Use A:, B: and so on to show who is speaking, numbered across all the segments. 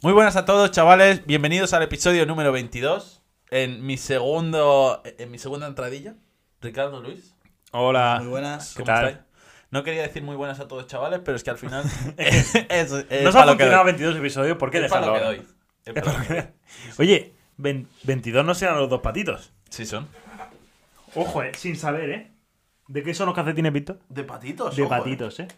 A: Muy buenas a todos, chavales. Bienvenidos al episodio número 22. En mi segundo, en mi segunda entradilla. Ricardo Luis.
B: Hola.
C: Muy buenas.
B: ¿Qué
A: ¿cómo
B: tal?
A: estáis? No quería decir muy buenas a todos, chavales, pero es que al final es, es- es
B: Nos
A: pa'
B: ha
A: lo que
B: funcionado
A: doy.
B: 22 episodios, ¿por qué
A: Es pa'
B: dejarlo
A: lo que
B: ahora?
A: doy. Es pa' lo que doy.
B: Oye, ven- 22 no serán los dos patitos.
A: Sí son.
B: Ojo, eh, sin saber, ¿eh? ¿De qué son los calcetines, Víctor?
A: De patitos.
B: De patitos, ¿eh?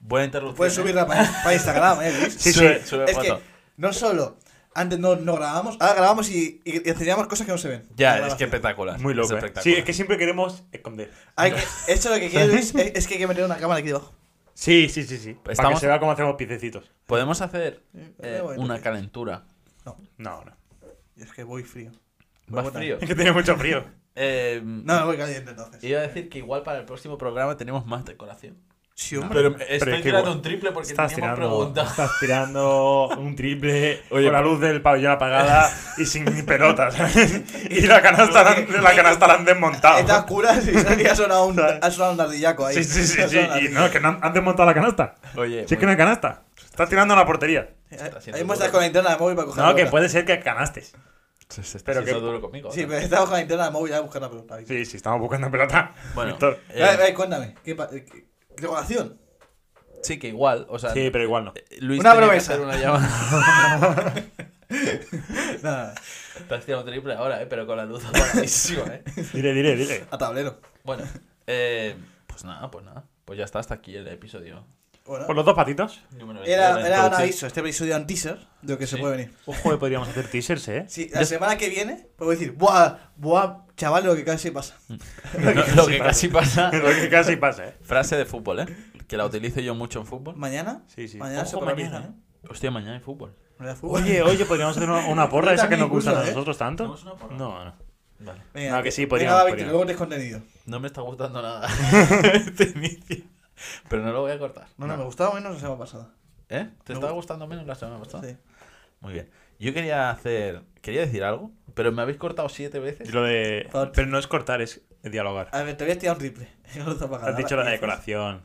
A: Buena interrupción.
C: Puedes
A: ¿eh?
C: subirla para Instagram, ¿eh? Luis?
B: Sí,
A: Sube-
B: sí.
A: sube
C: es que
A: foto.
C: no solo antes no, no grabábamos, ahora grabamos y, y, y enseñamos cosas que no se ven.
A: Ya,
C: La
A: es que
C: grabación.
A: espectacular.
B: Muy
A: Es
B: loco. eh.
A: espectacular.
B: Sí, es que siempre queremos esconder.
C: Hay que- esto lo que quiere Luis es, es que hay que meter una cámara aquí debajo.
B: Sí, sí, sí, sí. Para que
A: Estamos-
B: se vea cómo hacemos piececitos.
A: Podemos hacer
C: Eh,
A: eh,
C: bueno,
A: una
C: sí.
A: calentura.
B: No, no.
C: Es que voy frío. Voy
A: Más
C: botando.
A: frío.
B: Es que tiene mucho frío.
A: Eh,
C: No, me voy caliente entonces.
A: Iba a decir que igual para el próximo programa tenemos más decoración.
C: Sí, hombre.
A: Pero
B: es
A: estoy
B: que
A: tirando
B: igual-
A: un triple porque
B: Estás
A: teníamos
B: tirando,
A: preguntas.
B: estás tirando un triple
A: Oye,
B: con la luz del pabellón apagada y sin pelotas. y la canasta, la, la canasta la han
C: Está
B: desmontado.
C: oscura y y ha sonado un, ha sonado un dardillaco ahí.
B: Sí, sí, sí.
C: Ha
B: sí.
C: sonado un
B: Y no, que no han, han desmontado la canasta.
A: Oye,
B: Si es que no hay canasta. Estás tirando a la portería.
A: Está
C: dardillaco.
A: haciendo
C: Ahí hemos estado
A: duro.
C: con la interna de móvil para coger
B: No,
C: la
B: que
C: pelota.
B: puede ser que canastes.
A: pero
B: pero
A: que
B: que-
A: duro conmigo. ¿eh?
C: Sí,
A: ¿no?
C: pero estamos con la interna de móvil ya buscar la pelota. ahí.
B: Sí, sí, estamos buscando pelota.
A: Bueno,
B: Víctor.
A: eh,
C: Eh, eh, cuéntame, ¿qué pa- eh, qué- decoración?
A: sí que igual, o sea,
B: Sí, pero igual no.
A: Luis
C: Una
A: tenía que
C: promesa.
A: hacer una llamada.
C: Nada,
A: Estás tirando triple ahora, eh, pero con la luz apagadísima, eh.
B: Dile, dile, dile.
C: a tablero.
A: Bueno, eh, pues nada, pues nada. Pues ya está, hasta aquí el episodio
C: Bueno,
B: ¿Por los dos patitos?
A: número
C: Era,
A: 22.
C: era un aviso, este episodio era un teaser de lo que se
A: Sí.
C: puede venir.
B: Ojo, que podríamos hacer teasers, ¿eh?
C: Sí, la semana que viene puedo decir, buah, buah, chaval, lo que casi pasa.
B: Mm.
A: No, lo que casi pasa.
B: Lo que casi pasa, ¿eh?
A: Frase de fútbol, eh, que la utilizo yo mucho en fútbol.
C: Mañana,
B: Sí, sí.
C: mañana se
B: Ojo,
C: organiza,
B: mañana,
C: ¿eh?
A: Hostia, mañana hay fútbol.
C: No era fútbol.
B: Oye, oye, podríamos hacer una, una porra
C: Yo
B: esa que
C: también
B: nos gustan a
C: incluso, ¿eh?
B: nosotros tanto.
A: ¿Tenemos una porra?
B: No, no.
A: Vale.
C: Venga,
B: no, que sí,
C: venga,
B: podríamos,
C: va, Víctor,
B: podríamos.
C: luego tienes contenido.
A: No me está gustando nada este inicio. Pero no lo voy a cortar.
C: No, no, me gustaba menos la semana pasada.
A: ¿Eh? ¿Te
C: Me
A: estaba
C: gu-
A: gustando menos la semana pasada?
C: Sí.
A: Muy bien. Yo quería hacer. Quería decir algo, pero me habéis cortado siete veces.
B: Y lo de...
C: Por-
B: Pero no es cortar, es dialogar.
C: A ver, te voy a tirar un triple. No lo has apagado.
B: Has dicho la
C: Ahora,
B: decoración.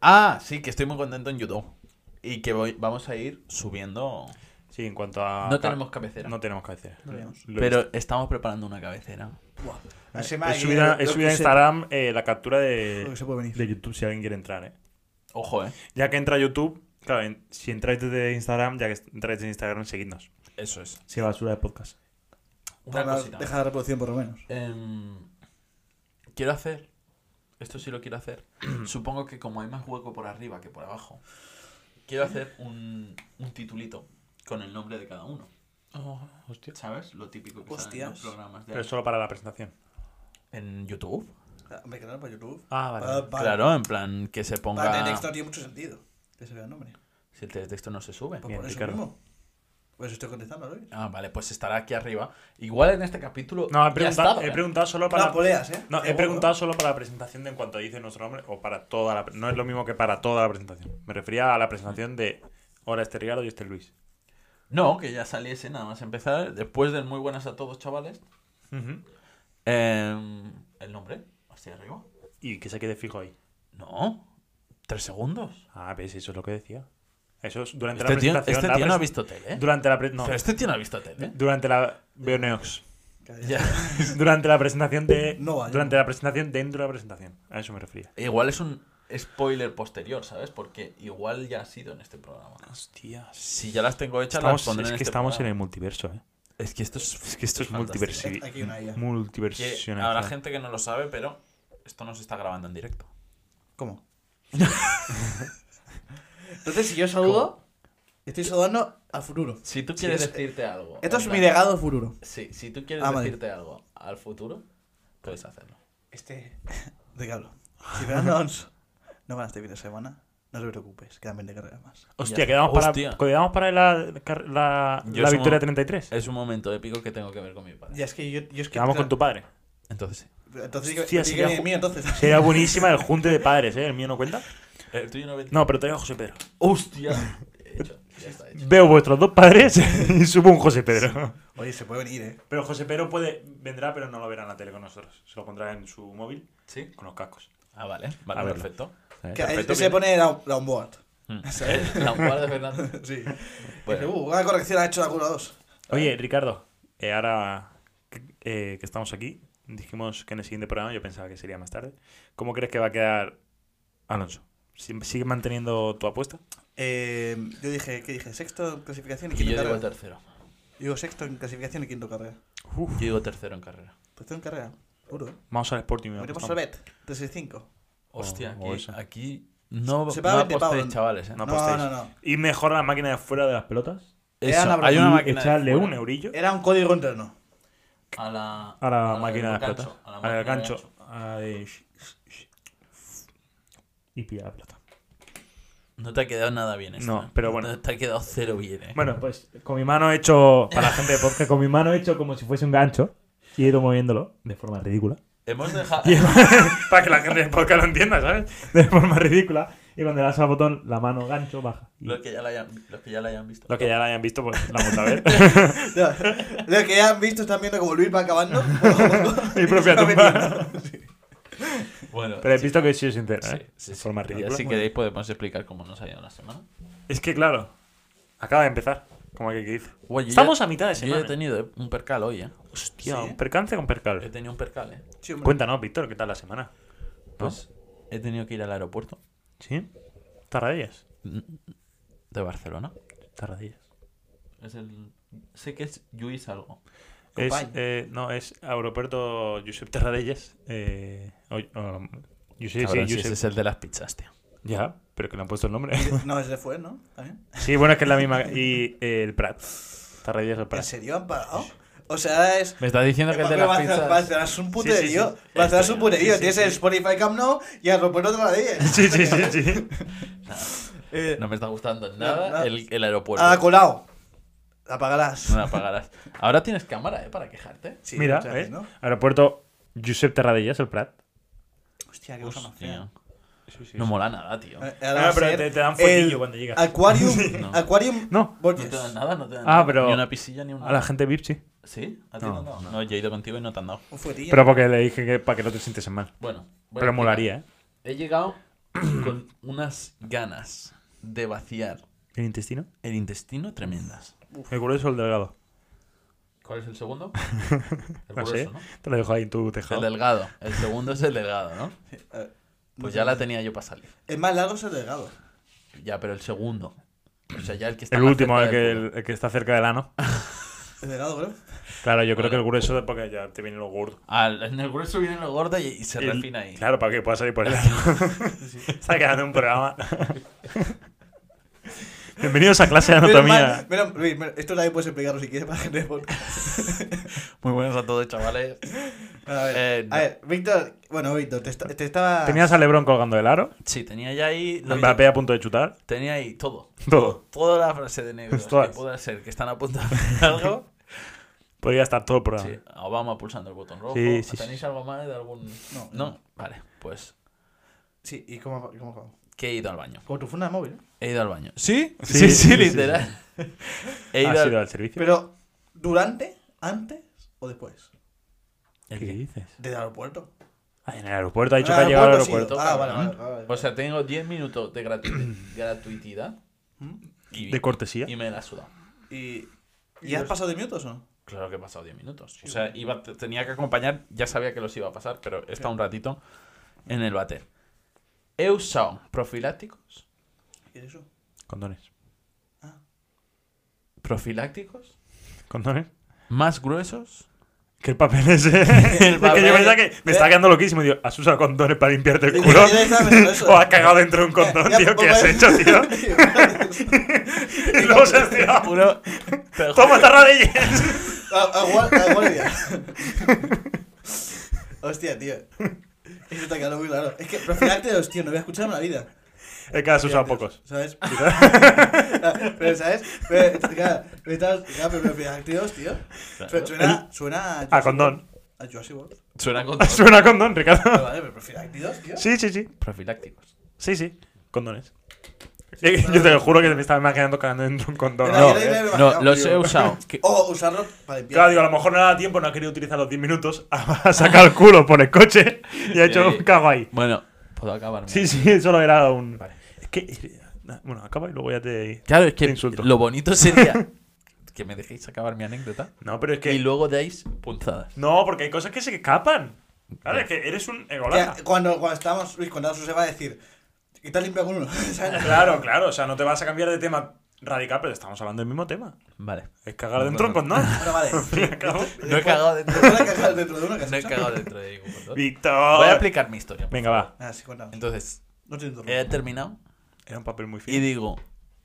A: Ah, sí, que estoy muy contento en YouTube. Y que voy, vamos a ir subiendo.
B: Sí, en cuanto a...
A: No tenemos cabecera.
B: No tenemos cabecera.
C: No tenemos.
B: Lo he
A: Pero estamos preparando una cabecera.
C: Buah, la
B: visto.
C: semana
B: He
C: que
B: subido,
C: viene,
B: he
C: lo
B: subido Eh, a
C: que se-
B: Instagram eh, la captura
C: Lo que
B: de,
C: se puede venir.
B: de YouTube si alguien quiere entrar, ¿eh?
A: Ojo, eh.
B: Ya que entra YouTube, claro, en- si entráis desde Instagram, ya que entráis en Instagram, seguidnos.
A: Eso es.
B: Sí, basura de podcast.
A: Una
C: Deja-
A: cosita.
C: Deja la reproducción por lo menos.
A: Em, quiero hacer. Esto sí lo quiero hacer. Supongo que como hay más hueco por arriba que por abajo, quiero hacer un, un titulito con el nombre de cada uno. Oh,
B: hostia.
A: ¿Sabes? Lo típico que sale en los
C: Hostias.
A: programas de
B: Pero solo para la presentación.
A: en YouTube.
C: Ah, Me quedaron para YouTube.
B: Ah,
C: Para- para-
A: Claro, en plan que se
C: Para
A: ponga.
C: tener texto no tiene mucho sentido. Que se vea el nombre.
A: Si el texto no se sube.
C: Pues
B: Bien,
C: por eso
B: Ricardo.
C: mismo. Pues estoy contestando, Luis.
A: Ah, vale, pues estará aquí arriba. Igual en este capítulo.
B: No, he
A: ya
B: preguntado,
A: estaba,
B: he
A: ¿eh?
B: preguntado solo para...
C: No, poleas, ¿eh?
B: No, he
C: Seguro.
B: preguntado solo para la presentación de en cuanto dice nuestro nombre o para toda la... pre- No es lo mismo que para toda la presentación. Me refería a la presentación de... Hola, este Ricardo y este Luis.
A: No, que ya saliese nada más empezar. Después del muy buenas a todos, chavales. Em, el nombre, hacia arriba.
B: Y que se quede fijo ahí.
A: No, tres segundos.
B: Ah, ves, eso es lo que decía. Eso es durante
A: Este
B: la
A: tío,
B: presentación...
A: este
B: la
A: tío no ha
B: pres-
A: visto tele, ¿eh?
B: Durante la... pre- No,
A: Pero este tío no ha visto tele.
B: durante la... Veo Neox.
C: Calla.
A: Ya.
B: Durante la presentación de...
C: No vale.
B: Durante la presentación, dentro de la presentación. A eso me refería.
A: Igual es un spoiler posterior, ¿sabes? Porque igual ya ha sido en este programa.
B: Hostias.
A: Si ya las tengo hechas, las
B: Estamos,
A: pondré
B: es
A: en
B: que
A: este
B: estamos en
A: programa.
B: el multiverso, ¿eh?
A: Es que esto es,
B: Es que esto es
A: fantástico.
B: multiversi...
C: Aquí una IA.
A: Que
B: multiversión.
A: habrá gente que no lo sabe, pero esto no se está grabando en directo.
C: ¿Cómo? Entonces, si yo saludo, estoy saludando al futuro.
A: Si tú
C: Sí,
A: quieres
C: es-
A: decirte algo.
C: Esto
A: en
C: es
A: plan-
C: mi legado al futuro.
A: Sí, si tú quieres
C: Ah, vale.
A: decirte algo al futuro, puedes hacerlo.
C: Este. Ricardo, si Fernando Alonso no gana este fin de semana, no te preocupes, quedan 20 carreras más.
A: Ya.
B: Hostia, quedamos para,
A: Hostia.
B: quedamos para la, car- la,
A: Yo
B: la
A: sumo-
B: victoria 33.
A: Es un momento épico que tengo que ver con mi padre.
C: Ya es que yo, yo es que.
B: Quedamos con tu padre.
A: Entonces sí.
C: Entonces, sí que-
B: Hostia,
C: sí que
B: sería
C: viene
B: ju-
C: mío, entonces.
B: Sería buenísima el junte de padres, ¿eh? ¿El mío no cuenta?
A: El tuyo no ve-
B: No, pero traigo a José Pedro.
A: ¡Hostia! Hecho, ya está hecho.
B: Veo vuestros dos padres y subo un José Pedro.
C: Oye, se puede venir, eh.
B: Pero José Pedro puede, vendrá, pero no lo verá en la tele con nosotros. Se lo pondrá en su móvil
A: ¿Sí?
B: con los cascos.
A: Ah, vale.
B: A
A: Vale,
B: verlo.
A: perfecto.
C: Que
A: Perfecto,
C: él se
A: bien.
C: pone la, la onboard.
A: Mm. ¿Sabes? La jugada de Fernández.
C: Sí.
A: Bueno.
C: Dice, "Uh, una corrección ha hecho la cura 2.
A: Ah.
B: Oye, Ricardo, eh, ahora que- eh, que estamos aquí, dijimos que en el siguiente programa, yo pensaba que sería más tarde, ¿cómo crees que va a quedar Alonso? ¿Sie- ¿Sigue manteniendo tu apuesta?
C: Eh, yo dije, ¿qué dije? Sexto en clasificación y
A: Y
C: quinto
A: yo
C: en
A: digo
C: carrera.
A: tercero.
C: Digo sexto en clasificación y quinto en carrera.
A: Yo digo tercero en carrera.
C: Tercero en carrera. Seguro, ¿eh?
B: Vamos al Sporting. y
C: Veremos
B: apostamos.
C: Sorbet. 365.
A: Oh, Hostia,
B: o
A: aquí,
B: esa.
A: aquí no,
C: Se
A: no
C: paga 20
A: apostéis,
C: pavos.
A: chavales. ¿eh?
B: No
C: no,
B: apostéis.
C: no, no.
B: Y mejora la máquina de fuera de las pelotas.
A: Eso,
C: Era una
A: hay una
B: y
A: máquina. Mm, de
B: Echarle
A: fuera.
B: un eurillo
C: Era un código interno.
A: A la,
B: a la
A: del
B: máquina de las
A: gancho,
B: pelotas.
A: a la
B: Al
A: máquina del
B: gancho.
A: gancho.
B: A de- Y pilla la pelota.
A: No te ha quedado nada bien esto.
B: No,
A: ¿eh?
B: pero bueno.
A: Te, te ha quedado cero bien, ¿eh?
B: Bueno, pues con mi mano he hecho, para la gente de podcast, con mi mano he hecho como si fuese un gancho y he ido moviéndolo de forma ridícula.
A: Hemos dejado...
B: para que la gente de podcast lo entienda, ¿sabes? De forma ridícula. Y cuando le das al botón, la mano gancho baja. Y
A: los, que ya la hayan, los que ya la hayan visto.
B: Lo que ya la hayan visto, pues la vamos a ver.
C: No, Lo que ya han visto están viendo como Luis va acabando. poco a poco,
B: mi propia
C: y va
B: tumba.
C: metiendo. Sí.
A: Bueno,
B: Pero he
A: sí,
B: visto que he sido sincero,
A: sí,
B: ¿eh?
A: sí,
B: de
A: sí.
B: forma
A: Y
B: ridícula.
A: Si queréis podemos explicar cómo nos ha ido la semana.
B: Es que, claro, acaba de empezar. Como que dice.
A: Oye, yo
B: Estamos
A: ya-
B: a mitad de
A: Yo
B: semana.
A: ya he tenido un percal hoy, ¿eh?
B: Hostia,
C: ¿Sí?
B: un percance con percal.
A: He tenido un percal, ¿eh?
C: Sí, hombre.
B: Cuéntanos, Víctor, ¿qué tal la semana?
A: Pues he tenido que ir al aeropuerto
B: ¿Sí? Tarradillas.
A: de Barcelona.
B: Tarradillas.
A: Es el... Sé que es Lluís algo.
B: Es,
C: Company.
B: eh, no, es aeropuerto Josep Terradellas. Eh, o, o- Josep, sí,
A: Cabrón, si
B: Josep.
A: ese es el de las pizzas, tío.
B: Ya, pero que le han puesto el nombre.
C: No, ese fue, ¿no? ¿También?
B: sí, bueno, es que es la misma. Y eh, el Prat. Terradellas el
C: ¿En
B: Prat.
C: serio han pagado? O sea, es.
A: Me estás diciendo que es de las
C: Barcelona
A: pizzas.
C: Barcelona es un
B: Sí,
C: puterío.
B: sí, sí.
C: Barcelona es
B: Esto,
C: un puterío.
B: sí, sí,
C: Tienes el
B: sí.
C: Spotify Camp Nou y pues el aeropuerto de la
B: Sí, sí, sí, sí.
C: Eh,
A: No me está gustando en
C: No, no.
A: nada Ah, el, el aeropuerto.
C: a colado. La pagarás.
A: No la apagarás. Ahora tienes cámara, ¿eh? Para quejarte.
C: Sí,
B: Mira,
C: muchas gracias,
B: eh,
C: ¿no?
B: aeropuerto Josep Terradellas el Prat.
C: Hostia, qué cosa más fea.
A: Tío, no mola nada, tío.
C: Eh,
A: No
C: ahora
B: Ah,
C: va a
B: pero
C: ser
B: te- te dan
C: el
B: fotillo cuando llegas.
C: Aquarium.
A: No.
C: Aquarium.
B: No.
C: Borges.
A: te dan nada, no te dan
B: Ah,
A: nada.
B: pero-
A: Ni una pisilla, ni una...
B: A la gente VIP, sí.
A: ¿Sí? ¿A ti no,
B: No,
A: te han dado? no, yo he ido contigo y no te han dado.
C: Un fuetillo.
B: Pero porque le dije que para que no te sientes mal.
A: Bueno. voy a
B: Pero
A: explicar.
B: molaría, ¿eh?
A: He llegado con unas ganas de vaciar
B: ¿eh? ¿El intestino?
A: el intestino tremendas.
B: El grueso o el delgado.
A: ¿Cuál es el segundo? El
B: No sé.
A: grueso, ¿no?
B: Te lo dejo ahí en tu
A: El
B: tejado.
A: delgado. El segundo es el delgado, ¿no?
C: Eh,
A: Pues ya la tenía yo para salir.
C: El más largo es el delgado.
A: Ya, pero el segundo. O sea, ya el que está
B: El
A: más
B: último,
A: cerca
B: el que,
A: del
B: el, el que está cerca del ano.
C: El delgado, bro.
B: Claro, yo creo que el grueso es porque ya te viene lo gordo.
A: culo. Al- en el grueso viene lo gordo y, y se
B: El-
A: refina ahí.
B: Claro, para que pueda salir por el ano. Está quedando un programa. Bienvenidos a clase de
C: Menos mal-
B: anatomía.
C: menos- Luis, menos- esto nadie puede explicarlo si quieres para gente de podcast.
A: Muy buenos a todos, chavales.
C: A ver,
A: Eh, no.
C: a ver, Víctor. Bueno, Víctor, te, esta- te estaba.
B: Tenías a Lebron colgando el aro.
A: Sí, tenía ya ahí. lo-
B: Mbappé a punto de chutar.
A: tenía ahí todo.
B: Todo.
A: Toda la frase de negros
B: Todas.
A: que pueda ser que están a punto de hacer algo.
B: Podría estar todo el programa.
A: Sí, a Obama pulsando el botón rojo.
B: Ah. Sí, sí,
A: ¿Tenéis
B: sí.
A: algo más de algún.?
C: No,
A: No, vale, pues
C: Sí, ¿y cómo cómo cómo?
A: que he ido al baño.
C: Como tu funda de móvil. ¿eh?
A: He ido al baño. ¿Sí?
B: Sí,
A: Sí, sí,
B: sí, Ah, sí,
A: literal. He ido
B: Ha
A: al-
B: sido al servicio.
C: Pero, ¿durante, antes o después?
A: ¿El
B: ¿Qué
A: qué?
B: dices?
C: Desde el aeropuerto.
B: Ah, en el aeropuerto. Ha dicho
C: Ah,
B: que ha llegado al
C: aeropuerto, sí.
B: aeropuerto.
C: Ah, vale, vale, vale.
A: O sea, tengo 10 minutos de gratuit- gratuitidad. Y,
B: De cortesía.
A: y me la suda.
C: ¿Y,
A: y
C: ¿y has
A: los-
C: pasado de minutos o no?
A: Claro que he pasado 10 minutos. O sea, iba, te- tenía que acompañar, ya sabía que los iba a pasar, pero he estado un ratito en el váter. He usado profilácticos,
C: ¿Qué es eso?
B: Condones.
A: profilácticos
B: Condones.
A: más gruesos.
B: Que el papel ese. Es que
A: papel.
B: yo pensaba que me estaba quedando loquísimo. Digo, ¿has usado condones para limpiarte el
C: Sí,
B: culo?
C: yo estaba pensando eso.
B: ¿O has cagado dentro de un condón,
C: Ya, ya,
B: tío? ¿Qué
C: papá.
B: has hecho, tío? Y luego se has tirado.
A: Uno, pero-
B: ¡Toma, Tarradellas!
C: A- agua- Aguardia. Hostia, tío. Eso te ha quedado muy raro. Es que profilácteos, tío, no había escuchado en la vida.
B: Es que has usado pocos.
C: ¿Sabes? pero, ¿sabes? Pero, claro, pero estás- claro, pero profilácteos, tío. Pero suena, suena
B: A Ah, condón.
C: A Jurassic World.
A: Suena con
B: Suena a condón, Ricardo.
C: Pero vale, pero profilácticos, tío.
B: Sí, sí, sí.
A: profilácticos.
B: Sí, sí. Condones. Eh, Yo te lo juro que me estaba imaginando cagando dentro de un condón.
C: Pero
B: No.
C: ahí- ahí- ahí-
A: No, no, los he usado. que-
C: O usarlo para limpiar.
B: Claro, digo, a lo mejor no le da tiempo, no ha querido utilizar los 10 minutos, ha sacado el culo por el coche y ha hecho
A: Sí.
B: un cago ahí.
A: Bueno, puedo acabar.
B: Sí, sí, solo era un.
A: Vale.
B: Es que Bueno, acaba y luego ya te.
A: Claro, es que
B: Te insulto.
A: lo bonito sería que me dejéis acabar mi anécdota
B: No, pero es
A: y
B: que.
A: luego deis punzadas.
B: No, porque hay cosas que se escapan. Claro, es que eres un egolata.
C: Que cuando, cuando estábamos, Luis, cuando se va a decir, ¿qué tal limpia con uno? ¿Sabes?
B: Claro, claro. O sea, no te vas a cambiar de tema radical, pero estamos hablando del mismo tema.
A: Vale.
B: Es cagar de en troncos, ¿no?
C: Bueno, vale.
B: Acabo.
A: No he cagado dentro,
C: ¿Te la cagas dentro de uno que has
A: no he
C: hecho?
A: cagado dentro de ningún botón. Voy a
B: Víctor.
A: aplicar mi historia.
B: Venga, va.
C: Ah, sí, cuéntame.
A: Entonces, eh,
C: No te interrumpo.
A: he terminado
B: Era un papel muy fino.
A: y digo,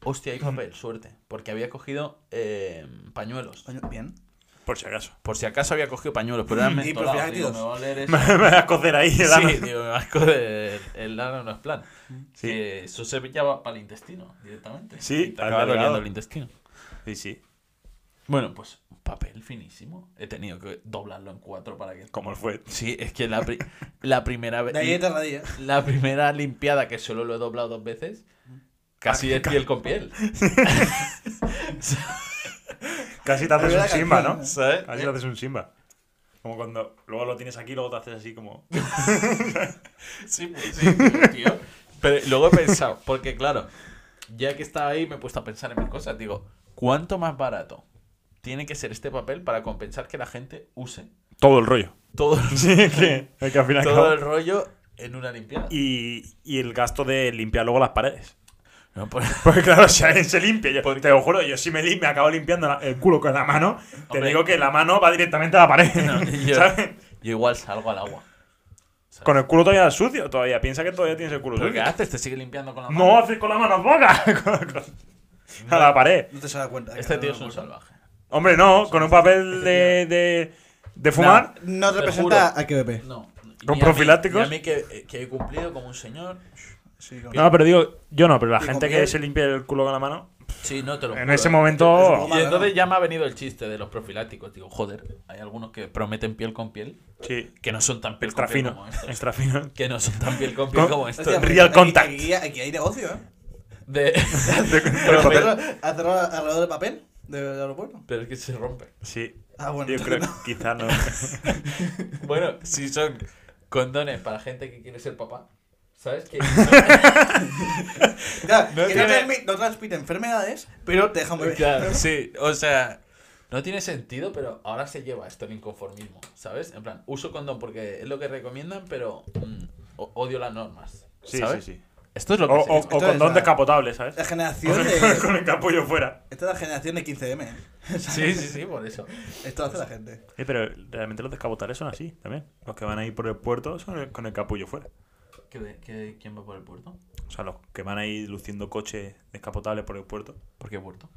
A: hostia, hay papel, suerte. Porque había cogido eh, pañuelos.
C: Coño, Bien.
B: Por si acaso.
A: Por si acaso había cogido pañuelos, pero eran
C: Y
A: mentolados. Digo,
C: profilácticos.
A: me va a oler eso.
B: me vas a cocer ahí. el ano.
A: Sí, digo, me asco de, el lano no es plan.
B: Sí.
A: Que eso se pillaba para el intestino directamente.
B: Sí,
A: Y te
B: al
A: acaba
B: delgado.
A: doliendo el intestino.
B: sí, sí.
A: Bueno, pues un papel finísimo. He tenido que doblarlo en cuatro para que.
B: Como el fue.
A: Sí, es que la, pri- la primera vez.
C: De ahí he tardadillo.
A: La primera limpiada que solo lo he doblado dos veces, casi es piel con piel.
B: Casi te haces
C: Había
B: un
C: la
B: Simba,
C: canción,
B: ¿no?
C: ¿eh?
A: ¿Sabes?
B: Casi te haces un Simba. Como cuando luego lo tienes aquí, luego te haces así como.
A: Sí, pues, sí, tío. Pero luego he pensado, porque claro, ya que estaba ahí me he puesto a pensar en mis cosas. Digo, ¿cuánto más barato tiene que ser este papel para compensar que la gente use
B: Todo el rollo.
A: todo,
B: Sí, es que, es que al final.
A: todo el rollo en una limpiada?
B: Y, y el gasto de limpiar luego las paredes.
A: No, pues, por-
B: Porque claro, si alguien se limpia, yo, te lo juro, yo si me, lim- me acabo limpiando la- el culo con la mano, te
A: Hombre.
B: digo que la mano va directamente a la pared.
A: No, yo-
B: ¿sabes?
A: Yo igual salgo al agua. ¿sabes?
B: Con el culo todavía sucio, todavía. Piensa que todavía tienes el culo
A: ¿Pero qué
B: sucio.
A: haces? ¿Te sigue limpiando con la mano?
B: No haces con la mano boca. Con- con- a la pared.
C: No te se da cuenta.
A: Este
C: que
A: tío
C: no
A: es un
C: lo recuerdo.
A: salvaje.
B: Hombre, no, con un papel de, de, de fumar.
C: No
A: Te
C: representa
A: juro.
C: a KBP.
A: No. ni a
B: ¿Con
A: mí-
B: profilácticos?
A: ni A mí, que, eh, que he cumplido como un señor.
C: Sí, no.
B: No, pero digo, yo no, pero la
C: Y
B: gente
C: con
B: que
C: piel.
B: se limpia el culo con la mano.
A: Sí, no te lo
B: En
A: juro,
B: ese
A: ¿eh?
B: momento.
A: Y entonces ya me ha venido el chiste de los profilácticos. Digo, joder, hay algunos que prometen piel con piel
B: Sí,
A: que no son tan piel
B: extra
A: con piel
B: fino.
A: como estos.
B: Extra fino.
A: Que no son tan piel con piel
B: Con-
A: como estos.
C: Hostia,
B: Real
C: aquí-
B: contact.
C: Aquí, aquí hay negocio, ¿eh?
A: De-
B: Pero
C: Hacerlo-
B: papel-
C: Hacerlo alrededor del papel de- del aeropuerto.
A: Pero es que se rompe.
B: Sí,
C: Ah, bueno.
B: yo creo que
C: entonces
B: quizás no.
A: Bueno, si son condones para gente que quiere ser papá, ¿sabes? Que
C: no. Claro,
A: No
C: que no,
A: tiene-
C: transmi- no transmite enfermedades, pero te deja muy bien.
A: Claro, sí, o sea, no tiene sentido, pero ahora se lleva esto el inconformismo, ¿sabes? En plan, uso condón porque es lo que recomiendan, pero mm, o- odio las normas,
B: Sí,
A: ¿sabes?
B: sí, sí.
A: Esto es
B: O,
A: lo que se
B: o,
A: lleva.
B: o
C: Esto es
B: condón
C: la-
B: descapotable, ¿sabes?
C: La generación de.
B: Con el capullo fuera.
C: Esta es la generación de 15M. ¿eh?
A: Sí, sí, sí, por eso.
C: Esto lo hace la gente.
B: Eh, pero realmente los descapotables son así también. Los que van a ir por el puerto son el- con el capullo fuera.
A: ¿Qué- qué- ¿Quién va por el puerto?
B: O sea, los que van a ir luciendo coches descapotables por el puerto.
A: ¿Por qué puerto?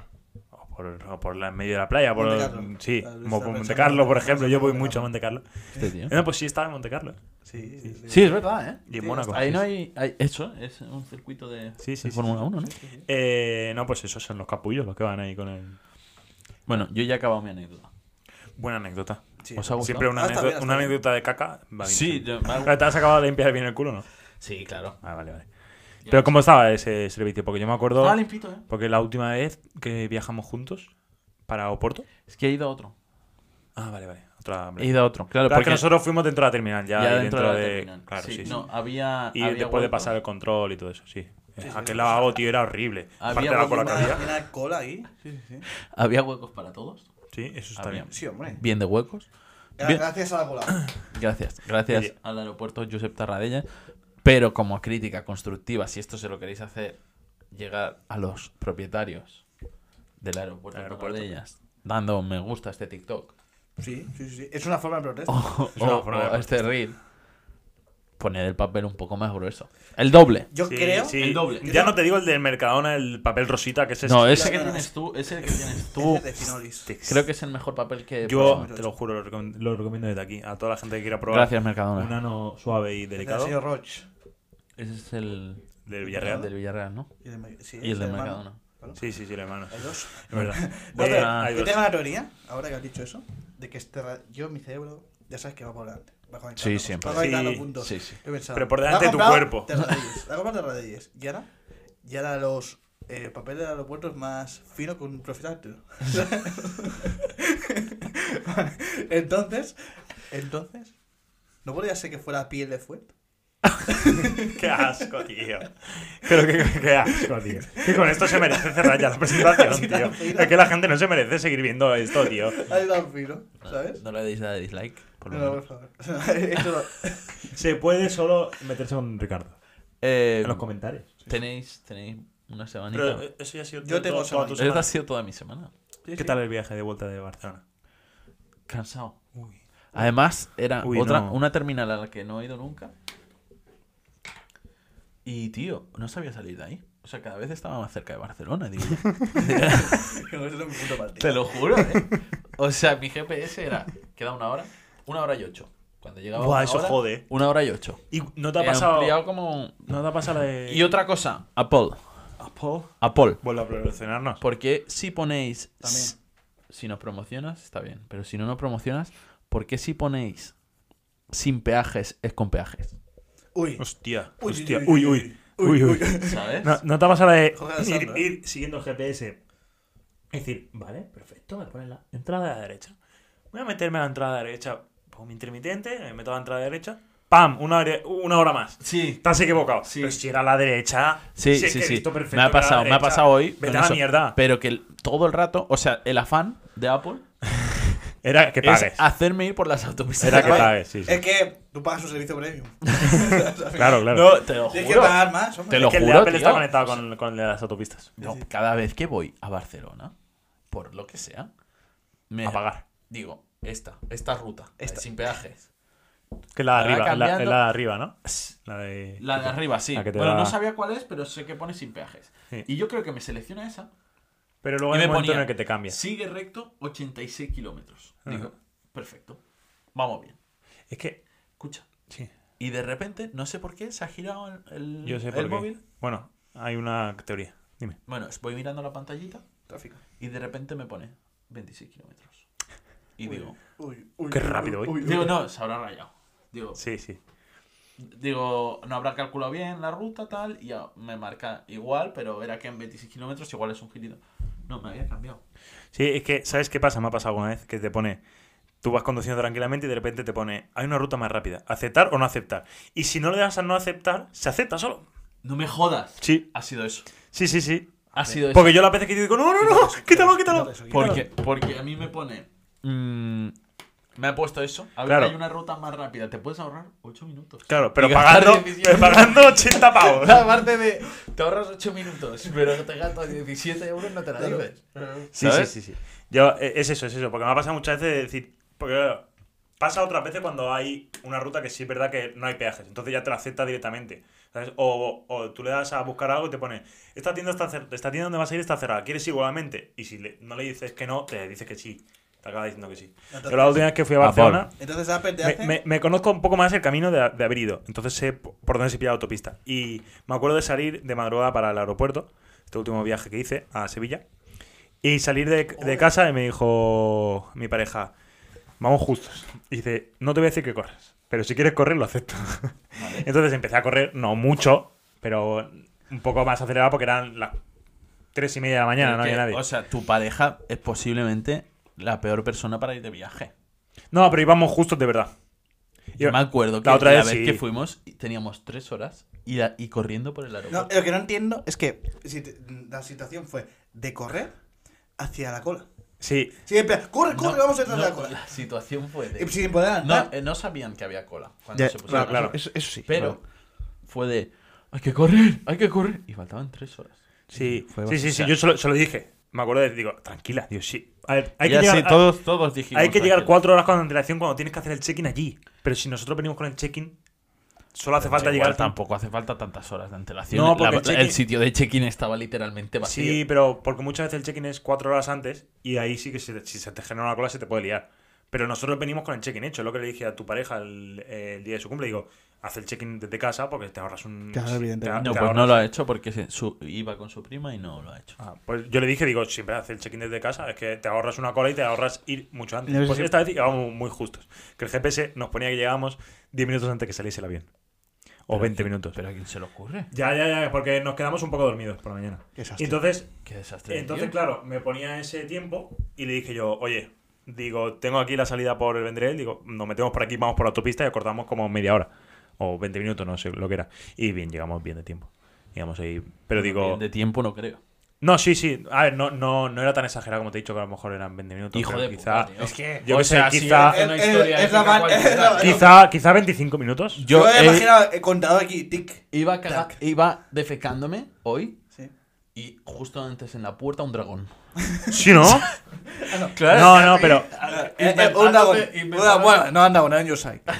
B: O por, o por la, en medio de la playa. Por,
C: Montecarlo.
B: Sí,
C: Ah, Luis
B: como
C: está
B: por Monte
C: pensando
B: Carlo,
C: en-
B: por ejemplo. Yo voy
C: Montecarlo.
B: mucho a Monte Carlo.
A: Este tío.
B: Eh, No, pues sí, estaba en Monte Carlo.
C: Sí, sí. sí.
A: Sí, es verdad, ¿eh?
B: Y en
C: Sí,
B: Mónaco.
A: Ahí no hay, hay- Eso es un circuito de,
B: Sí, sí,
A: de
B: sí,
A: Fórmula 1, ¿no?
B: Eh, no, pues esos son los capullos los que van ahí con el...
A: Bueno, yo ya he acabado mi anécdota.
B: Buena anécdota.
C: Sí.
A: ¿Os ha gustado?
B: Siempre una,
C: Ah, está
B: anécdota,
C: bien, está
B: una
C: bien.
B: anécdota de caca. Va bien.
A: Sí, yo-
B: Pero ¿Te has acabado de limpiar bien el culo, no?
A: sí, claro.
B: Ah, vale, vale. Pero ¿cómo estaba ese servicio? Porque yo me acuerdo...
A: Estaba limpito, ¿eh?
B: Porque la última vez que viajamos juntos para Oporto.
A: Es que he ido a otro.
B: Ah, vale, vale. Otra.
A: He ido a otro. Claro,
B: Claro, es
A: porque
B: que nosotros fuimos dentro de la terminal, ya,
A: ya,
B: y
A: dentro, de la
B: de.
A: terminal.
B: Claro, sí, sí.
A: No, había...
B: Y
A: había
B: después de
A: vuelto.
B: pasar el control y todo eso, sí.
C: sí,
B: Aquel
C: sí.
B: lavabo, tío, era horrible.
A: Había
B: Aparte de la cola que
C: Una,
B: había.
C: una cola ahí. Sí, sí, sí.
A: Había huecos para todos.
B: Sí, eso está
A: Había.
B: bien.
C: Sí, hombre.
A: Bien de huecos.
C: Gra-
A: Bien.
C: Gracias a la cola.
A: Gracias. Gracias
B: Oye.
A: al aeropuerto Josep Tarradella. Pero como crítica constructiva, si esto se lo queréis hacer, llegar a los propietarios del aeropuerto,
B: El aeropuerto.
A: Tarradella dando un me gusta a este TikTok
C: Sí, sí, sí, sí. Es una forma de protesta.
A: o,
B: Es una
A: o-
B: forma de
A: o a este reel, poner el papel un poco más grueso. El doble.
C: Yo
B: Sí,
C: creo.
B: sí.
A: el doble.
B: Ya no te digo el del Mercadona, el papel rosita, que es
A: No,
B: es.
A: ese que
C: no, no,
A: tienes
C: es-
A: tú, ese que tienes tú,
C: Es de Finolis.
A: creo que es el mejor papel que...
B: Yo
C: Pero-
B: te lo juro, lo recom- lo recomiendo desde aquí. A toda la gente que quiera probar
A: Gracias, Mercadona.
B: un ano suave y
C: El del
B: delicado
C: señor Roche.
A: Ese es el
B: del Villarreal.
A: Del Villarreal, ¿no?
C: Y el, de- sí,
A: Y el de
C: hermano.
A: Mercadona.
C: Claro.
B: Sí, sí, sí, hermano.
C: Hay dos.
B: Es verdad.
C: Bueno,
B: Eh, hay
C: Yo
B: dos.
C: tengo una teoría, ahora que has dicho eso, de que este ra- yo, mi cerebro, ya sabes que va por delante. Va conectando
A: Sí,
C: cosas,
A: siempre.
C: Va conectando
B: Sí,
C: puntos.
A: sí, sí.
C: Yo pensaba,
B: Pero por
C: la
B: delante
C: ha
B: tu
C: comprado
B: cuerpo.
C: Terradelles, La compra Terradelles. Y ahora, y ahora los eh, papeles del aeropuerto es más fino que un profiláctico. entonces, entonces, ¿no podría ser que fuera piel de fuet?
B: Qué asco, tío. Pero qué, qué asco, tío. Que con esto se merece cerrar ya la presentación, tío. Es que la gente no se merece seguir viendo esto, tío.
C: Ahí da un fino, ¿sabes?
A: No le deis nada de dislike, por lo
C: No, por
A: menos.
C: favor. Esto no-
B: Se puede solo meterse con Ricardo.
A: Eh,
B: En los comentarios.
A: tenéis, tenéis una semanita.
B: Pero eh, eso ya ha sido
C: Yo tengo
B: toda- toda tu
A: Esta
B: semana.
A: ha sido toda mi semana.
B: ¿Qué tal el viaje de vuelta de Barcelona?
A: Cansado. Además, era
B: Uy,
A: otra,
B: no.
A: una terminal a la que no he ido nunca. Y, tío, no sabía salir de ahí. O sea, cada vez estaba más cerca de Barcelona, digo yo.
C: que no, esto es un punto partido.
A: Te lo juro, ¿eh? O sea, mi GPS era, queda una hora, una hora y ocho. Cuando llegaba
B: Buah,
A: una
B: eso
A: hora,
B: jode.
A: una hora y ocho.
B: ¿Y no te ha
A: He
B: pasado?
A: ampliado como...
B: ¿No te ha pasado la de...?
A: Y otra cosa, Apple,
B: Apple.
A: Apple.
B: Vuelve a promocionarnos.
A: Porque si ponéis...
C: También.
A: s- Si nos promocionas, está bien. Pero si no nos promocionas, ¿por qué si ponéis sin peajes es con peajes?
C: Uy.
B: Hostia.
C: Uy,
B: Hostia. Uy,
C: uy, uy,
B: uy.
C: uy,
B: Uy, uy.
A: ¿Sabes?
B: No, no te ha pasado la de
C: Jorge Alessandro,
B: ir, ir siguiendo el GPS. Es decir, vale, perfecto, me pones la entrada a la derecha. Voy a meterme a la entrada a la derecha. Pongo mi intermitente, me meto a la entrada a la derecha. ¡Pam! Una hora, una hora más.
A: Sí.
B: Estás equivocado.
A: Sí.
B: Pero si era a la derecha.
A: Sí,
B: si es
A: sí,
B: que he
A: sí.
B: visto perfecto
A: Me ha
B: que era a la
A: pasado, me ha
B: derecha.
A: pasado hoy. con
B: Vete a la
A: eso.
B: mierda.
A: Pero que el- todo el rato, o sea, el afán de Apple
B: Era que
A: es
B: pagues.
A: hacerme ir por las autopistas.
B: Era que
C: Vale.
B: pagues, sí, sí.
C: Es que tú pagas un servicio premium.
B: Claro, claro.
A: No, te lo
C: Tienes que
A: juro.
C: pagar más, hombre.
A: Te lo
B: que el de
A: juro,
B: Apple está
A: tío.
B: conectado con, con el de las autopistas.
A: No, cada vez que voy a Barcelona, por lo que sea, me
B: A pagar.
A: digo, esta, esta ruta,
C: Esta.
A: esta. sin peajes.
B: Que es la de
A: Ahora
B: arriba, es la, es
A: cambiando-
B: la de arriba, ¿no? La de.
A: La de arriba, sí.
B: La que te
A: Bueno,
B: da-
A: no sabía cuál es, pero sé que pone sin peajes.
B: Sí.
A: Y yo creo que me selecciona esa.
B: Pero luego
A: y
B: hay
A: me
B: un momento
A: ponía,
B: en el que te cambia.
A: Sigue recto 86 kilómetros. Digo,
B: Ajá.
A: perfecto. Vamos bien.
B: Es que.
A: Escucha.
B: Sí.
A: Y de repente, no sé por qué, se ha girado el, el-
B: Yo sé
A: el
B: por qué.
A: móvil.
B: Bueno, hay una teoría. Dime.
A: Bueno, voy mirando la pantallita
C: Tráfico.
A: y de repente me pone 26 kilómetros. Y digo,
C: Uy, uy,
B: Qué
C: uy,
B: rápido,
C: uy,
B: eh.
C: uy, uy.
A: digo, no, se habrá rayado. Digo,
B: Sí, sí.
A: digo, no habrá calculado bien la ruta, tal, y ya me marca igual, pero era que en 26 kilómetros igual es un girito. No, me había cambiado.
B: Sí, es que, ¿sabes qué pasa? Me ha pasado alguna vez que te pone. Tú vas conduciendo tranquilamente y de repente te pone. Hay una ruta más rápida. ¿Aceptar o no aceptar? Y si no le das a no aceptar, se acepta solo.
A: No me jodas.
B: Sí.
A: Ha sido eso.
B: Sí, sí, sí.
A: Ha sido eso.
B: Porque yo las veces que yo digo, no, no, no, quítalo, quítalo.
C: quítalo eso, quítalo.
A: Porque, porque a mí me pone. mm, me ha puesto eso. A ver,
B: Claro.
A: hay una ruta más rápida. Te puedes ahorrar 8 minutos.
B: Claro, pero
A: Y gastar
B: pagando,
A: 17.
B: pero pagando 80 pavos.
A: Aparte de. Te ahorras 8 minutos, pero te gastas 17 euros no te la
C: Claro.
A: dices.
B: Sí, sí,
A: ¿Sabes?
B: sí, sí. Yo, eh, es eso, es eso. Porque me ha pasado muchas veces de decir. Porque claro, pasa otras veces cuando hay una ruta que sí es verdad que no hay peajes. Entonces ya te la acepta directamente. ¿sabes? O, o tú le das a buscar algo y te pone. Esta tienda está cer- Esta tienda donde vas a ir está cerrada. ¿Quieres igualmente? Y si le- no le dices que no, te dice que sí. Te acaba diciendo que sí.
C: Entonces-
B: Yo la última vez que fui a
A: Ah,
B: Barcelona.
C: Entonces Apple te
B: Me,
C: hace.
B: me- me conozco un poco más el camino de, de haber ido, entonces sé p- por dónde se pilla la autopista. Y me acuerdo de salir de madrugada para el aeropuerto, este último viaje que hice a Sevilla, y salir de, de
C: Joder.
B: casa y me dijo mi pareja, vamos justos. Y dice, no te voy a decir que corras, pero si quieres correr lo acepto.
A: Vale.
B: entonces empecé a correr, no mucho, pero un poco más acelerado porque eran las tres y media de la mañana, no
A: Que,
B: había nadie.
A: O sea, tu pareja es posiblemente la peor persona para ir de viaje.
B: No, pero íbamos justos de verdad.
A: Yo
B: Iba-
A: me acuerdo que
B: la
A: la,
B: otra vez
A: vez
B: sí.
A: que fuimos y teníamos 3 horas y, la- y corriendo por el
C: No, eh,
A: aeropuerto.
C: lo que no entiendo es que si te- la situación fue de correr hacia la cola.
B: Sí,
C: Siempre, corre, corre,
A: No,
C: vamos a entrar
A: no,
C: a la cola.
A: La situación fue de.
C: Y pues, sin poder
A: No,
C: andar.
A: eh, no sabían que había cola cuando
C: Ya,
A: se pusieron.
B: claro,
A: las-
C: Eso, eso sí.
A: Pero fue de. Hay que correr, hay que correr. Y faltaban 3 horas.
B: Sí,
A: Fue
B: sí, sí, sí,
A: bastante-
B: yo se lo, se lo dije. Me acuerdo de digo, tranquila, digo, sí. A ver, hay
A: Y
B: que
A: así
B: llegar, a-
A: todos, todos dijimos.
B: hay que llegar
A: tranquilo.
B: cuatro horas con antelación cuando tienes que hacer el check-in allí. Pero si nosotros venimos con el check-in, solo hace falta
A: Igual
B: llegar.
A: Tampoco hace falta tantas horas de antelación.
B: No,
A: La-
B: porque
A: la-
B: el
A: el,
B: check-in-
A: sitio de check-in estaba literalmente vacío.
B: Sí, pero porque muchas veces el check-in es cuatro horas antes y ahí sí que se- si se te genera una cola se te puede liar. Pero nosotros venimos con el check-in hecho. Es lo que le dije a tu pareja el, el día de su cumple. Digo, haz el check-in desde casa porque te ahorras un.
C: Claro,
B: te-
C: evidentemente.
B: te
A: No, pues
B: ahorras-
A: no lo ha hecho porque se- su- iba con su prima y no lo ha hecho.
B: Ah, pues yo le dije, digo, siempre haz el check-in desde casa, es que te ahorras una cola y te ahorras ir mucho antes.
C: No sé
B: Pues
C: si-
B: esta vez íbamos muy justos. Que el GPS nos ponía que llegábamos 10 minutos antes que saliese el avión. O
A: Pero ¿a
B: 20
A: quién-
B: minutos.
A: ¿Pero a quién se le ocurre?
B: Ya, ya, ya, porque nos quedamos un poco dormidos por la mañana.
C: Qué desastre.
B: Entonces,
A: Qué desastre.
B: entonces,
A: tío.
B: claro, me ponía ese tiempo y le dije yo, oye, digo, tengo aquí la salida por el Vendrell, digo, nos metemos por aquí, vamos por la autopista y acordamos como media hora. O 20 minutos, no sé lo que era. Y bien, llegamos bien de tiempo. Llegamos ahí. Pero digo.
A: Bien De tiempo no creo.
B: No, sí, sí. A ver, no, no, no era tan exagerado como te he dicho que a lo mejor eran 20 minutos.
A: Hijo
B: pero
A: de
B: quizá,
A: puta, tío. Es que-
B: Yo
A: o
B: qué sé,
A: sea, si
B: quizá,
A: hace-
C: Es,
A: una
C: es-
A: historia
C: es la
A: épica
C: man-
A: cualquiera,
C: es la-
A: tío.
B: quizá, quizá 25 minutos.
C: Yo,
A: Yo
C: me
A: he-
C: imaginado he contado aquí, tic.
A: Iba, caga-
C: Tac.
A: iba defecándome hoy
C: Sí.
B: Eh,
A: y justo antes en la puerta un dragón.
B: Sí, ¿no?
C: Ah, no.
B: No, no, pero.
C: Eh, eh, un dragón. Una- Bueno, no anda una en your side.
B: Ah.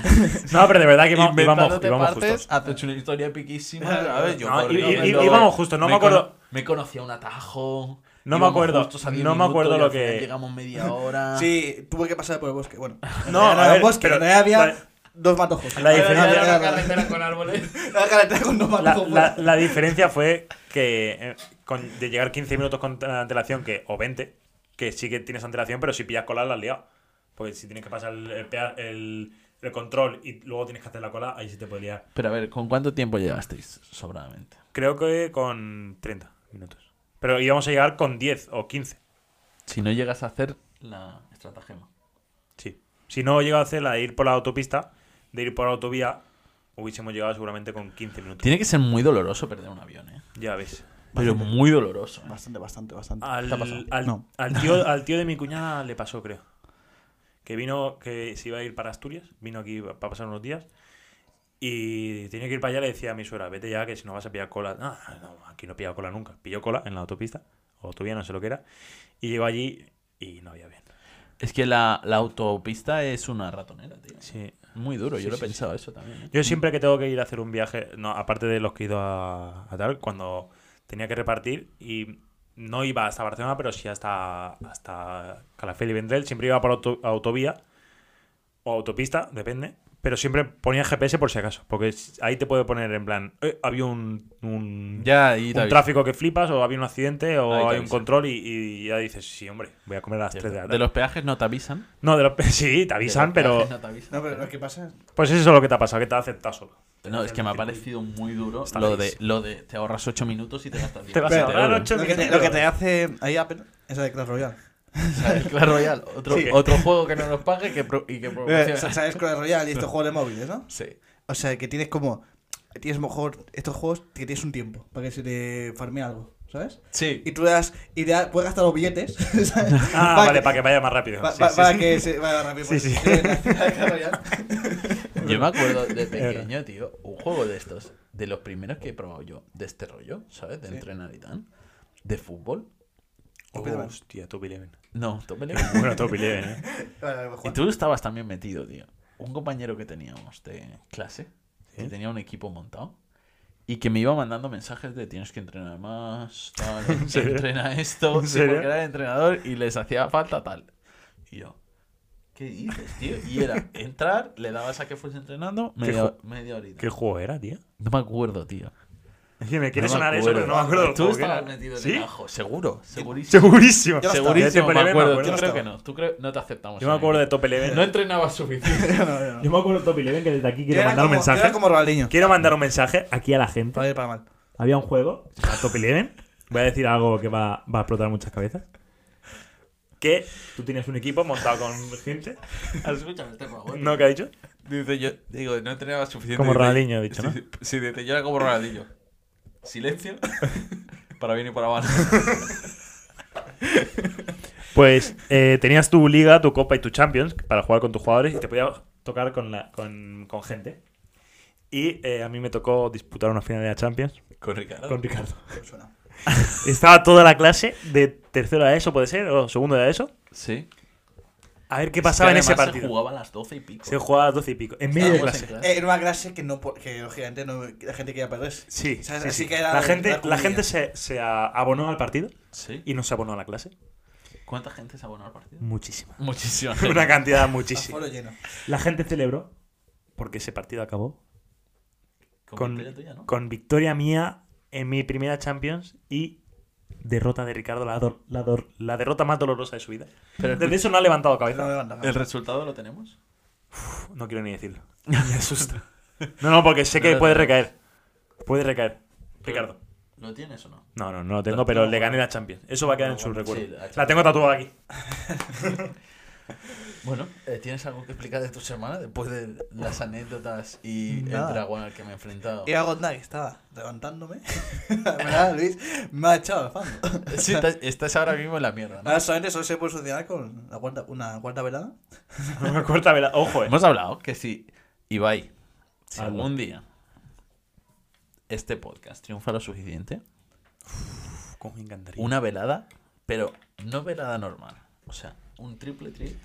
B: No, pero de verdad que íbamos, íbamos,
A: Inventándote
B: íbamos
A: partes,
B: justos.
A: haces una historia piquísima, ¿sabes? Yo
B: No,
A: corrí,
B: y- y-
A: me lo-
B: íbamos justos, no me
A: cono-
B: acuerdo-
A: me conocía un atajo.
B: No me
A: íbamos
B: acuerdo,
A: justos, había un
B: no me
A: minuto
B: acuerdo
A: y
B: lo
A: al final
B: que-
A: Llegamos media hora.
C: Sí, tuve que pasar por el bosque. Bueno,
B: No,
C: era
B: a
C: un
B: ver,
C: bosque,
B: pero-
C: en realidad había
B: la-
C: dos matojos.
B: la diferencia-
C: Era-
B: Era
C: era-
D: la
C: era-
D: carretera con árboles.
C: La carretera con dos
B: La,
C: matojos.
B: la- la diferencia fue que eh, con- de llegar 15 minutos con antelación, que, o 20, que sí que tienes antelación, pero si pillas cola la has liado. Porque si tienes que pasar el, el pea- el- el control y luego tienes que hacer la cola, ahí sí te podría
A: Pero a ver, ¿con cuánto tiempo llegasteis? Sobradamente.
B: Creo que con 30 minutos. Pero íbamos a llegar con 10 o 15.
A: Si no llegas a hacer la estratagema.
B: Sí. Si no llegaba a hacer la de ir por la autopista, de ir por la autovía, hubiésemos llegado seguramente con 15 minutos.
A: Tiene que ser muy doloroso perder un avión, ¿eh?
B: Ya ves.
A: Pero muy doloroso. ¿eh?
C: Bastante, bastante, bastante.
B: Al,
C: Te ha pasado.
B: al-
C: No.
B: al tío, al tío de mi cuñada le pasó, creo. Que vino, que se iba a ir para Asturias, vino aquí para pasar unos días. Y tenía que ir para allá, le decía a mi suegra, vete ya, que si no vas a pillar cola. No, no, aquí no pillaba cola nunca. Pilló cola en la autopista, o autovía, no sé lo que era. Y llegó allí y no había bien.
A: Es que la, la autopista es una ratonera, tío.
B: Sí.
A: Muy duro,
B: Sí,
A: yo lo he
B: sí,
A: pensado eso también. ¿eh?
B: Yo siempre que tengo que ir a hacer un viaje, no, aparte de los que he ido a, a tal, cuando tenía que repartir y no iba hasta Barcelona, pero sí hasta, hasta Calafell y Vendrell, siempre iba por auto- autovía o autopista, depende, pero siempre ponía GPS por si acaso, porque s- ahí te puede poner en plan, "Eh, había un, un,
A: Ya, y
B: un
A: David,
B: tráfico que flipas, o había un accidente,
A: Ahí
B: o
A: te
B: hay un
A: avisa.
B: control y, y ya dices, sí, hombre, voy a comer a las 3 de la tarde.
A: de los peajes no te avisan.
B: No, de los... sí, te
A: De los
B: avisan,
A: peajes
B: pero...
A: No, te avisan.
C: No, pero lo que pasa es.
B: Pues eso es lo que te ha pasado, que te ha aceptado solo.
A: No, es que me ha parecido muy duro
B: Está
A: lo de,
B: malísimo.
A: lo de te ahorras 8 minutos y te gastas 10.
B: Te vas a
C: Pero-
B: ahorrar
A: euros.
B: ocho
C: Lo que, te,
B: minutos.
C: lo que te hace ahí apenas. Esa de Clash Royale.
A: ¿Sabes? Clash Royale, otro,
B: Sí.
A: otro juego que no nos pague que pro- y que
C: Eh,
A: promociona.
C: Sabes Clash Royale y estos juegos de móviles, ¿no?
A: Sí.
C: O sea, que tienes como. Tienes mejor. Estos juegos que tienes un tiempo para que se te farme algo, ¿sabes?
A: Sí.
C: Y tú le das. Y le das- puedes gastar los billetes. ¿sabes?
B: Ah,
C: Para
B: vale,
C: que-
B: para que vaya más rápido.
C: pa-
B: Sí,
C: pa-
B: sí,
C: Para
B: sí.
C: que se vaya rápido.
B: Sí, sí.
C: pues, la- la Clash Royale.
A: Yo me acuerdo de pequeño, tío, un juego de estos, de los primeros que he probado yo, de este rollo, ¿sabes? De
C: Sí.
A: entrenar y tal. De fútbol.
B: Oh,
C: Pero-
B: hostia, Top Eleven.
A: No, tómele.
B: Bueno, Top Eleven, ¿eh?
C: Vale, vale, Juan.
A: Y tú estabas también metido, tío. Un compañero que teníamos de clase, que tenía un equipo montado, y que me iba mandando mensajes de tienes que entrenar más, tal,
B: serio?
A: entrena esto,
B: ¿En
A: sí,
B: serio?
A: porque era el entrenador y les hacía falta tal. Y yo, ¿qué dices, tío? Y era entrar, le dabas a que fuese entrenando media,
B: ju-
A: media horita.
B: ¿Qué juego era, tío?
A: No me acuerdo, tío.
B: Oye, me quiere
A: No me
B: sonar eso, pero
A: acuerdo.
B: no me acuerdo del
A: Tú
B: juego que
A: estabas
B: era.
A: metido
B: ¿Sí? Este
A: debajo, seguro, segurísimo.
B: Segurísimo.
C: Yo no estaba.
B: Yo de
A: Segurísimo,
B: Top
A: me
B: Eleven
A: acuerdo.
C: Yo
A: Yo
C: no
A: creo
C: estaba.
A: que no. Tú creo- no te aceptamos.
B: Yo me
A: en
B: acuerdo de
A: el
B: Top Eleven.
A: equipo. No entrenabas suficiente.
C: No, no, no.
B: Yo me acuerdo de Top Eleven que desde aquí
C: Yo era como- yo Era como Ronaldinho.
B: Quiero mandar un mensaje aquí a la
C: Para
B: gente.
C: bien, para mal.
B: Había un juego, se llama Top Eleven. Voy a decir algo que va, va a explotar muchas cabezas. Que tú tienes un equipo montado con gente.
A: Escúchame este favor.
B: ¿No? ¿Qué ha dicho?
A: Dice yo, digo, no entrenaba suficiente.
B: Como
A: Dice-
B: Ronaldinho, he dicho, ¿no?
A: Sí, pues sí, dice, yo era como Ronaldinho. Silencio. para bien y para mal.
B: Pues eh, tenías tu liga, tu copa y tu champions para jugar con tus jugadores y te podías tocar con, la, con, con gente. Y eh, a mí me tocó disputar una final de la Champions
A: Con Ricardo.
B: con Ricardo.
C: Me Pues suena.
B: Estaba toda la clase de tercero a eso, puede ser, o segundo a eso.
A: Sí.
B: A ver qué pasaba en
A: Es que
B: ese
A: además Se
B: partido.
A: jugaba a las 12 y pico.
B: Se jugaba a las 12 y pico, en medio de
A: Estábamos en
B: clase.
A: clase.
C: Eh, en una clase que no po- que lógicamente no, la gente quería perderse.
B: Sí,
C: ¿Sabes?
B: sí,
C: Así
B: sí.
C: que era
B: la
C: la-
B: gente,
C: la
B: la
C: comunidad.
B: gente se, se a- abonó al partido
A: Sí.
B: y no se abonó a la clase.
A: ¿Cuánta gente se abonó al partido?
B: Muchísima.
A: Muchísima.
B: Mm. Una cantidad
C: Aforo
B: muchísima.
C: lleno.
B: La gente celebró porque ese partido acabó
A: Con
B: con,
A: victoria tuya, ¿no?
B: con victoria mía en mi primera Champions y derrota de Ricardo, la, dor- la dor- la derrota más dolorosa de su vida.
A: Pero
B: Desde eso no ha levantado
C: No
B: cabeza.
C: me levanta.
A: ¿El resultado lo tenemos?
B: No quiero ni decirlo. Me asusta. No, no, porque sé que puede recaer. Puede recaer. Ricardo.
A: ¿Lo tienes o no?
B: No, no, no lo tengo, pero le gané la Champions. Eso va a quedar en su
A: Sí,
B: recuerdo.
A: la Champions.
B: La tengo tatuada aquí.
A: Bueno, eh, ¿tienes algo que explicar de tu semana después de las anécdotas y
C: Nada.
A: el dragón al que me he enfrentado?
B: Eh,
C: Y a Gonda que estaba levantándome. ¿Verdad, Luis? Me ha echado al fango.
A: Sí, estás, estás ahora mismo en la mierda. ¿no?
C: Ahora solamente solo se puede solucionar con la cuarta, una cuarta velada.
B: Una cuarta vela. Ojo, eh.
A: Hemos hablado que si Ibai, si
B: Hazlo.
A: algún día este podcast triunfa lo suficiente,
B: Cómo me encantaría.
A: una velada, pero no velada normal. O sea, un triple trip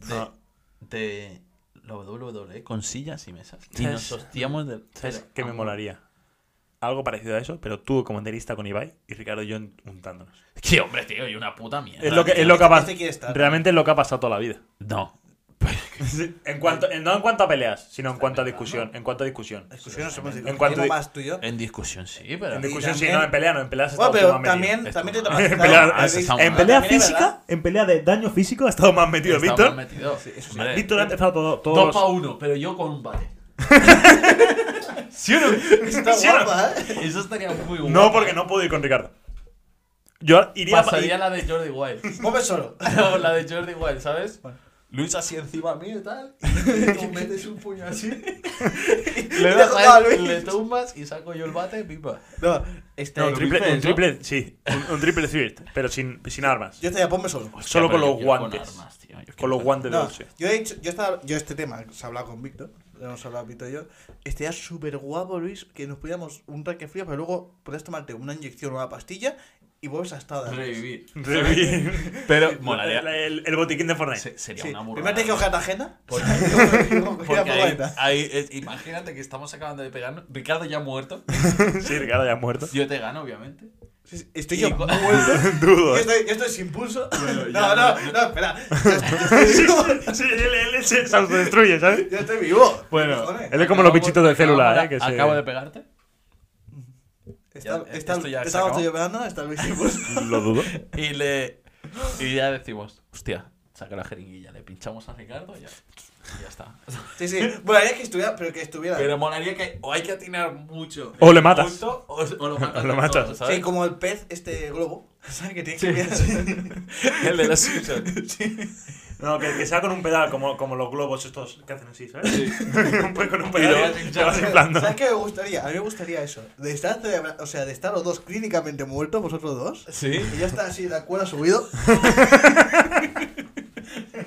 A: de,
B: No.
A: de la WWE con sillas y mesas. Y nos
B: ¿Sabes?
A: hostiamos de.
B: ¿Sabes
A: pero
B: qué
A: a
B: me
A: un-
B: molaría? Algo parecido a eso, pero tú como comentarista con Ibai y Ricardo y yo juntándonos.
A: ¡Qué hombre, tío! Y una puta mierda.
B: Es lo que,
A: tío.
B: es lo que ha pas-
C: Este quiere estar.
B: Realmente es lo que ha pasado toda la vida.
A: No. pues,
B: En cuanto, en- no en cuanto a peleas, sino en cuanto a discusión. En cuanto a discusión.
C: Discusión no hemos
B: En cuanto-
C: discutido más tú y yo.
A: En discusión sí, pero.
B: En discusión
C: Y
B: sí,
C: también-
B: no en pelea, no en pelea. has
C: Bueno,
B: estado
C: pero
B: tú más metido.
C: también,
A: Esto.
C: también te
B: En pelea-
A: Ah, ese está muy
B: En
A: mal.
B: pelea
C: También es
B: física, en pelea de daño físico ha estado más metido
A: Está mal
B: Víctor.
A: metido. Hombre,
B: Víctor ha empezado todo.
A: Dos
B: todos
A: para uno, pero yo con un vale.
B: ¿Sí o no?
C: Está
B: ¿Sí o no?
C: guapa, ¿eh?
A: Eso estaría muy guapo.
B: No, porque no puedo ir con Ricardo. Yo iría pa-
A: Pasaría la de Jordi Wild.
C: Mueve solo.
A: No, la de Jordi Wild, ¿sabes? Luis así encima mío y tal. Y tú metes un puño así. le,
C: das
A: das a
C: a
A: él,
C: Luis.
A: le tumbas y saco yo el bate, pipa.
C: No, este.
B: No, un triple, un triple, sí, un, un triple threat, pero sin, sin armas.
C: Yo estaría, ponme solo.
B: Pues Solo con
A: pero yo
B: los
A: quiero
B: guantes.
A: Con, armas, tío. Yo quiero
B: Con los guantes de
C: No,
B: boxeo.
C: yo he dicho, yo estaba, yo este tema, se ha hablado con Víctor, lo hemos hablado Víctor y yo, estaría súper guapo, Luis, que nos pudiéramos un raque frío, pero luego podías tomarte una inyección o una pastilla y vuelves a estar de
A: Revivir.
B: Pero
A: molaría.
B: El, el botiquín de Fortnite.
A: Se- sería
C: Sí,
A: una burrada.
C: primero tienes que coger la agenda.
A: Porque-
C: Porque
A: Porque ahí- ahí es- imagínate que estamos acabando de pegarnos. Ricardo ya muerto.
B: Sí, Ricardo ya ha muerto.
A: Yo te gano, obviamente.
C: Estoy yo
A: Y cu-
C: muerto. Yo
B: Dudo. Sí,
C: estoy, yo estoy sin pulso.
A: Bueno, ya
C: no, no,
A: no-
C: no, espera. Yo estoy, yo estoy vivo.
B: sí, él, él se se autodestruye, ¿sabes?
C: Yo estoy vivo.
B: Bueno,
C: Cojones.
B: él es como los bichitos de
A: Acabamos
B: célula,
A: la-
B: ¿eh? Que se-
A: Acabo de pegarte.
C: Está,
A: ya-
C: está,
A: esto ya se
C: estaba
A: acabó.
C: estoy llorando, está Luis sin pulso.
B: Lo dudo.
A: Y le. Y ya decimos, hostia, saca la jeringuilla, le pinchamos a Ricardo y ya. y ya está.
C: Sí, sí. Bueno, es que estuviera, pero que estuviera.
A: Pero molaría que o hay que atinar mucho.
B: O
A: en
B: le
A: un
B: matas.
A: punto, o, o lo matas.
B: O lo
A: de
B: matas.
A: todo, ¿sabes?
C: sí, como el pez, este globo. ¿Sabes que tiene
A: Sí,
C: que mirar?
A: El de los Simpsons.
B: No, que, que sea con un pedal, como, como los globos estos que hacen así, ¿sabes?
A: Sí.
B: Un poco con un
A: Y lo vas
B: pedal. y Te
A: hinchando.
B: vas inflando.
C: ¿Sabes qué me gustaría? A mí me gustaría eso. De estar, celebra- o sea, de estar los dos clínicamente muertos, vosotros dos.
A: Sí.
C: Y ya está así, la cuerda subido.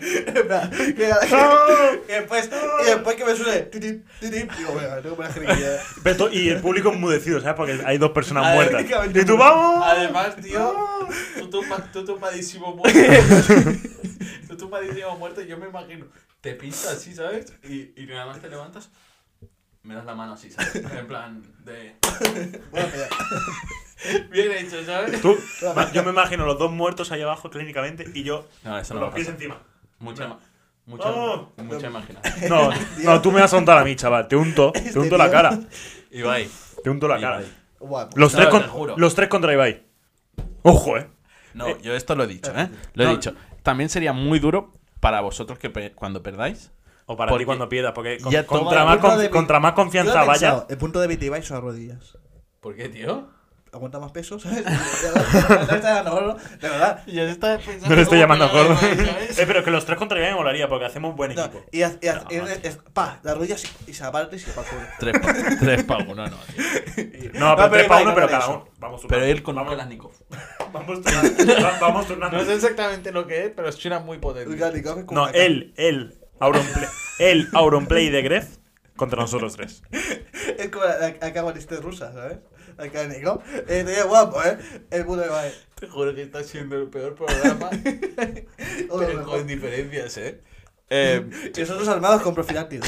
C: En plan, que- que- que después, y después que me suene. titip, titip, Digo, venga, tengo que poner jeringuilla.
B: Pero to- y el público enmudecido, ¿sabes? Porque hay dos personas
A: Además,
B: muertas.
C: únicamente
B: Y tú,
C: muerto.
B: ¡vamos!
A: Además, tío, tú, tumba- tú tumpadísimo muerto. tú tumpadísimo muerto, yo me imagino. Te pintas así, ¿sabes? Y, y nada más te levantas. Me das la mano así, ¿sabes? En plan de.
C: Bueno, pero ya.
A: Bien hecho, ¿sabes?
B: Tú, ma- yo me imagino los dos muertos ahí abajo clínicamente y yo
A: No, eso
B: con los pies encima.
A: Mucha, ima- mucha,
B: ¡Vamos!
A: mucha imaginación.
B: No, no, tú me vas a untar a mí, chaval. Te unto, te
C: Este
B: unto la
C: tío.
B: cara.
A: Ibai.
B: Te unto la cara.
A: Ibai.
C: Guapo.
B: Los
A: No,
B: tres,
A: te
B: con-
A: juro.
B: los tres contra Ibai. Ojo, eh.
A: No, yo esto lo he dicho, ¿eh? Lo he
B: no.
A: dicho. También sería muy duro para vosotros que pe- cuando perdáis.
B: O para
A: Porque-
B: ti cuando pierdas, porque con-
A: Ya
B: contra,
A: toma-
B: más
C: Punto
B: conf-
C: de-
B: contra más
C: Yo
B: confianza
C: lo he
B: vayas.
C: pensado, El punto de BTV son las rodillas.
A: ¿Por qué, tío?
C: Aguanta más peso, ¿sabes? Ya está dando gordo, De verdad.
A: Yo estaba pensando.
B: No le estoy llamando gordo.
A: ¿sabes?
B: Eh, pero que los tres contra Ibai me molaría porque hacemos buen
C: No,
B: equipo.
C: y haz, y haz-
A: No,
C: y haz- y haz- pa, las rodillas y se aparte y se va al suelo.
A: Tres pa- Tres para uno, no. tío.
B: No, pero tres
C: Ibai
B: para
C: no
B: uno, pero
C: haría
B: cada
C: eso.
B: uno. Vamos turnando.
A: Pero él con un
B: vamos,
A: Kalashnikov.
B: vamos turnando. va- Vamos turnando.
A: exactamente lo que es, pero es China muy
C: El Kalashnikov es como
B: No,
C: una
B: él, él, Auronplay, él, Auronplay de Gref contra nosotros tres.
C: ca- Es como la, la, la cabalista rusa, ¿sabes? La Kalashnikov. Eh, te digo, guapo, ¿eh? El puto de Ibai.
A: Te juro que está siendo el peor programa,
C: O lo mejor.
A: diferencias, ¿eh? Eh,
C: Y nosotros armados con profiláctico.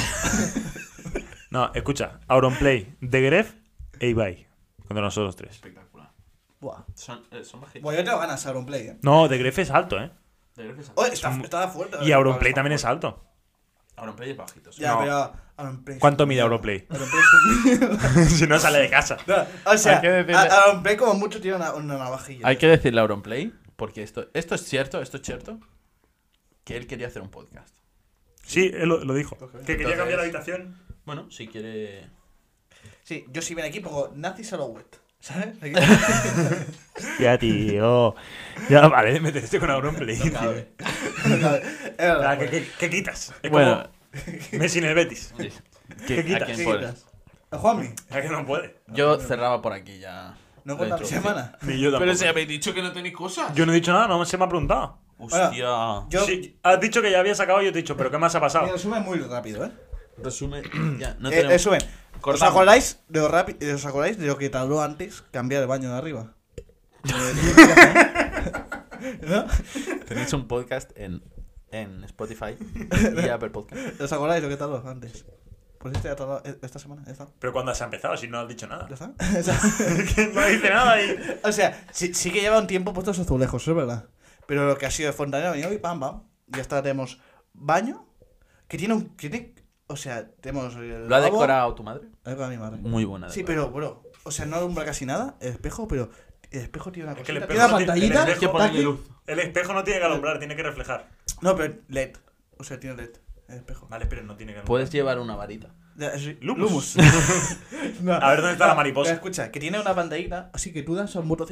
B: No, escucha, Auronplay de Gref e Ibai contra nosotros tres.
A: Espectacular.
C: Buah.
A: Son, eh, son bajitos.
C: Bueno, yo tengo ganas a Auronplay, ¿eh?
B: No, de Gref es alto, ¿eh?
A: De verdad que son-
C: Oye, está, está fuerte. ¿eh?
B: Y Auronplay también es alto.
A: Ahora en play es bajitos.
C: Ya,
B: No.
C: pero Auronplay.
B: ¿Cuánto mide Auronplay?
C: Auronplay es un...
B: si no sale de casa.
C: No, o sea,
A: Hay que decirle-
C: a- Auronplay como mucho tiene una, una navajilla. ¿eh?
A: Hay que decirle a Auronplay, porque esto, esto es cierto, esto es cierto, que él quería hacer un podcast.
B: Sí, él lo, lo dijo. Que quería
A: Entonces-
B: cambiar la habitación.
A: Bueno, si quiere...
C: Sí, yo si viene aquí pongo nazis a lo wet. ¿Sabes? Aquí-
B: Ya, tío. Ya, vale, de meterse con Auronplay. tío.
A: cabe.
C: Vale.
B: O sea,
C: pues,
B: ¿qué, qué, qué quitas? Es
A: Bueno,
B: como Messi en el Betis.
A: ¿qué-
B: ¿Qué
A: a
B: quitas?
A: quién
C: ¿Qué
A: pones?
C: quitas? A Juanmi.
B: Es que no puede.
A: Yo cerraba por aquí ya.
C: No
A: la
C: cuenta la
A: introducción.
C: semana.
B: Ni yo
D: Pero si habéis dicho que no tenéis cosas.
B: Yo no he dicho nada, no se me ha preguntado.
A: Hostia.
C: Yo,
B: Sí, has dicho que ya habías acabado y yo te he dicho, pero ¿qué más ha
C: mi
B: pasado?
C: resumen muy rápido, ¿eh?
A: Resume. Ya, no
C: Eh,
A: tenemos.
C: resumen. ¿Os
A: Cortamos.
C: acordáis, de lo rapi- eh, ¿Os acordáis de lo que te habló antes? Cambiar el baño de arriba. Eh, ¿No?
A: Tenéis un podcast en, en Spotify y Apple Podcast.
C: ¿Os acordáis de lo que te habló antes? Pues este ha tardado eh, esta semana, ya está.
B: Pero cuando has empezado, si no has dicho nada.
C: ¿Ya está? O sea,
B: Que no dice nada y.
C: o sea, sí, sí que lleva un tiempo puesto esos azulejos, eso es verdad. Pero lo que ha sido de Fontanera ha venido y pam, pam. Ya está, tenemos baño, que tiene un... que tiene- o sea, tenemos...
A: ¿Lo ha decorado tu madre?
C: Para mi madre.
A: Muy buena.
C: Sí,
A: decoración.
C: pero, bro, o sea, no alumbra casi nada el espejo, pero el espejo tiene una
B: Es que el
C: cosita,
B: espejo no
C: tiene una
B: tiene- el
C: pantallita
B: espejo
C: táctil.
D: ponerle luz.
B: El espejo no tiene que alumbrar, tiene que reflejar.
C: No, pero LED. O sea, tiene LED. El espejo.
B: Vale, pero no tiene que alumbrar.
A: Puedes llevar una varita.
C: Ya, sí.
B: Lumus.
C: No.
B: A ver dónde está la
C: Pero
B: mariposa.
C: escucha, que tiene una pantallita, así que tú das a un botón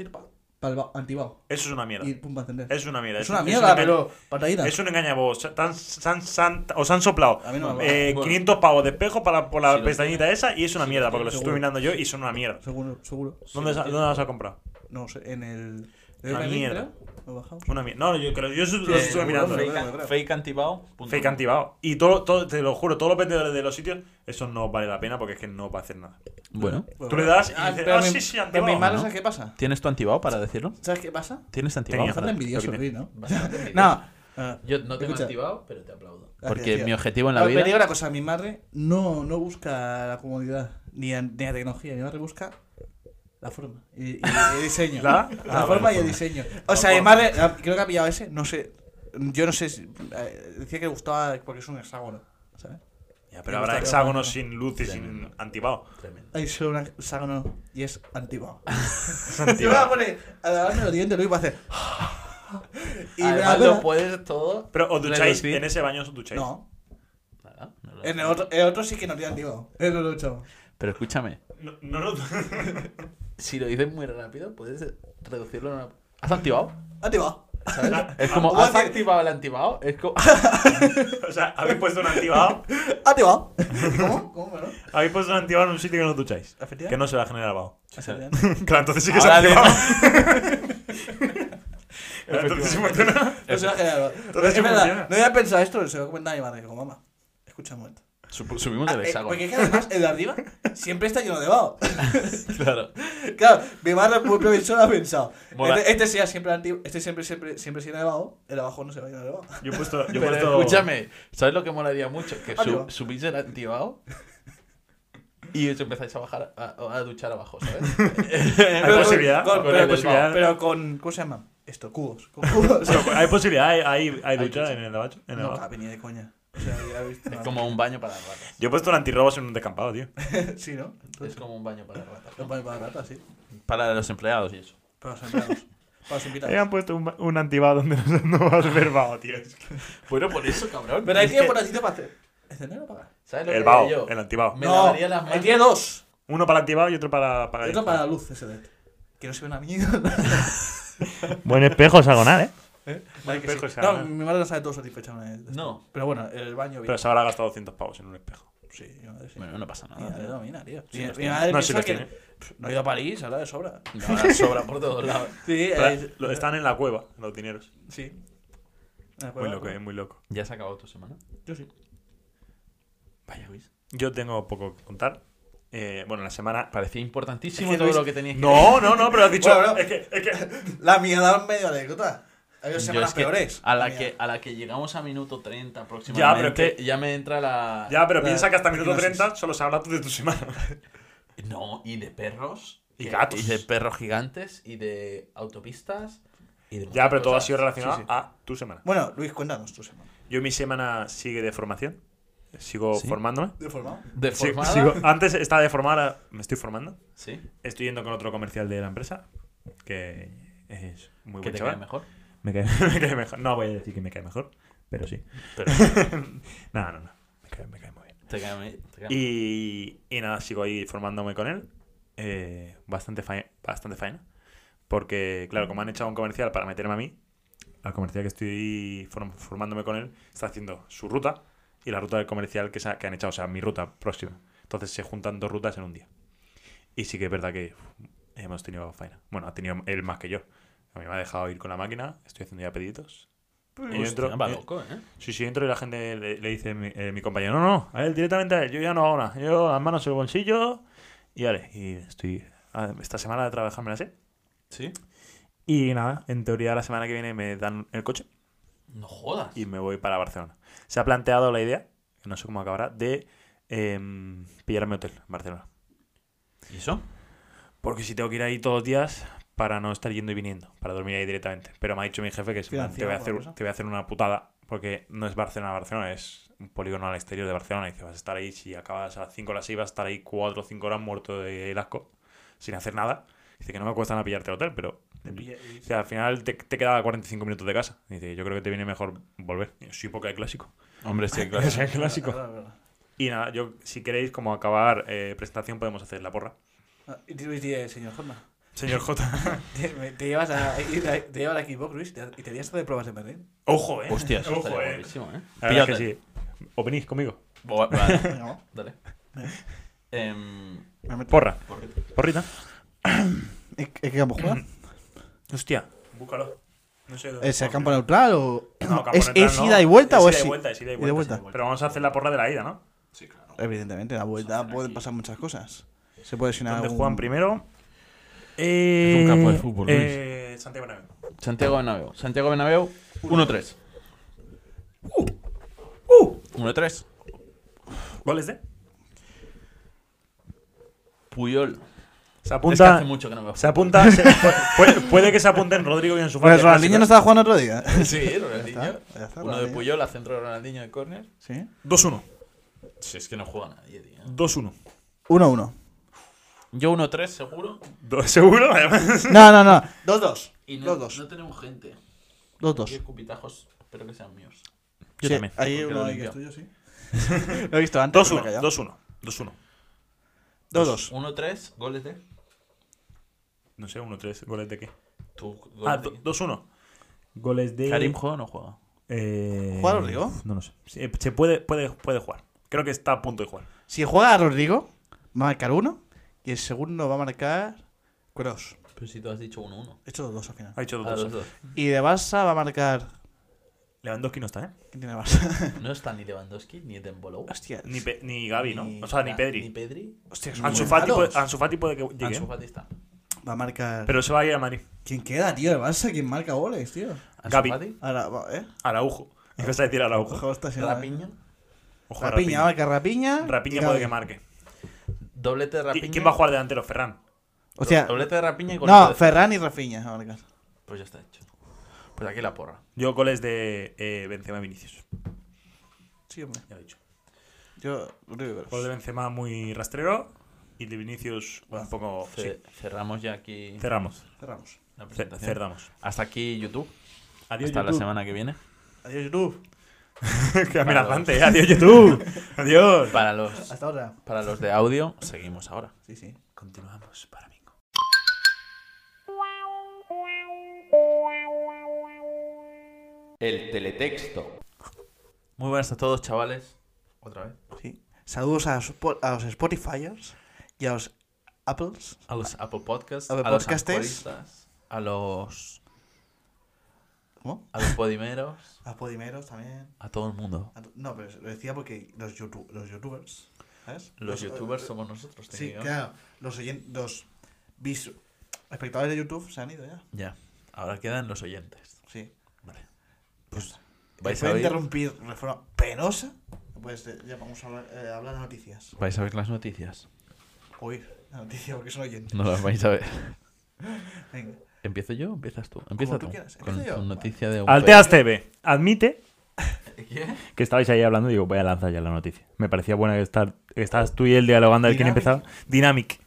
C: para el ba- antibao.
B: Eso es una mierda.
C: Y pum, para encender.
B: Es una mierda.
C: Es una
B: un
C: mierda,
B: enga-
C: pero pantallita.
B: Es un engañabobos. Tan- san- san- os han soplado
C: A mí no me va.
B: eh,
A: Bueno.
B: 500 pavos de espejo para, por la
A: Sí, lo
B: pestañita esa y es una mierda, porque los estuve
C: seguro.
B: mirando yo y son una mierda.
C: Seguro, seguro. eh,
B: ¿Dónde, sa- ¿dónde las has comprado?
C: No sé, en el.
B: Una
C: ¿en el
B: mierda.
C: creo? Lo he bajado.
B: Una mierda. No, yo creo. Yo los
A: Eh,
B: estuve
A: seguro,
B: mirando.
A: fake,
C: lo creo, lo creo.
A: fake antibao. punto
B: Fake
A: com.
B: antibao. Y todo, todo, te lo juro, todos los vendedores de los sitios, eso no vale la pena porque es que no va a hacer nada.
A: Bueno.
B: Tú le das y
C: Ah,
B: dices,
C: pero
B: ah,
C: mi-
B: sí, sí,
C: pero
B: antibao.
C: mi madre,
A: ¿no?
C: ¿sabes qué pasa?
A: ¿Tienes tu antibao para decirlo?
C: ¿Sabes qué pasa?
A: ¿Tienes antibao?
B: Tenía.
C: Bastante envidioso,
B: creo que
C: Luis, ¿no?
A: No.
C: No. Ah,
A: Yo no tengo
C: Escucha.
A: antibao, pero te aplaudo.
C: Gracias,
A: Porque
C: tío.
A: mi objetivo en la
C: No, Pero te digo
A: vida.
C: una cosa, mi madre no, no busca la comodidad, ni, a- ni la tecnología, mi madre busca la forma y, y el diseño.
B: ¿La?
C: La
B: Ah,
C: forma
B: vale,
C: y el
B: forma.
C: diseño. O sea, mi madre, la- creo que ha pillado ese, no sé, yo no sé, si- eh, decía que le gustaba porque es un hexágono, ¿sabes?
B: Ya,
C: Me
B: pero habrá
C: gusta.
B: hexágonos sin luz y sin
A: Tremendo.
B: antibao.
A: Tremendo.
C: Hay solo un hexágono y es antiguo. Yo me voy a
B: Antibao.
C: poner a lavarme los dientes, Luis, va a hacer... Y me
A: Además,
C: voy a-
A: lo puedes todo.
B: Pero os ducháis,
A: reducir.
B: en ese baño os ducháis.
C: No,
A: Nada, no lo-
C: en el otro, el otro sí que no tiene antiguo, el otro chavo.
A: Pero escúchame.
B: No, no, no.
A: Si lo dices muy rápido, puedes eh, reducirlo en una. ¿Has antibao?
C: Antiguo.
A: ¿Sabes? Es como,
C: ¿Cómo
A: ¿has
C: hace-
A: activado el antibao? Es como...
B: o sea, habéis puesto un antibao.
C: Antiguo. ¿Cómo? ¿Cómo, perdón?
B: Habéis puesto un antibao en un sitio que no os ducháis.
C: Efectivamente.
B: Que no se va a generar vaho.
C: Efectivamente.
B: Claro, entonces sí que se ha
A: Ahora de-
B: antibao. Claro, entonces sí funciona.
C: No se va a generar.
B: Todo eso
C: es verdad,
B: funciona.
C: no había pensado esto, se lo he comentado a mi madre. Digo, mamá, escucha un momento.
A: Sub- Subimos del
C: Ah, eh,
A: hexágono.
C: porque es que además el de arriba siempre está lleno de vaho.
A: Claro.
C: Claro, mi madre muy previsora ha pensado.
A: Mola.
C: Este, este sea siempre antiguo, este siempre, siempre, siempre se llena de vaho, el de abajo no se va a llenar de vaho.
B: Yo he puesto. Yo he
A: Pero
B: puesto...
A: escúchame, ¿sabes lo que molaría mucho? Que su,
C: Antibao.
A: subís el antibao y os empezáis a bajar a, a duchar abajo, ¿sabes?
B: Hay posibilidad.
C: Con-
B: Con
C: pero-
B: la posibilidad.
C: Pero con, ¿cómo se llama? Esto, cubos. Con cubos.
B: Hay posibilidad, hay, hay, hay
A: Hay
B: ducha
A: ducha.
B: en el lavacho. en el
C: no,
B: lavabo.
C: cabe ni de coña. O sea, ya he visto.
A: es como un baño para ratas.
B: Yo he puesto un antirrobos en un descampado, tío.
C: sí, ¿no?
A: Es como un baño para ratas.
C: Para para la rata, sí.
A: Para los empleados y eso.
C: Para los empleados. Para los invitados.
B: han puesto un, antibao donde no vas a ver vaho, tío.
A: Bueno, por eso, cabrón.
C: Pero ahí
A: Es
C: tiene
A: que-
C: por así para hacer. ¿Encender o apagar?
A: ¿Sabes lo que
B: El
A: digo
B: vaho,
A: yo?
B: el antibao.
A: Me lavaría las
C: ahí
A: manos.
C: tiene dos.
B: Uno para el antibao y otro para, para
C: Otro para la luz ese LED. Que no se ve una mierda.
B: Buen espejo hexagonal, ¿eh?
C: Vale, que
B: espejo
C: sí.
B: se
C: No,
B: gana.
C: mi madre no sale todo satisfecha una vez.
A: No.
C: Pero bueno, el baño bien.
B: Pero se habrá gastado 200 pavos en un espejo.
C: Sí, mi madre sí.
A: Bueno, no pasa
C: mi
A: nada.
C: madre
A: tío.
C: domina, tío.
A: Sí,
C: mi,
A: los
C: mi
A: tiene.
C: madre
B: No, sí
C: piensa
B: los
C: que
B: tiene.
C: pff, no ha ido a París, ahora de sobra.
A: No, ahora sobra por todos
B: Ah.
A: lados.
C: Sí,
B: Pero
C: eh,
B: lo- Están en la cueva, los dineros.
C: sí. Ah,
B: Muy
C: pues,
B: loco, eh, muy loco.
A: ¿Ya se ha acabado tu semana?
C: Yo sí.
A: Vaya, Luis.
B: Yo tengo poco que contar. Eh, bueno, la semana.
A: Parecía importantísimo
C: Es que
A: todo
C: Luis-
A: lo que tenías que
B: No, no, no, pero has dicho.
C: Bueno, no.
B: Es que, es que.
C: La mierda es medio anécdota. Ha habido
A: Yo
C: semanas
A: es que
C: peores.
A: A la,
C: mía.
A: que, a la que llegamos a minuto 30
B: Ya, pero
A: aproximadamente, ya,
B: que-
A: me entra la...
B: Ya, pero
C: La-
B: piensa que hasta
C: la
B: minuto
C: hipnosis.
B: 30 solo se habla tú de tu semana.
A: No, y de perros.
B: Y
A: que-
B: gatos.
A: Y de perros gigantes, y de autopistas, y de
B: Ya,
A: muchas
B: pero todo ha
A: cosas.
B: sido relacionado
C: Sí, sí.
B: a tu semana.
C: Bueno, Luis, cuéntanos tu semana.
B: Yo mi semana sigue de formación. Sigo formándome.
C: Deformado.
B: Sí,
A: Deformada.
B: sigo- Antes estaba de formar, ahora me estoy formando.
A: Sí,
B: Estoy yendo con otro comercial de la empresa, que es muy
A: que
B: buen
A: te
B: chaval.
A: cae mejor.
B: Me cae, me cae mejor. No voy a decir que me cae mejor, pero sí.
A: Pero
B: No, no, no. Me cae, me cae muy bien.
A: te cae, me- te cae mejor.
B: Y, y nada, sigo ahí formándome con él. Eh, bastante, faena, bastante faena. Porque, claro, como han echado un comercial para meterme a mí, al comercial que estoy form- formándome con él, está haciendo su ruta y la ruta del comercial que, se ha- que han echado, o sea, mi ruta próxima. Entonces se juntan dos rutas en un día. Y sí que es verdad que uf, hemos tenido faena. Bueno, ha tenido él más que yo. A mí me ha dejado ir con la máquina, estoy haciendo ya pedidos. Y yo entro-
D: va
B: eh,
D: loco, ¿eh?
B: Sí, sí, entro y la gente le, le dice mi, eh, mi compañero, no, no, a él directamente a él, yo ya no hago nada, yo las manos en el bolsillo y vale, y estoy, a- esta semana de trabajar me la sé.
A: ¿Sí?
B: Y nada, en teoría la semana que viene me dan el coche
A: No jodas.
B: y me voy para Barcelona. Se ha planteado la idea, que no sé cómo acabará, de em, pillarme hotel en Barcelona.
A: ¿Y eso?
B: Porque si tengo que ir ahí todos los días para no estar yendo y viniendo, para dormir ahí directamente. Pero me ha dicho mi jefe que es,
C: Financiado,
B: te, voy a hacer,
C: la cosa.
B: te voy a hacer una putada, porque no es Barcelona, Barcelona, es un polígono al exterior de Barcelona. Y dice, vas a estar ahí, si acabas a las 5 o las 6, vas a estar ahí 4 o 5 horas muerto de asco, sin hacer nada. Dice que no me cuesta nada pillarte el hotel, pero o sea, al final te, te quedaba 45 minutos de casa. Dice, yo creo que te viene mejor volver. Y yo, sí, porque hay clásico.
D: Hombre, sí, claro.
B: O sea, clásico.
C: Ahora, ahora.
B: Y nada, yo, si queréis, como acabar eh, presentación, podemos hacer la porra.
C: Ah, Y te diría, señor Jorma,
B: Señor J.
C: te, me- te llevas a, eh, y te, te llevas a Xbox, Luis, y te- y te harías de pruebas de Berlín.
B: Ojo, eh.
A: Hostia, eso
B: Ojo,
A: estaría
B: eh.
A: buenísimo, ¿eh?
B: La verdad
A: Píllate.
B: es que sí. O venís conmigo.
A: Bo- Vale,
C: No,
A: dale. Em,
C: me meto.
B: Porra.
A: ¿por qué?
B: Porrita.
C: ¿En qué campo juega?
B: Hostia. Búscalo. No sé dónde.
C: ¿Es el campo neutral o.?
B: No, campo
C: Eh, ¿Es,
B: neutral
C: es
B: no.
C: ida y vuelta
B: Es
C: o
B: ida
C: es.?
B: y vuelta, es ida y vuelta,
C: vuelta.
A: es ida y
B: Pero vamos a hacer la porra de la ida, ¿no?
A: Sí, claro.
C: Evidentemente, en la vuelta
A: Vamos a hacer
C: pueden
A: aquí.
C: pasar muchas cosas. Se puede llenar.
B: Donde
C: algún-
B: juegan primero. Eh,
A: Es un campo de fútbol, Luis.
B: Eh, Santiago Bernabéu.
A: Santiago Bernabéu. Santiago Bernabéu, 1-3.
B: ¡Uh!
A: 1-3.
B: ¿Goles de?
A: Puyol. Es
B: Se
A: que hace
B: apunta.
A: mucho que no veo.
B: Se apunta. se- pu- puede, puede que se apunten Rodrigo y en su
C: Pues Ronaldinho no estaba jugando otro día.
A: Sí, Ronaldinho.
C: está, ya está,
A: Uno de
C: Ronaldinho.
A: Puyol, a centro de Ronaldinho de córner.
C: ¿Sí?
B: 2-1.
A: Si es que no juega nadie, tío.
B: 2-1.
C: 1-1.
A: Yo 1-3 seguro.
B: Do- ¿Seguro? Además.
C: No, no, no. 2-2.
A: Y no,
C: 2-2.
A: no tenemos gente. Aquí
C: 2-2.
A: cupitajos, espero que sean míos.
B: Yo
C: Sí,
B: también.
C: Ahí
A: porque
C: uno
A: lo
C: ahí que
A: limpio.
C: es tuyo, sí. Lo he visto antes. pero me he
B: 2-1.
C: callado.
B: 2-1. 2-1.
C: 2-2.
A: 1-3, goles de.
B: No sé, 1-3. ¿Goles de qué?
A: Tú,
B: Ah,
A: goles de-
B: 2-1. Goles de.
A: Karim juega o no juega.
B: Eh,
C: ¿Juega Rodrigo?
B: No lo sé. Se, se puede, puede, puede jugar. Creo que está a punto de jugar.
C: Si juega Rodrigo, va a marcar uno. Y el segundo va a marcar. Cross.
A: Pero si tú has dicho 1-1.
C: He hecho los dos al final.
B: Ha dicho
A: A los
B: 2-2.
A: Ah, dos.
C: Y de Barça va a marcar.
B: Lewandowski no está, ¿eh?
C: ¿Quién tiene Barça?
A: No está ni Lewandowski ni Dembélé.
C: Hostia.
B: Ni, Pe- ni Gaby,
C: Ni
B: ¿no? O sea, ni
A: Na- Ni
B: Pedri.
A: Pedri.
C: Hostia, son
B: Ansu
C: muy
B: Fati,
C: malos.
B: puede, Ansu Fati puede que llegue.
A: Ansu
B: ¿eh?
A: Fati está.
C: Va a marcar.
B: Pero se va a ir a Madrid.
C: ¿Quién queda, tío? El Barça, ¿quién marca goles, tío?
A: Ansu
B: Gavi.
A: Fati,
C: Ahora, va, ¿eh?
B: Araujo. ¿Qué vas a decir Araujo?
C: Ojo, esta semana.
A: Rapiña.
B: Ojo, a
C: Rapiña,
B: Rapiña.
C: marca Rapiña.
B: Rapiña
C: y
B: puede
C: Gavi.
B: que marque.
A: Doblete de Rapiña.
B: ¿Qui- ¿Quién va a jugar delantero? Ferran.
C: O sea,
A: Doblete de Rapiña y golpe
C: no,
A: de-
C: Ferran y Rafiña va a marcar.
A: Pues ya está hecho. Pues aquí la porra.
B: Yo goles de eh, Benzema y Vinicius.
C: Sí, hombre.
B: Ya lo he dicho.
C: Yo, Rodrigo Cross.
B: Gol de Benzema muy rastrero. Y de Vinicius un poco.
A: Ce- Cerramos ya aquí
B: sí. Cerramos.
C: Cerramos.
A: la
B: Ce-
A: presentación.
B: Cerramos.
A: Hasta aquí YouTube.
B: Adiós,
A: Hasta la
B: YouTube.
A: semana que viene.
C: Adiós, YouTube.
B: Qué amenazante. Adiós, YouTube. Adiós.
A: Para los,
C: Hasta ahora.
A: para los de audio, seguimos ahora.
C: Sí, sí.
B: Continuamos para Mingo.
E: El teletexto.
A: Muy buenas a todos, chavales. Otra vez.
C: Sí. Saludos a, los spo- a los Spotifyers y a los Apples.
A: A los Apple Podcasts,
C: A
A: a,
C: ver,
A: los
C: podcastes.
A: ancoristas, a los
C: ¿Cómo?
A: a los podimeros,
C: A Podimeros también.
A: a todo el mundo.
C: A to- No, pero lo decía porque los, youtube- los youtubers. ¿Sabes?
A: Los youtubers
C: eh,
A: somos nosotros,
C: Sí,
A: técnicamente.
C: claro. Los, oyen- los visu- espectadores de YouTube se han ido ya.
A: Ya. Ahora quedan los oyentes.
C: Sí.
A: Vale.
C: Pues
A: Vais
C: voy
A: a,
C: a
A: oír,
C: interrumpir de forma penosa. Pues eh, ya vamos a hablar, eh, hablar de noticias.
A: vais a ver las noticias.
C: Oír la noticia porque son oyentes.
B: Mm.
A: No las vais a ver.
C: Venga.
B: Ah.
A: ¿Empiezo yo o empiezas tú? Empieza
C: tú
A: tú.
C: quieras,
A: Con
C: empiezo yo.
A: tu noticia de un
B: Alteas TV admite
A: país. ¿Qué?
B: que estabais ahí hablando. Digo, voy a lanzar ya la noticia. Me parecía buena que estar, estabas tú y él dialogando. ¿El quién
C: Dynamic.
B: empezaba? Dynamic.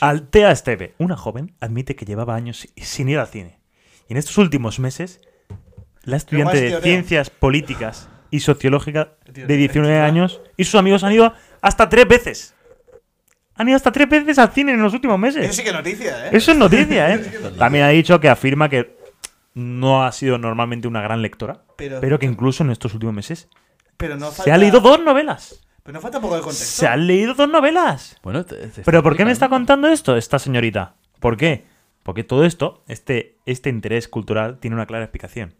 B: Ah. Alteas TV. Una joven admite que llevaba años si- sin ir al cine. Y en estos últimos meses, la estudiante
C: más
B: de
C: teoreo.
B: ciencias políticas y sociológicas
C: Tío,
B: de 19
C: tío.
B: años y sus amigos han ido hasta tres veces. Han ido hasta tres veces al cine en los últimos meses.
C: Eso sí que es noticia, ¿eh?
B: Eso es noticia, ¿eh? También ha dicho que afirma que no ha sido normalmente una gran lectora,
C: Pero-
B: pero, que incluso en estos últimos meses
C: Pero no
B: se
C: falta-
B: ha leído dos novelas.
C: Pero no falta un poco de contexto.
B: Se han leído dos novelas.
A: Bueno, te- te
B: ¿Pero por qué me está
A: explicando.
B: contando esto esta señorita? ¿Por qué? Porque todo esto, este, este interés cultural, tiene una clara explicación.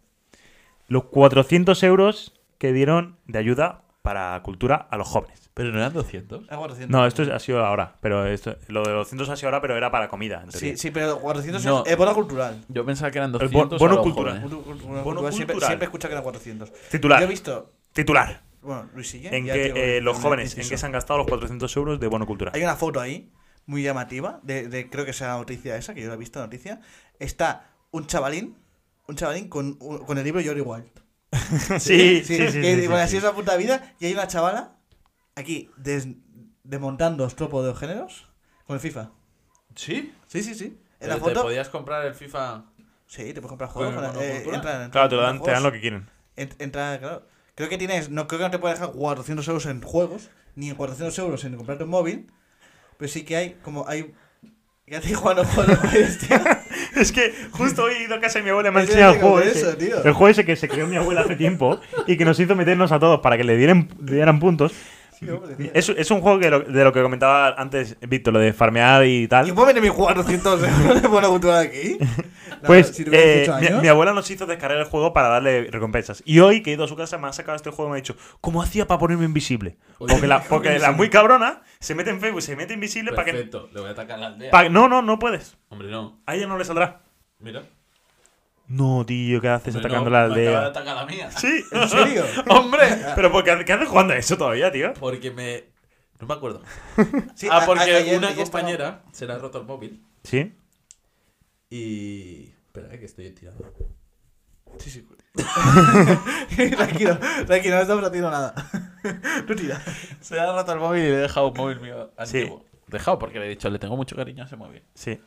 B: Los 400 euros que dieron de ayuda para cultura a los jóvenes.
A: Pero no eran 200.
C: Ah, 400.
B: No, esto ha sido ahora, pero esto, lo de los 200 ha sido ahora, pero era para comida. en teoría.
C: Sí, sí, pero 400
A: No.
C: es, es bono cultural.
A: Yo pensaba que eran
B: El
A: 200.
B: bo- bono
A: a lo
B: cultural.
A: joven.
C: Bono cultural.
B: Bono
C: Siempre,
B: cultural.
C: siempre escucha que era 400.
B: Titular.
C: Yo he visto.
B: Titular.
C: Bueno, Luisilla.
B: En
C: ya
B: que
C: digo,
B: eh, los
C: en el
B: jóvenes, en
C: inciso.
B: que se han gastado los 400 euros de bono cultural.
C: Hay una foto ahí, muy llamativa, de, de- creo que sea la noticia esa, que yo la he visto, noticia. Está un chavalín, un chavalín con, un- con el libro Yo era igual.
B: Sí, sí, sí. sí,
C: que,
B: sí,
C: bueno,
B: sí.
C: así es la puta vida. Y hay una chavala aquí des- desmontando estropo de los géneros con el FIFA.
D: ¿Sí?
C: Sí, sí, sí. En
A: Pero
B: Eh,
C: la
A: Eh, te
C: foto.
A: podías comprar el FIFA.
C: Sí, te puedes comprar
D: Con
C: juegos.
D: el
C: para- eh,
D: monocultural.
C: entra en-
B: Claro, te, lo dan,
C: en
B: te dan lo
C: juegos.
B: que quieren.
C: Ent- Entra, claro. Creo que tienes. No, creo que no te puedes dejar 400 euros en juegos, ni en 400 euros en comprarte un móvil. Pero sí que hay, como hay. Ya te jugando juegos de móviles, tío.
B: Es que justo hoy he ido a casa de mi abuela y me ha
C: Es que
B: enseñado el
C: digo,
B: juego
C: por
B: ese.
C: eso, tío.
B: El juego ese que se creó mi abuela hace tiempo y que nos hizo meternos a todos para que le dieran, le dieran puntos.
C: Sí, hombre, tío.
B: Es, es un juego que lo- de lo que comentaba antes Víctor, lo de farmear y
C: ¿Y
B: tal.
C: puedo vender mis 400 euros de buena cultura aquí? La verdad,
B: Pues
C: si tuviera
B: eh,
C: 18
B: mi,
C: años.
B: mi abuela nos hizo descargar el juego para darle recompensas. Y hoy que he ido a su casa me ha sacado este juego y me ha dicho, ¿cómo hacía para ponerme invisible? Porque la, porque la muy cabrona se mete en Facebook, se mete invisible para que...
A: Perfecto, le voy a atacar a la aldea.
B: pa' que- no, no, no puedes.
A: Hombre, no.
B: A ella no le saldrá.
A: Mira.
B: No, tío, ¿qué haces
A: Hombre,
B: atacando
A: no,
B: la
A: me acaba de
B: aldea?
A: atacar la mía.
B: Sí,
C: ¿En serio?
A: ¡Hombre!
B: pero ¿por qué, qué haces jugando a eso todavía, tío?
A: Porque me. No me acuerdo.
C: Sí, a-
A: ah,
C: a-
A: porque
C: ayer-
A: una
C: ayer estaba-
A: compañera se le ha roto el móvil
B: Sí.
A: y. Espera, eh, que estoy tirando.
C: Sí, sí. tranquilo, tranquilo, no estamos haciendo nada. Tú tira.
A: Se le ha roto el móvil y le he dejado un móvil mío
B: Sí.
A: antiguo. Dejado porque le he dicho, le tengo mucho cariño a ese móvil.
B: Sí.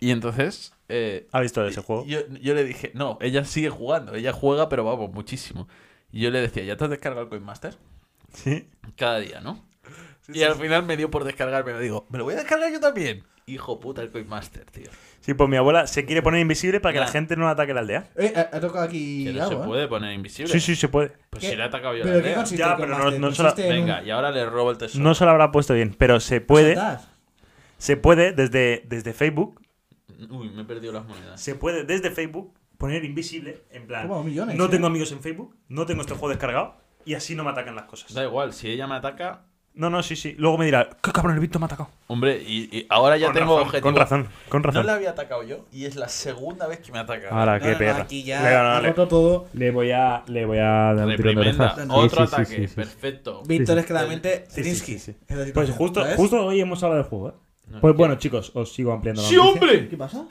A: Y entonces. eh,
B: ¿Ha visto ese juego?
A: Yo, yo le dije, no, ella sigue jugando, ella juega, pero vamos, muchísimo. Y yo le decía, ¿ya te has descargado el Coinmaster?
B: Sí.
A: Cada día, ¿no? y al final me dio por descargarme, me digo, ¿me lo voy a descargar yo también? Hijo puta, el Coinmaster, tío.
B: Sí, pues mi abuela se quiere poner invisible para que la
A: Nah.
B: gente no la ataque la aldea.
C: Eh, ha, ha tocado aquí.
A: Que no se
C: algo, ¿eh?
A: puede poner invisible.
B: Sí, sí, se puede.
A: Pues
C: ¿Qué?
A: si le he atacado yo a la
C: ¿Pero qué
A: aldea.
C: consiste?
B: Ya,
C: el
B: pero no-
C: Coinmaster?
B: no solo-
C: Consiste en
A: Venga,
C: un-
A: y ahora le robo el tesoro.
B: No se lo habrá puesto bien, pero se puede.
C: saltar.
B: Se puede desde, desde Facebook.
A: Uy, me he perdido las monedas.
B: Se puede desde Facebook poner invisible. En plan.
C: Toma, millones,
B: no
C: ¿eh?
B: tengo amigos en Facebook. No tengo este juego descargado. Y así no me atacan las cosas.
A: Da igual, si ella me ataca.
B: No, no, sí, sí. Luego me dirá, qué cabrón, el Víctor me ha atacado.
A: Hombre, y, y ahora ya
B: Con
A: tengo
B: razón,
A: objetivo.
B: Con razón, con
A: No
B: razón.
A: la había atacado yo y es la segunda vez que me ataca.
B: Ahora,
C: No,
B: qué
C: no,
B: perra.
C: no, aquí ya
B: Le- no,
C: ha
B: le-
C: roto todo.
B: Le voy a. Le voy a dar un tirón de
A: Reprimenda.
B: orejas.
A: Otro
B: Sí, sí, sí,
A: ataque.
B: sí, sí.
A: Perfecto.
C: Víctor es claramente
B: sí, sí,
C: Zelinsky.
B: sí, sí.
C: Es la
B: Pues
C: situación,
B: justo,
C: ¿sabes?
B: justo hoy hemos hablado del juego, ¿eh?
A: No,
B: Pues
A: que-
B: bueno, chicos, os sigo ampliando la
A: ¡Sí,
B: noticia.
A: hombre!
C: ¿Qué pasa?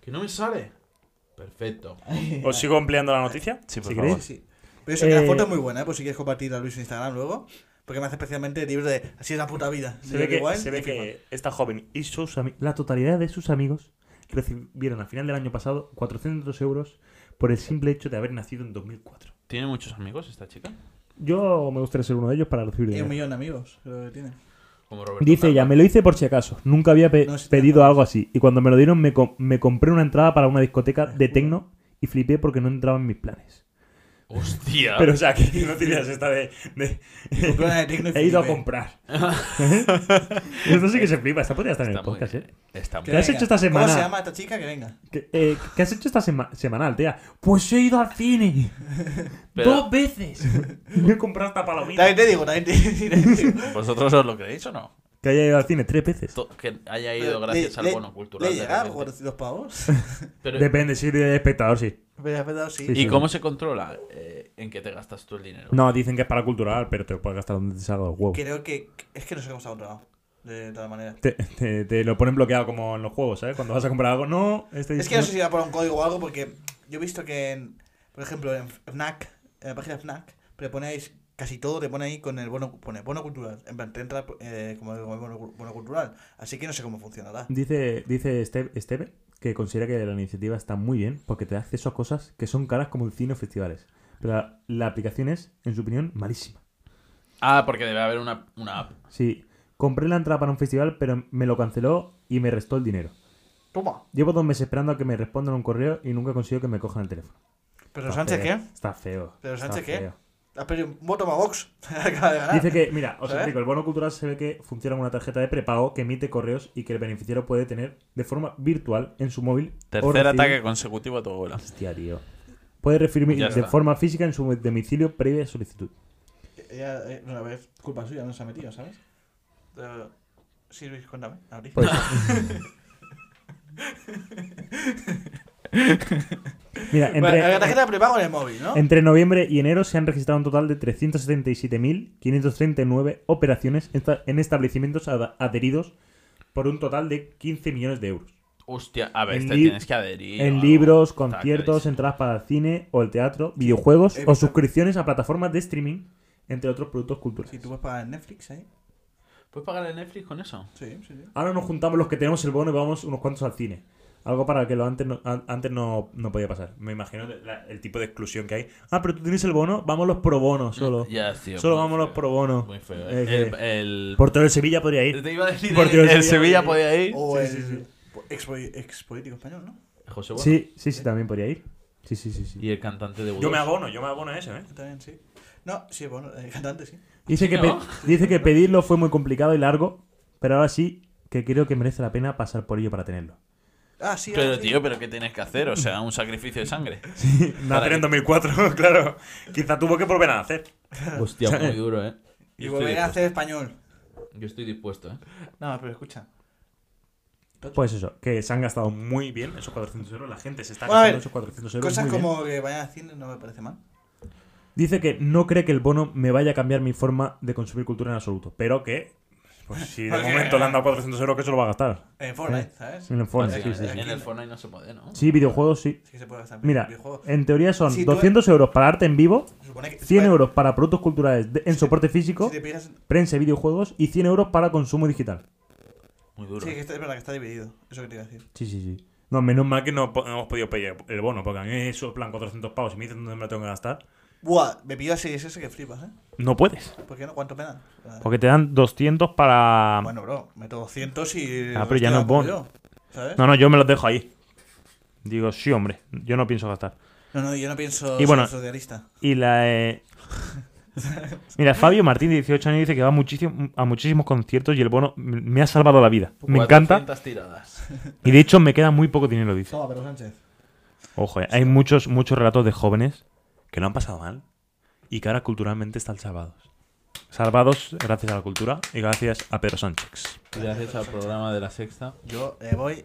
A: Que no me sale. Perfecto.
B: Os sigo ampliando la noticia.
A: Sí, por
B: si
A: favor.
C: Sí,
B: queréis.
C: sí. Pero eso que la
B: Eh,
C: foto es muy buena, ¿eh? Pues si quieres compartirla, Luis, en Instagram luego. Porque me hace especialmente libre de. Así es la puta vida.
B: Se
C: De
B: ve, que,
C: igual
B: se
C: y
B: ve
C: FIFA.
B: que esta joven y sus ami- la totalidad de sus amigos recibieron a final del año pasado 400 euros por el simple hecho de haber nacido en 2004.
A: ¿Tiene muchos amigos esta chica?
B: Yo me gustaría ser uno de ellos para recibir
C: Tiene
B: dinero.
C: un millón de amigos, creo que tiene.
A: Como Roberto.
B: Dice ella, me lo hice por si acaso. Nunca había pe-
C: No, sí,
B: pedido algo así. Y cuando me lo dieron, me, com- me compré una entrada para una discoteca de tecno y flipé porque no entraba en mis planes.
A: Hostia.
B: Pero, o sea, que no tenías esta de. de-
C: Compré una de tecno y
B: He ido a
C: flipé.
B: comprar. Esto sí que se flipa. Esta podría estar en
A: está
B: el podcast,
A: muy
B: ¿eh?
A: bien. Está muy
C: Que
B: ¿Qué has
C: venga.
B: hecho esta semana?
C: ¿Cómo se llama esta chica? Que venga.
B: ¿Qué, eh, qué has hecho esta sema- semanal, tía? Pues he ido al cine.
A: Pero-
B: Dos veces. Me he comprado esta palomita.
C: También te digo, también te también te digo.
A: ¿Vosotros os lo creéis o no?
B: Que haya ido al cine tres veces.
A: To- Que haya
C: Pero
A: ido gracias
C: le-
A: al
C: le-
A: bono cultural.
C: ¿Le
A: de
C: llega
A: repente.
C: 400 pavos?
A: Pero-
B: Depende, si de espectador, sí.
C: Pero es verdad, sí.
B: Sí,
A: ¿Y cómo se controla eh, en qué te gastas tú el dinero?
B: No, dicen que es para cultural, pero te lo puedes gastar donde te salga el huevo.
C: Creo que. Es que no sé cómo se ha controlado. De todas maneras.
B: Te, te- te lo ponen bloqueado como en los juegos, ¿sabes? Cuando vas a comprar algo, no. Este
C: Es que no sé si era por un código o algo, porque yo he visto que, en- por ejemplo, en Fnac, en la página Fnac, le ponéis casi todo, te pone ahí con el bono, pone bono cultural. En plan, te entra eh, como como el bono, bono cultural. Así que no sé cómo funcionará.
B: Dice, dice Este- Esteve que considera que la iniciativa está muy bien porque te da acceso a cosas que son caras como el cine o festivales. Pero la, la aplicación es, en su opinión, malísima.
A: Ah, porque debe haber una, una app.
B: Sí, compré la entrada para un festival, pero me lo canceló y me restó el dinero.
C: Toma.
F: Llevo dos meses esperando a que me respondan un correo y nunca consigo que me cojan el teléfono.
C: Pero
F: Está
C: Sánchez,
F: feo,
C: ¿qué?
F: Está feo.
C: Pero
F: está
C: Sánchez, ¿qué?
F: feo.
C: Ha perdido un voto más Vox. Acaba de ganar.
F: Dice que, mira, os
C: ¿Eh?
F: explico, el bono cultural se ve que funciona como una tarjeta de prepago que emite correos y que el beneficiario puede tener de forma virtual en su móvil. o
A: Tercer
F: recibir-
A: ataque consecutivo a tu abuela.
F: Hostia, tío. Puede recibir
A: Ya
F: de
A: está.
F: forma física en su domicilio previa solicitud.
C: Ella, eh, una vez, culpa suya, no se ha metido, ¿sabes? Eh, sí, Luis, cuéntame. Abrí.
F: Pues- Mira, entre,
C: Bueno, la tarjeta de prepago en el móvil, ¿no?
F: entre noviembre y enero se han registrado un total de 377.539 operaciones esta- en establecimientos ad- adheridos por un total de 15 millones de euros.
A: Hostia, a ver,
F: En
A: te
F: li-
A: tienes que adherir. o
F: en
A: algo.
F: libros,
A: Está
F: conciertos,
A: clarísimo.
F: entradas para el cine o el teatro, videojuegos o
C: evita-
F: suscripciones a plataformas de streaming, entre otros productos culturales.
C: Si tú puedes pagar en Netflix ahí.
A: ¿Puedes pagar el Netflix con eso?
C: Sí, sí, sí.
F: Ahora nos juntamos los que tenemos el bono y vamos unos cuantos al cine. Algo para que lo antes no, an- antes no, no podía pasar. Me imagino la- el tipo de exclusión que hay. Ah, pero tú tienes el bono, vamos los pro bono solo.
A: Ya, tío.
F: solo
A: muy
F: vamos los
A: feo.
F: pro bono.
A: Muy feo.
F: Es
A: eh. El,
F: que-
A: el-
F: Portero de Sevilla podría ir.
A: Te iba a decir,
F: Por
A: el,
F: Dios,
A: el
F: Sevilla
A: Sevilla podía ir.
C: O el
F: sí, sí.
C: Ex, político español, ¿no?
A: José Bueno.
F: Sí, sí, sí, también podría ir. Sí, sí, sí. sí.
A: Y el cantante de
B: Yo
A: Budós.
B: me abono, yo me abono a eso, ¿eh?
C: Yo También, sí. No, sí, bueno, el cantante, sí.
F: Dice, que pe-
A: ¿no?
F: dice que pedirlo fue muy complicado y largo, pero ahora sí que creo que merece la pena pasar por ello para tenerlo.
C: Ah, sí. ahora
A: Pero,
C: sí.
A: tío, ¿pero qué tienes que hacer? O sea, un sacrificio de sangre.
B: Nacer en 2004, claro. Quizá tuvo que volver a nacer.
A: Hostia, muy duro, ¿eh?
C: Y volver a hacer español.
A: Yo estoy dispuesto, ¿eh?
C: No, pero escucha.
F: Pues eso, que se han gastado muy bien esos 400 euros. La gente se está gastando
C: Bueno, a ver,
F: esos 400 euros.
C: Cosas
F: muy bien.
C: como que vayan al cine no me parece mal.
F: Dice que no cree que el bono me vaya a cambiar mi forma de consumir cultura en absoluto, pero que
B: Pues si de
C: Porque-
B: momento le han dado 400 euros, que se lo va a gastar.
C: En Fortnite,
F: Eh,
C: ¿sabes?
F: en el Fortnite,
A: Así que
F: sí, sí.
A: En el Fortnite no se puede, ¿no?
F: Sí, videojuegos sí.
C: Sí que se puede gastar en
F: Mira, eh,
C: videojuegos.
F: en teoría son
C: Si tú-
F: 200 euros para arte en vivo,
C: Se supone que-
F: 100
C: vale,
F: euros para productos culturales de- en soporte físico,
C: Si te pillas-
F: prensa y videojuegos, y 100 euros para consumo digital.
A: Muy duro.
C: Sí, que está- es verdad que está dividido. Eso que te iba a decir.
F: Sí, sí, sí.
B: No, menos mal que no, po- no hemos podido pedir el bono, porque a mí me soplan 400 pavos y me dicen dónde me lo tengo que gastar.
C: Buah, me pillo a Series S que flipas, ¿eh?
B: No puedes.
C: ¿Por qué no? ¿Cuánto me dan? Ah,
B: Porque te dan 200 para...
C: Bueno, bro, meto 200 y.
B: Ah, pero ya no es bono.
C: yo, ¿Sabes?
B: No, no, yo me los dejo ahí. Digo, sí, hombre, yo no pienso gastar.
C: No, no, yo no pienso
B: Y bueno-
C: ser socialista.
B: Y la. eh, Mira, Fabio Martín, de 18 años, dice que va muchísimo, a muchísimos conciertos y el bono m- me ha salvado la vida.
F: Pues
B: Me encanta.
A: 400 tiradas.
B: Y de hecho, me queda muy poco dinero, dice.
C: Toma, pero Sánchez.
B: Ojo, eh, hay muchos, muchos relatos de jóvenes que lo han pasado mal y que ahora culturalmente están salvados. Salvados gracias a la cultura y gracias a Pedro Sánchez.
A: Gracias al programa de la sexta.
C: Yo eh, voy.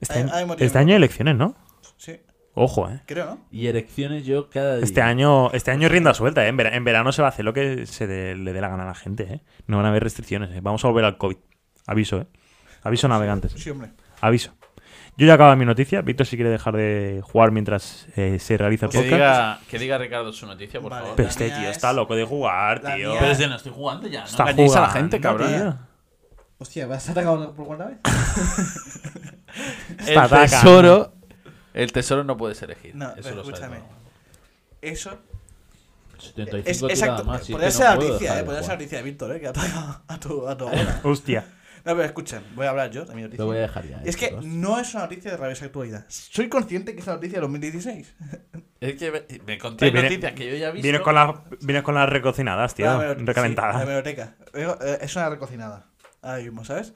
B: Este,
C: Hay-
B: año-
C: hay motivo.
B: este año hay elecciones, ¿no?
C: Sí,
B: Ojo, eh.
C: creo, ¿no?
A: Y erecciones yo cada día.
B: Este año, este año es rienda suelta, ¿eh? En, vera- en verano se va a hacer lo que se dé- le dé la gana a la gente, ¿eh? No van a haber restricciones, ¿eh? Vamos a volver al COVID. Aviso, ¿eh? Aviso navegantes.
C: Sí, hombre.
B: Aviso. Yo ya acabo mi noticia. Víctor, si quiere dejar de jugar mientras eh, se realiza el
A: Pues Que
B: podcast.
A: diga, que diga Ricardo su noticia, por
C: Vale.
A: favor.
B: Pero
C: La
B: este
C: mía
B: tío
C: es-
B: está loco de jugar,
C: la
B: tío.
C: mía-
A: Pero es de, no estoy jugando ya. No
B: Está
A: engañéis a la
B: jugando,
A: gente, cabrón.
B: tío.
C: Hostia, ¿vas a atacar por cuarta vez?
B: Está
A: El
B: atacando.
A: tesoro. El tesoro no puedes elegir.
C: No,
A: eso
C: pero
A: lo sabes.
C: escúchame. Eso.
A: 75
C: Es,
A: tiradas
C: exacto.
A: más, si es
C: podría
A: que
C: ser
A: no
C: la
A: puedo
C: noticia,
A: dejar
C: eh.
A: de
C: Podría ser la
A: jugar.
C: noticia de Víctor, eh, que ataca a tu, a tu abuela.
B: Hostia.
C: No, pero escuchen, voy a hablar yo de mi noticia.
A: Lo voy a dejar ya. eh,
C: Es que
A: chicos.
C: no es una noticia de rabiosa actualidad. Soy consciente que es una noticia de 2016.
A: Es que me, me contáis
B: Sí, viene-
A: noticias que yo ya he visto.
B: Vienes con, las, vienes con las recocinadas, tío.
C: La hemerot- sí, la
B: Recalentadas.
C: hemeroteca. Vengo, eh, es una recocinada. Ahora mismo, ¿sabes?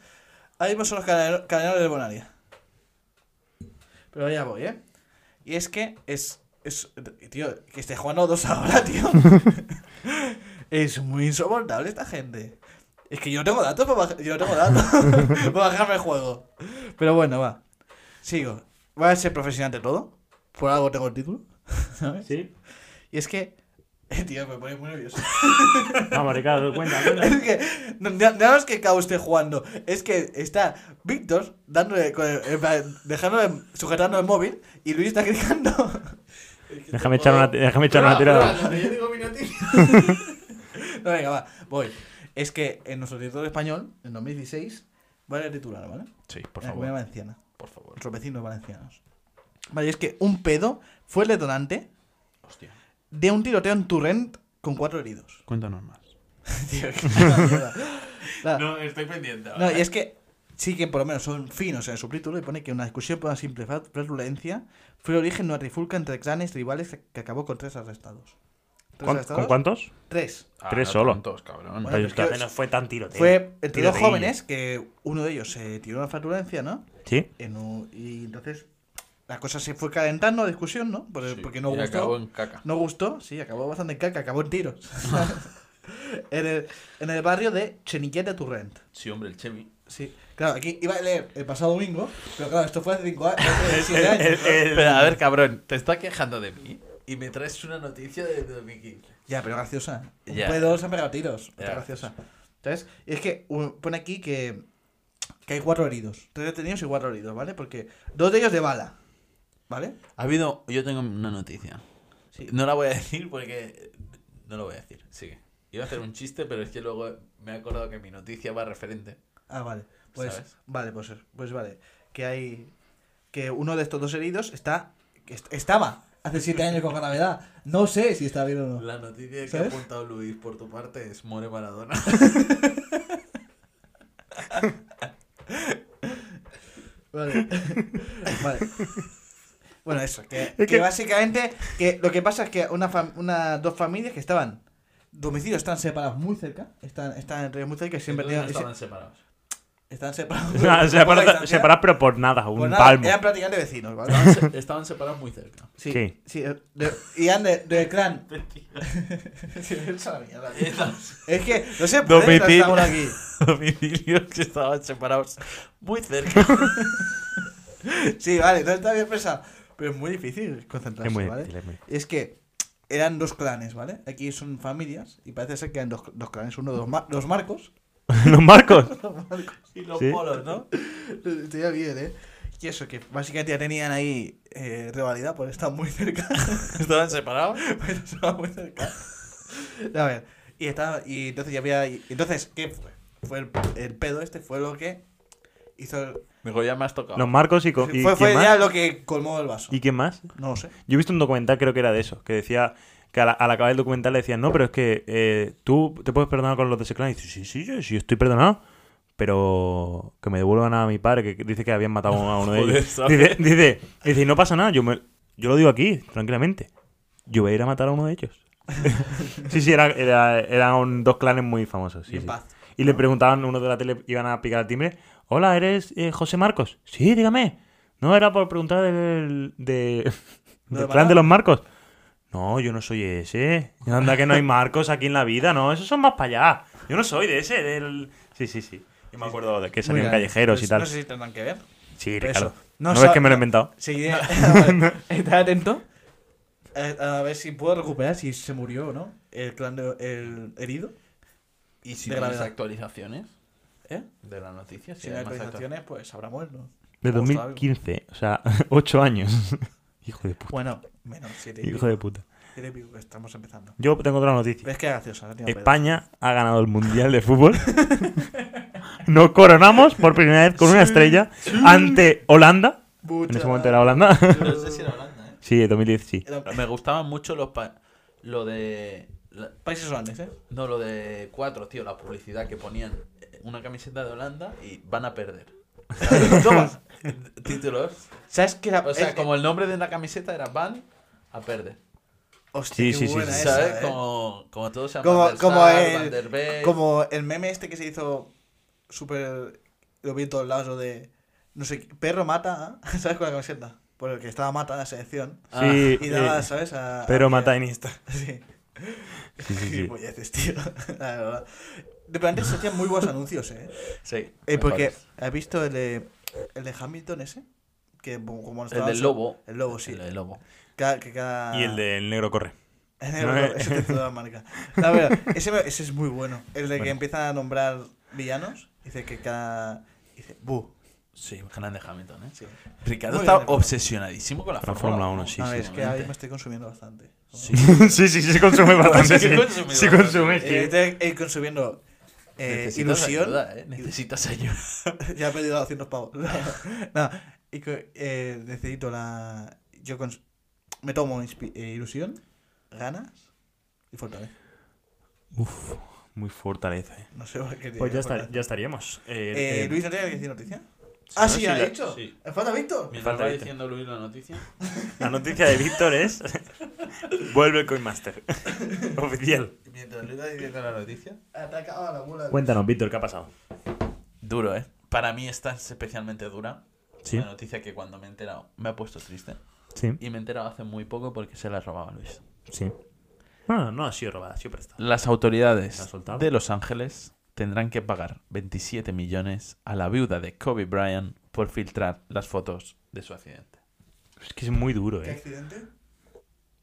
C: Ahora mismo son los canelo- canelones de Bonaria. Pero ya voy, ¿eh? Y es que es. es tío, que esté jugando dos ahora, tío. es muy insoportable esta gente. Es que yo no tengo datos para, baj- yo no tengo datos para bajarme el juego. Pero bueno, va. Sigo. Voy a ser profesional de todo. Por algo tengo el título. ¿Sabes?
F: Sí.
C: Y es que. eh, tío, me pone muy nervioso.
F: Vamos, Ricardo, cuenta,
C: Es que, no, no- no es que Kao esté jugando, es que está Víctor dándole, con el- en plan, dejándole, sujetando el móvil y Luis está gritando.
B: Déjame echar una, déjame echar una tirada.
D: yo digo mi noticia.
C: No, venga, va, voy. Es que en nuestro territorio español, en 2016, vale el titular, ¿vale?
A: Sí, por
C: en la comunidad
A: favor.
C: valenciana,
A: Por favor.
C: nuestros vecinos valencianos. Vale, es que un pedo fue el detonante
A: Hostia.
C: de un tiroteo en Turrent con cuatro heridos.
A: Cuéntanos más.
C: Tío, qué mierda. Nada.
D: No, estoy pendiente.
C: No, y es que sí que por lo menos son finos en el subtítulo y pone que una discusión por una simple fa- flatulencia fue el origen de una trifulca entre clanes tribales que acabó con tres arrestados. ¿Tres
B: ¿Con,
C: arrestados?
B: con cuántos?
C: Tres.
B: Tres solo.
A: Ah, tontos, cabrón.
C: Bueno, pero es que-
G: Entonces no fue tan
A: Eh,
G: tiroteo.
C: Fue entre
B: Tiro
C: dos
B: de
C: jóvenes que uno de ellos se tiró una flatulencia, ¿no?
B: Sí.
C: En un- y entonces la cosa se fue calentando, la discusión, ¿no? Por-
A: Sí,
C: porque no
A: y
C: gustó.
A: acabó en caca.
C: No gustó, sí, acabó bastante en caca, acabó en tiros. en, el, en el barrio de Cheniquet de Turrent.
A: Sí, hombre, el Chevy.
C: Sí, claro, aquí iba a leer el pasado domingo, pero claro, esto fue hace 5 años. hace
A: Eh,
C: siete
G: El-
C: años.
G: el- el-
A: Pero a ver, cabrón, te estás quejando de mí y me traes una noticia de 2015.
C: Ya, pero graciosa. Un
A: Ya.
C: pedo se han pegado tiros. Está
A: Ya.
C: graciosa. Entonces, y es que un- pone aquí que, que hay cuatro heridos. Tres detenidos y cuatro heridos, ¿vale? Porque dos de ellos de bala. ¿Vale?
A: Ha habido. Yo tengo una noticia.
C: Sí.
A: No la voy a decir porque. No lo voy a decir. Sigue. Iba a hacer un chiste, pero es que luego me he acordado que mi noticia va referente.
C: Ah, vale. Pues,
A: ¿Sabes?
C: vale, pues, pues vale. Que hay. Que uno de estos dos heridos está. que est- estaba hace siete años con gravedad. No sé si está bien o no.
A: La noticia que ha
C: ¿Sabes?
A: apuntado Luis por tu parte es More Maradona.
C: Vale. Vale. Bueno, eso, que,
B: que-
C: que básicamente que lo que pasa es que una fam- una- dos familias que estaban domicilios están separados muy cerca, están, están entre ellos muy cerca y siempre
A: Entonces no
C: tenían-
A: estaban separados.
C: están separados.
B: O sea,
C: por
B: separa-
C: la distancia.
B: separar, pero Ah, por nada, un
C: Pues nada,
B: palmo.
C: Eran prácticamente vecinos, ¿vale?
A: Estaban, se- estaban separados muy cerca.
C: Sí,
B: ¿Qué?
C: sí, eh, de- y eran de, del clan. Sí, es una mierda, tío. Es que no sé por qué no
A: Domicilio.
C: estamos aquí.
A: Domicilios que estaban separados muy cerca.
C: Sí, vale, no está bien pensado, pero es muy difícil concentrarse,
B: Es muy
C: ¿vale?
B: difícil, es muy-
C: es que eran dos clanes, ¿vale? Aquí son familias y parece ser que eran dos, dos clanes. Uno, los, ma- los marcos.
B: Los marcos.
A: Y los
B: Sí.
A: polos, ¿no?
C: Estoy bien, ¿eh? Y eso, que básicamente ya tenían ahí eh, rivalidad porque estaban muy cerca.
A: Estaban separados.
C: estaban muy cerca. A ver, y, estaba, y entonces ya había... y entonces, ¿qué fue? Fue el, el pedo este, fue lo que hizo...
A: Mejor ya me has tocado.
B: Los marcos y, co- y ¿quién
C: fue fue
B: más?
C: ya lo que colmó el vaso.
B: ¿Y quién más?
C: No lo sé.
B: Yo he visto un documental, creo que era de eso, que decía que al, al acabar el documental le decían, no, pero es que eh, tú te puedes perdonar con los de ese clan. Y dice, sí, sí, yo, sí, estoy perdonado, pero que me devuelvan a mi padre, que dice que habían matado a uno de
A: Joder,
B: ellos.
A: ¿sabes?
B: Dice, dice, dice, "Y no pasa nada, yo, me, yo lo digo aquí, tranquilamente. Yo voy a ir a matar a uno de ellos. sí, sí, era, era- eran dos clanes muy famosos. sí,
C: Y en
B: sí.
C: paz,
B: Y le preguntaban uno de la tele, iban a picar al timbre. Hola, ¿eres eh, José Marcos? Sí, dígame. No, era por preguntar del, de,
C: ¿Lo de
B: del
C: Maná?
B: clan de los Marcos. No, yo no soy ese. Anda que no hay Marcos aquí en la vida, no. Esos son más para allá. Yo no soy de ese, del... Sí, sí, sí. Yo me acuerdo de que
C: Muy
B: salían
C: grande.
B: callejeros y
C: Pues
B: tal.
C: No sé si tendrán que ver.
B: Sí,
C: Pero
B: Ricardo.
C: eso, no
B: No, ves
C: sab-
B: que me lo he
C: no-
B: inventado.
C: Sí, vale. Estad atento. Eh, A ver si puedo recuperar si se murió o no el clan de- el herido.
A: ¿Y si
C: De
A: tienes
C: gravedad.
A: actualizaciones
C: ¿eh.
A: de la noticia?
C: Si no hay actualizaciones, pues habrá muerto.
B: De
C: Ojo,
B: 2015, o sea, 8 años. Hijo de puta.
C: Bueno, menos siete y
B: Hijo
C: pico.
B: de puta.
C: Siete y pico que estamos empezando.
B: Yo tengo otra noticia.
C: Es que graciosa. no tiene pedo.
B: España ha ganado el Mundial de Fútbol. Nos coronamos por primera vez con una estrella ante Holanda. En ese momento era Holanda.
A: No sé si era Holanda, ¿eh?
B: Sí, 2010, sí.
C: Era-
A: Me gustaban mucho los. pa- Lo de. la-
C: Países holandeses, ¿eh?
A: No, lo de cuatro, tío, la publicidad que ponían eh, una camiseta de Holanda y van a perder.
C: Toma.
A: Títulos.
C: ¿Sabes que era.?
A: O sea,
C: es-
A: como el nombre de la camiseta era van a perder.
C: Hostia,
B: Sí,
C: qué
B: sí, sí,
C: buena
B: sí,
C: esa,
A: ¿Sabes?
C: ¿eh?
A: Como, como todos se
C: Como-
A: llaman.
C: como el-
A: Van der Beek.
C: Como el meme este que se hizo súper. Lo vi en todos lados, lo de. No sé, qué- perro mata, ¿eh? ¿sabes? Con la camiseta. Por el que estaba mata la selección.
B: Sí,
C: Ah, Y daba,
B: eh,
C: ¿sabes? A,
B: pero
C: a-
B: mata Iniesta.
C: Sí.
B: Sí, sí, sí.
C: Gilipolleces, tío. La verdad. De pero antes se hacían muy buenos anuncios, ¿eh?
A: Sí.
C: Eh, porque,
A: mejores.
C: ¿has visto el de, el de Hamilton ese? Que bo- como nos
A: El
C: daba
A: del
C: eso-
A: lobo.
C: El lobo, sí.
A: El del lobo.
C: Cada- que cada-
B: Y el del negro corre.
C: El
B: No,
C: lobo,
B: eh.
C: ese te toda la marca. La verdad, ese, me- ese es muy bueno. El de que
B: Bueno.
C: empieza a nombrar villanos. Dice que cada... Dice, bu.
A: Sí, grande Hamilton, ¿eh?
C: Sí.
A: Ricardo
C: Muy
A: está
C: grande,
A: obsesionadísimo con la
B: Con la
A: Fórmula 1.
B: Fórmula uno, sí,
C: a
B: sí.
C: ver, es que ahí me estoy consumiendo bastante.
A: Sí.
B: sí, sí, sí, se consume bastante. Sí, Sí, consume.
C: Eh,
B: sí.
C: estoy eh, consumiendo eh,
A: Necesitas
C: ilusión.
A: ayuda, ¿eh? Necesitas ayuda.
C: Ya he perdido 200 pavos. No, no, y que, eh, necesito la. Yo cons- me tomo inspi- eh, ilusión, ganas y fortaleza.
B: Muy fortaleza, eh.
C: No sé por qué.
B: Pues
C: tiene
B: ya, está-
C: fortaleza.
B: ya estaríamos. Eh,
C: Eh,
B: eh,
C: Luis, ¿no tiene que decir noticia? ah, sí,
A: sí,
C: ha
A: la-
C: dicho.
A: sí.
C: ¿Me falta Víctor?
A: Mientras
B: Falta
A: va
B: Víctor.
A: diciendo Luis la noticia.
B: La noticia de Víctor es. Vuelve el Coinmaster. Oficial.
A: Mientras Luis va diciendo la noticia.
C: Atacaba a la mula.
B: Cuéntanos, Víctor, ¿qué ha pasado?
A: Duro, ¿eh? Para mí esta es especialmente dura.
B: Sí.
A: Una noticia que cuando me he enterado me ha puesto triste.
B: Sí,
A: Y me he enterado hace muy poco porque se la robaba Luis.
B: sí. No, Ah, no ha sido robada, ha sido prestada.
A: Las
B: ¿La ha
A: autoridades
B: soltado?
A: de Los Ángeles tendrán que pagar 27 millones a la viuda de Kobe Bryant por filtrar las fotos de su accidente.
B: Es que es muy duro,
C: ¿Qué
B: eh.
C: accidente?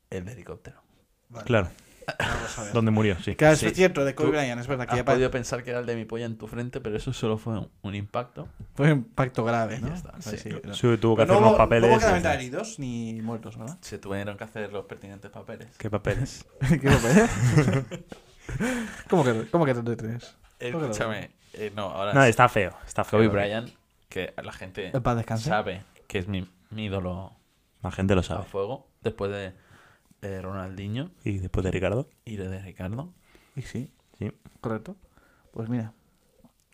A: El de helicóptero.
C: Vale,
B: Claro,
C: Vamos a ver.
B: donde murió, sí.
C: Claro,
A: Sí.
C: eso es cierto, de Kobe
A: Tú
C: Bryant, es verdad. Que
A: Has
C: ya pa-
A: podido pensar que era el de mi polla en tu frente, pero eso solo fue un, un impacto.
C: fue un impacto grave,
A: Y
C: ¿no?
A: ya está,
C: Así,
A: sí.
C: pero-
B: Sí, tuvo que
C: Pero
B: hacer unos
C: no hubo- No hubo
B: papeles. eh,
C: que lamentar heridos ni muertos, ¿verdad?
A: Se tuvieron que hacer los pertinentes papeles.
B: ¿Qué papeles?
C: ¿Qué papel? ¿Cómo que, ¿Cómo que 33?
A: Escúchame. eh, no, ahora
B: No,
A: sí.
B: está feo, está feo.
A: Kobe Bryant, que la gente
C: En paz descanse.
A: sabe que es mi, mi ídolo
B: La gente lo
A: a
B: sabe.
A: fuego, después de eh, Ronaldinho
B: ¿Y después de Ricardo?
A: y de Ricardo.
C: Y sí,
B: Sí.
C: correcto. Pues mira.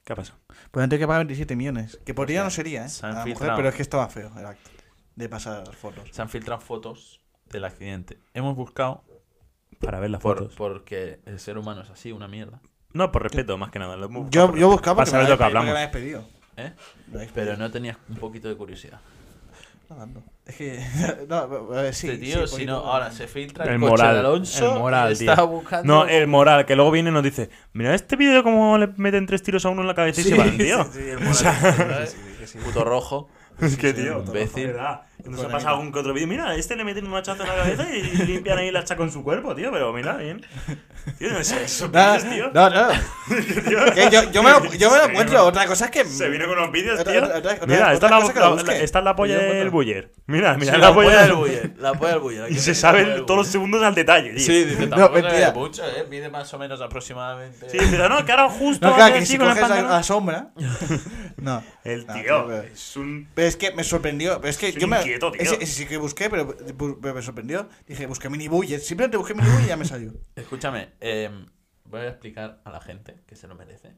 B: ¿Qué ha pasado?
C: Pues han tenido que pagar 27 millones. Que por ella no sería, ¿eh?
A: se
C: A
A: han
C: la mujer,
A: filtrado.
C: pero es que estaba feo el acto. De pasar fotos.
A: Se han filtrado fotos del accidente. Hemos buscado
B: Para ver las
A: por,
B: fotos.
A: porque el ser humano es así, una mierda.
B: No, por respeto, más que nada. Lo hemos
C: Yo,
B: buscado
C: yo
B: por-
C: buscaba
B: Para
C: porque me,
B: saber
C: lo
B: lo que
C: habéis- porque me
B: hablamos.
C: habéis
A: ¿eh?
C: pedido. Lo habéis
A: Pero
C: pedido.
A: no tenías un poquito de curiosidad.
C: Hablando. Es que. No, a ver, sí. pues,
A: este tío,
C: sí,
A: si
C: poquito.
A: no, ahora se filtra el,
B: El
A: coche
B: moral,
A: de Alonso.
B: el moral,
A: y está
B: tío.
A: buscando.
B: No, el moral, que luego viene y nos dice: Mira este vídeo cómo le meten tres tiros a uno en la cabeza y se van, tío.
C: Sí, sí, el
A: O
C: moral.
A: sea,
C: Sí, sí, sí, que sí.
A: Puto rojo.
B: Es que,
C: sí,
B: tío,
C: puto
A: imbécil.
B: verdad. Nos ha
C: Polémica.
B: pasado algún que otro vídeo. Mira, este le meten un machazo en la cabeza y limpian ahí la hacha con su cuerpo, tío. Pero mira, bien. Tío, no sé, esos
C: No,
B: vídeos, tío.
C: no, no. Que yo, yo me lo, yo me lo encuentro. Otra cosa es que.
B: Se viene con unos vídeos,
C: Otra-
B: tío.
C: otra- otra- otra-
B: Mira, esta
C: otra
B: es la-
C: cosa que lo
B: la-
C: busque.
B: esta es la polla
C: Yo lo
B: del
C: encuentro.
B: Buller. Mira, mira
A: Sí,
B: la polla del Buller.
A: Buller. La polla del Buller. hay
B: Y
A: que
B: se
A: meter la polla
B: saben
A: del
B: todos los
A: Buller.
B: segundos al detalle, tío.
A: Sí, dice,
C: No,
A: tampoco
C: mentira.
A: es mucho, ¿eh? Mide más o menos aproximadamente.
B: Sí, pero no, que ahora justo
C: No, claro,
B: hace
C: que
B: así
C: si
B: con el
C: coges a,
B: pantalón.
C: a sombra. no.
B: El
C: Ah, No,
B: tío
C: pero-
B: es un.
C: Pero es que me sorprendió. Pero es que
B: Es un
C: yo me.
B: inquieto, tío.
C: Ese, ese sí que busqué, pero, bu- pero me sorprendió. Dije, busqué mini bullet. Simplemente busqué mini bullet y ya me salió.
A: Escúchame, eh, voy a explicar a la gente que se lo merece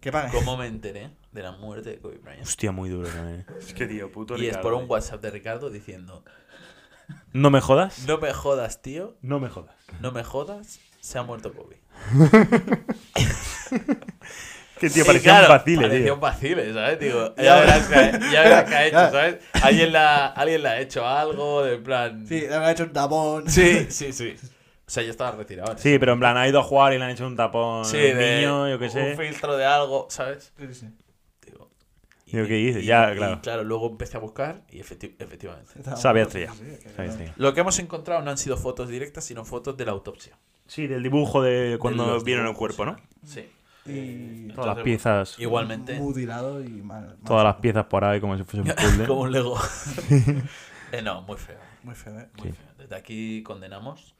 C: Que pague.
A: cómo me enteré de la muerte de Kobe Bryant.
B: Hostia, muy duro también. eh. Es que, tío, puto. eh.
A: Y es por un WhatsApp de Ricardo diciendo:
B: No me jodas.
A: No me jodas, tío,
B: No me jodas.
A: no me jodas, se ha muerto Kobe.
B: Que, tío,
A: Y
B: parecía
A: claro,
B: un vacile,
A: Parecía
B: tío.
A: un vacile, ¿sabes? Digo, ya verás que, ya verás que ha hecho,
C: Ya.
A: ¿sabes? Alguien la, alguien le ha hecho algo, de plan.
C: Sí, le habrá hecho un dabón.
A: sí, sí, sí. O sea, yo estaba retirado. ¿eh?
B: Sí, pero en plan, ha ido a jugar y le han hecho un tapón
A: Sí,
B: al
A: de
B: niño, yo qué
A: Un
B: sé.
A: filtro de algo, ¿sabes?
C: Sí, sí.
A: Digo,
B: Digo, ¿qué dices? Ya, claro.
A: Claro, luego empecé a buscar y efecti- efectivamente.
B: Sabía estrella.
C: Sí, que-
B: Sabía estrella.
A: Lo que hemos encontrado no han sido fotos directas, sino fotos de la autopsia.
B: Sí, del dibujo de cuando
A: los
B: vieron el
A: dibujos,
B: cuerpo, ¿no?
A: Sí.
C: Y
B: Todas
A: Entonces,
B: las piezas.
A: Igualmente,
C: Mutilado y mal.
B: Todas las piezas por ahí como si fuese un puzzle.
A: como un Lego. Eh, no, muy feo.
C: Muy feo, ¿eh?
A: Muy feo. Desde aquí condenamos.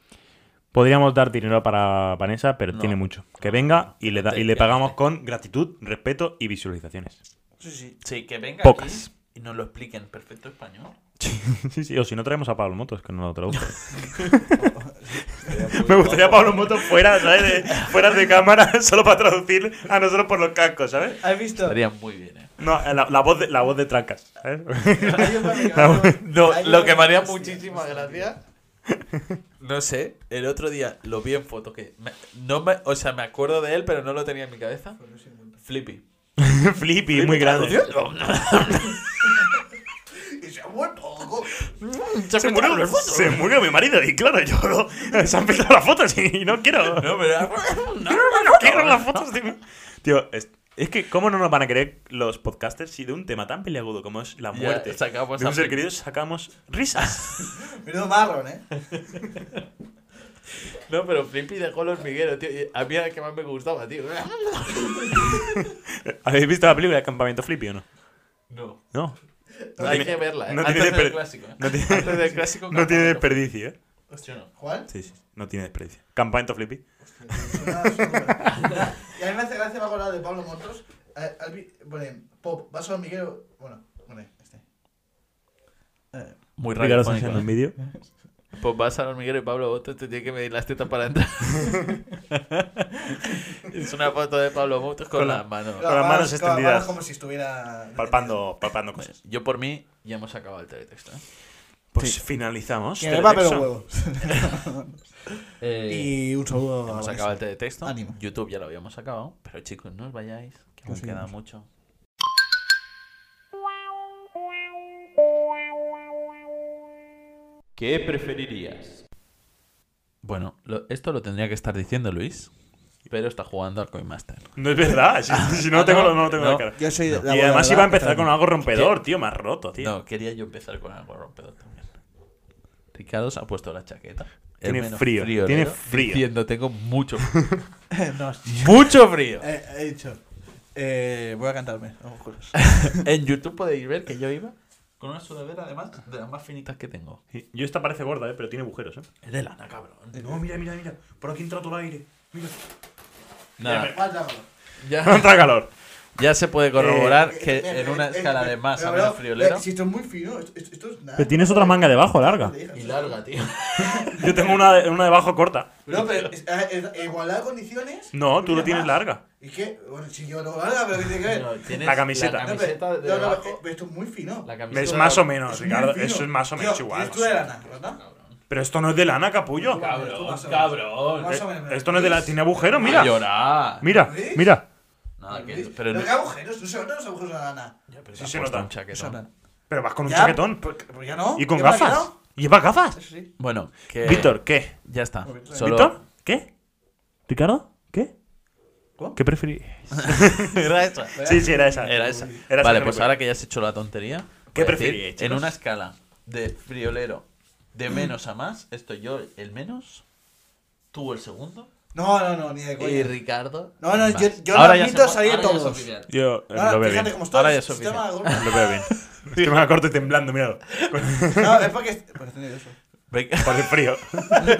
B: Podríamos dar dinero para Vanessa, pero
A: No.
B: tiene mucho. Que venga y le, da- y le
A: Te-
B: pagamos con gratitud, respeto y visualizaciones.
C: Sí, sí.
A: Sí, que venga
B: Pocas.
A: aquí y nos lo explique en perfecto español.
B: sí, sí, o si no traemos a Pablo Motos, que no lo traduzco.
A: Sería muy
B: Me gustaría
A: guapo.
B: Pablo Motos fuera, ¿sabes? De, fuera de cámara, solo para traducir a nosotros por los cascos, ¿sabes?
C: ¿Has visto?
A: Estaría muy bien, eh.
B: No, la, la voz, de, la voz de Tracas, ¿sabes?
C: Hay un meme que
B: La-
C: me hace-
A: No,
C: hay un
A: lo
C: meme
A: que me haría
C: hostia,
A: muchísima
C: hostia,
A: gracia. No sé, el otro día lo vi en fotos que. me- no me, o sea, me acuerdo de él, pero no lo tenía en mi cabeza. Flippy.
B: Flippy, muy grande.
C: tío. Y se ha muerto. ojo.
B: Se murió, se murió mi marido y claro, yo lo- se han filtrado las fotos y no quiero...
A: No, pero.
B: quiero las fotos de mí. Tío, es, es que ¿cómo no nos van a creer los podcasters si de un tema tan peliagudo como es la
A: Ya,
B: muerte
A: sacamos
B: de un ser
A: algo.
B: querido sacamos risas?
C: Menudo marrón, ¿eh?
A: No, pero Flippy dejó los migueros, tío. y A mí era el que más me gustaba, tío.
B: ¿Habéis visto la película de Campamento Flippy o no?
A: No.
B: No. No
A: Hay
B: tiene-
A: que verla, ¿eh?
B: no tiene
A: Antes del
B: desper-
A: clásico. ¿eh?
B: no tiene-
A: Antes del clásico.
B: No tiene
A: Campamento.
B: desperdicio, ¿eh?
A: Hostia, no.
C: ¿Cuál?
B: Sí, sí, no tiene desperdicio. Campamento Flippy.
C: Suena absurdo. y a mí me hace gracia me acordar de Pablo Motos. Eh, Albi- Pone, Pop, vas a Miguel. Bueno, pone este. Eh,
A: Muy
B: Ricardo está
A: radiofónico,
B: haciendo un
A: ¿eh?
B: vídeo.
A: Pues vas al hormiguero y Pablo Boto te tiene que medir las tetas para entrar. es una foto de Pablo Boto con,
B: Con la-
A: las manos.
B: Con las manos
C: con las
B: extendidas.
C: como si estuviera.
H: Palpando, palpando cosas.
A: Yo por mí ya hemos acabado el teletexto. ¿eh?
B: Pues finalizamos.
C: Que me va, pero
B: Teletexto.
C: huevos.
B: Eh,
C: y un saludo a
A: hemos
C: Vanessa.
A: acabado el teletexto.
C: Ánimo.
A: YouTube ya lo habíamos acabado. Pero chicos, no os vayáis, que aún
C: Nos
A: queda
C: vemos.
A: mucho.
I: ¿Qué preferirías?
A: Bueno, lo- esto lo tendría que estar diciendo Luis, pero está jugando al Coinmaster.
B: No es verdad. Si, si no, lo tengo, no lo tengo en
A: Ah, No.
B: la cara.
C: Yo soy de la
B: Y
C: bola,
B: además
C: ¿verdad?
B: iba a empezar con
C: Está
B: algo rompedor, tío. Más roto, tío.
A: No, quería yo empezar con algo rompedor también. Ricardo se ha puesto la chaqueta. El
B: Tiene
A: menos
B: frío, tiene
A: friolero,
B: frío.
A: Diciendo, tengo mucho frío.
C: bien. No, sí.
A: ¡Mucho frío!
C: Eh, he dicho. Eh, voy a cantarme, no me jures.
A: En YouTube podéis ver que yo iba con una sudadera, además, de las más finitas que tengo.
B: Sí, Yo esta parece gorda, eh, pero tiene agujeros, eh.
A: Es de lana, cabrón.
H: No, mira, mira, mira. Por aquí entra todo el aire. Mira.
A: Nada,
B: No
A: ya,
B: entra calor.
A: ya se puede
C: Eh,
A: corroborar que en una escala de más
C: masa
A: a menos friolero.
C: eh, Si esto es muy fino, esto, esto- esto es nada.
B: Pero tienes otra manga debajo, larga.
A: Y larga, tío.
B: Yo tengo una, de- una debajo corta.
C: No, pero es- es- es- igualdad de condiciones.
B: No, tú lo
C: Mira,
B: tienes
C: más.
B: larga.
C: ¿Y qué? Bueno, si yo no larga, pero ¿qué tiene que ver?
A: No, tienes
B: La camiseta.
A: La
C: No, pero-
A: camiseta de
C: eh, no, no,
A: debajo,
C: eh, pero esto es muy fino.
A: la camiseta
B: Es
A: de
B: más o
A: abajo.
B: menos,
C: muy
B: Ricardo.
C: fino.
B: Eso es más o
C: Tío,
B: menos igual.
C: Esto de lana, ¿verdad?
B: Pero esto no es de lana, capullo.
A: Cabrón,
C: Más o menos.
A: cabrón.
C: Más o
B: Eh,
C: menos.
B: Esto no es de lana. Tiene agujeros,
A: Mira.
B: mira. Mira,
C: ¿Ves?
B: mira.
A: Nada, que,
C: ¿Veis?
A: pero no.
C: qué agujeros? Ah, No se notan los agujeros de la lana.
A: Pero
B: sí
A: te
B: se
A: ha puesto
B: nota.
A: un chaquetón.
C: Se notan.
B: Pero vas con un
C: Ya,
B: chaquetón.
C: ¿por qué- por qué ya no?
B: Y con
C: ¿Qué me ha
B: gafas.
C: quedado?
B: Lleva gafas.
C: Eso sí.
A: Bueno, que...
B: Víctor, ¿qué?
A: Ya está. Solo...
B: ¿Víctor? ¿Qué? ¿Ricardo? ¿Qué?
C: ¿Cómo?
B: ¿Qué preferís?
A: Era esa.
B: Sí, sí, era esa.
A: Era esa.
B: Era esa
A: vale,
B: que
A: pues
B: me-
A: ahora que ya has hecho la tontería.
B: ¿Qué
A: voy a decir,
B: preferís, chicos?
A: En una escala de friolero de menos a más, estoy yo el menos, tú el segundo
C: No, no, no, ni de coña.
A: y Ricardo.
C: No, no,
A: el más.
C: yo- yo lo
A: ya
C: admito,
A: se po-
C: salí de
A: ahora ya es
C: todos.
A: oficial.
B: Yo eh,
C: Ahora,
B: lo veo
C: fíjate
B: bien.
C: cómo estoy.
A: Ahora ya es
C: sistema
B: Lo veo bien. Estoy más corto y temblando, míralo.
C: de gorro. No, es porque. Porque estoy nervioso.
A: Venga,
B: Por el frío.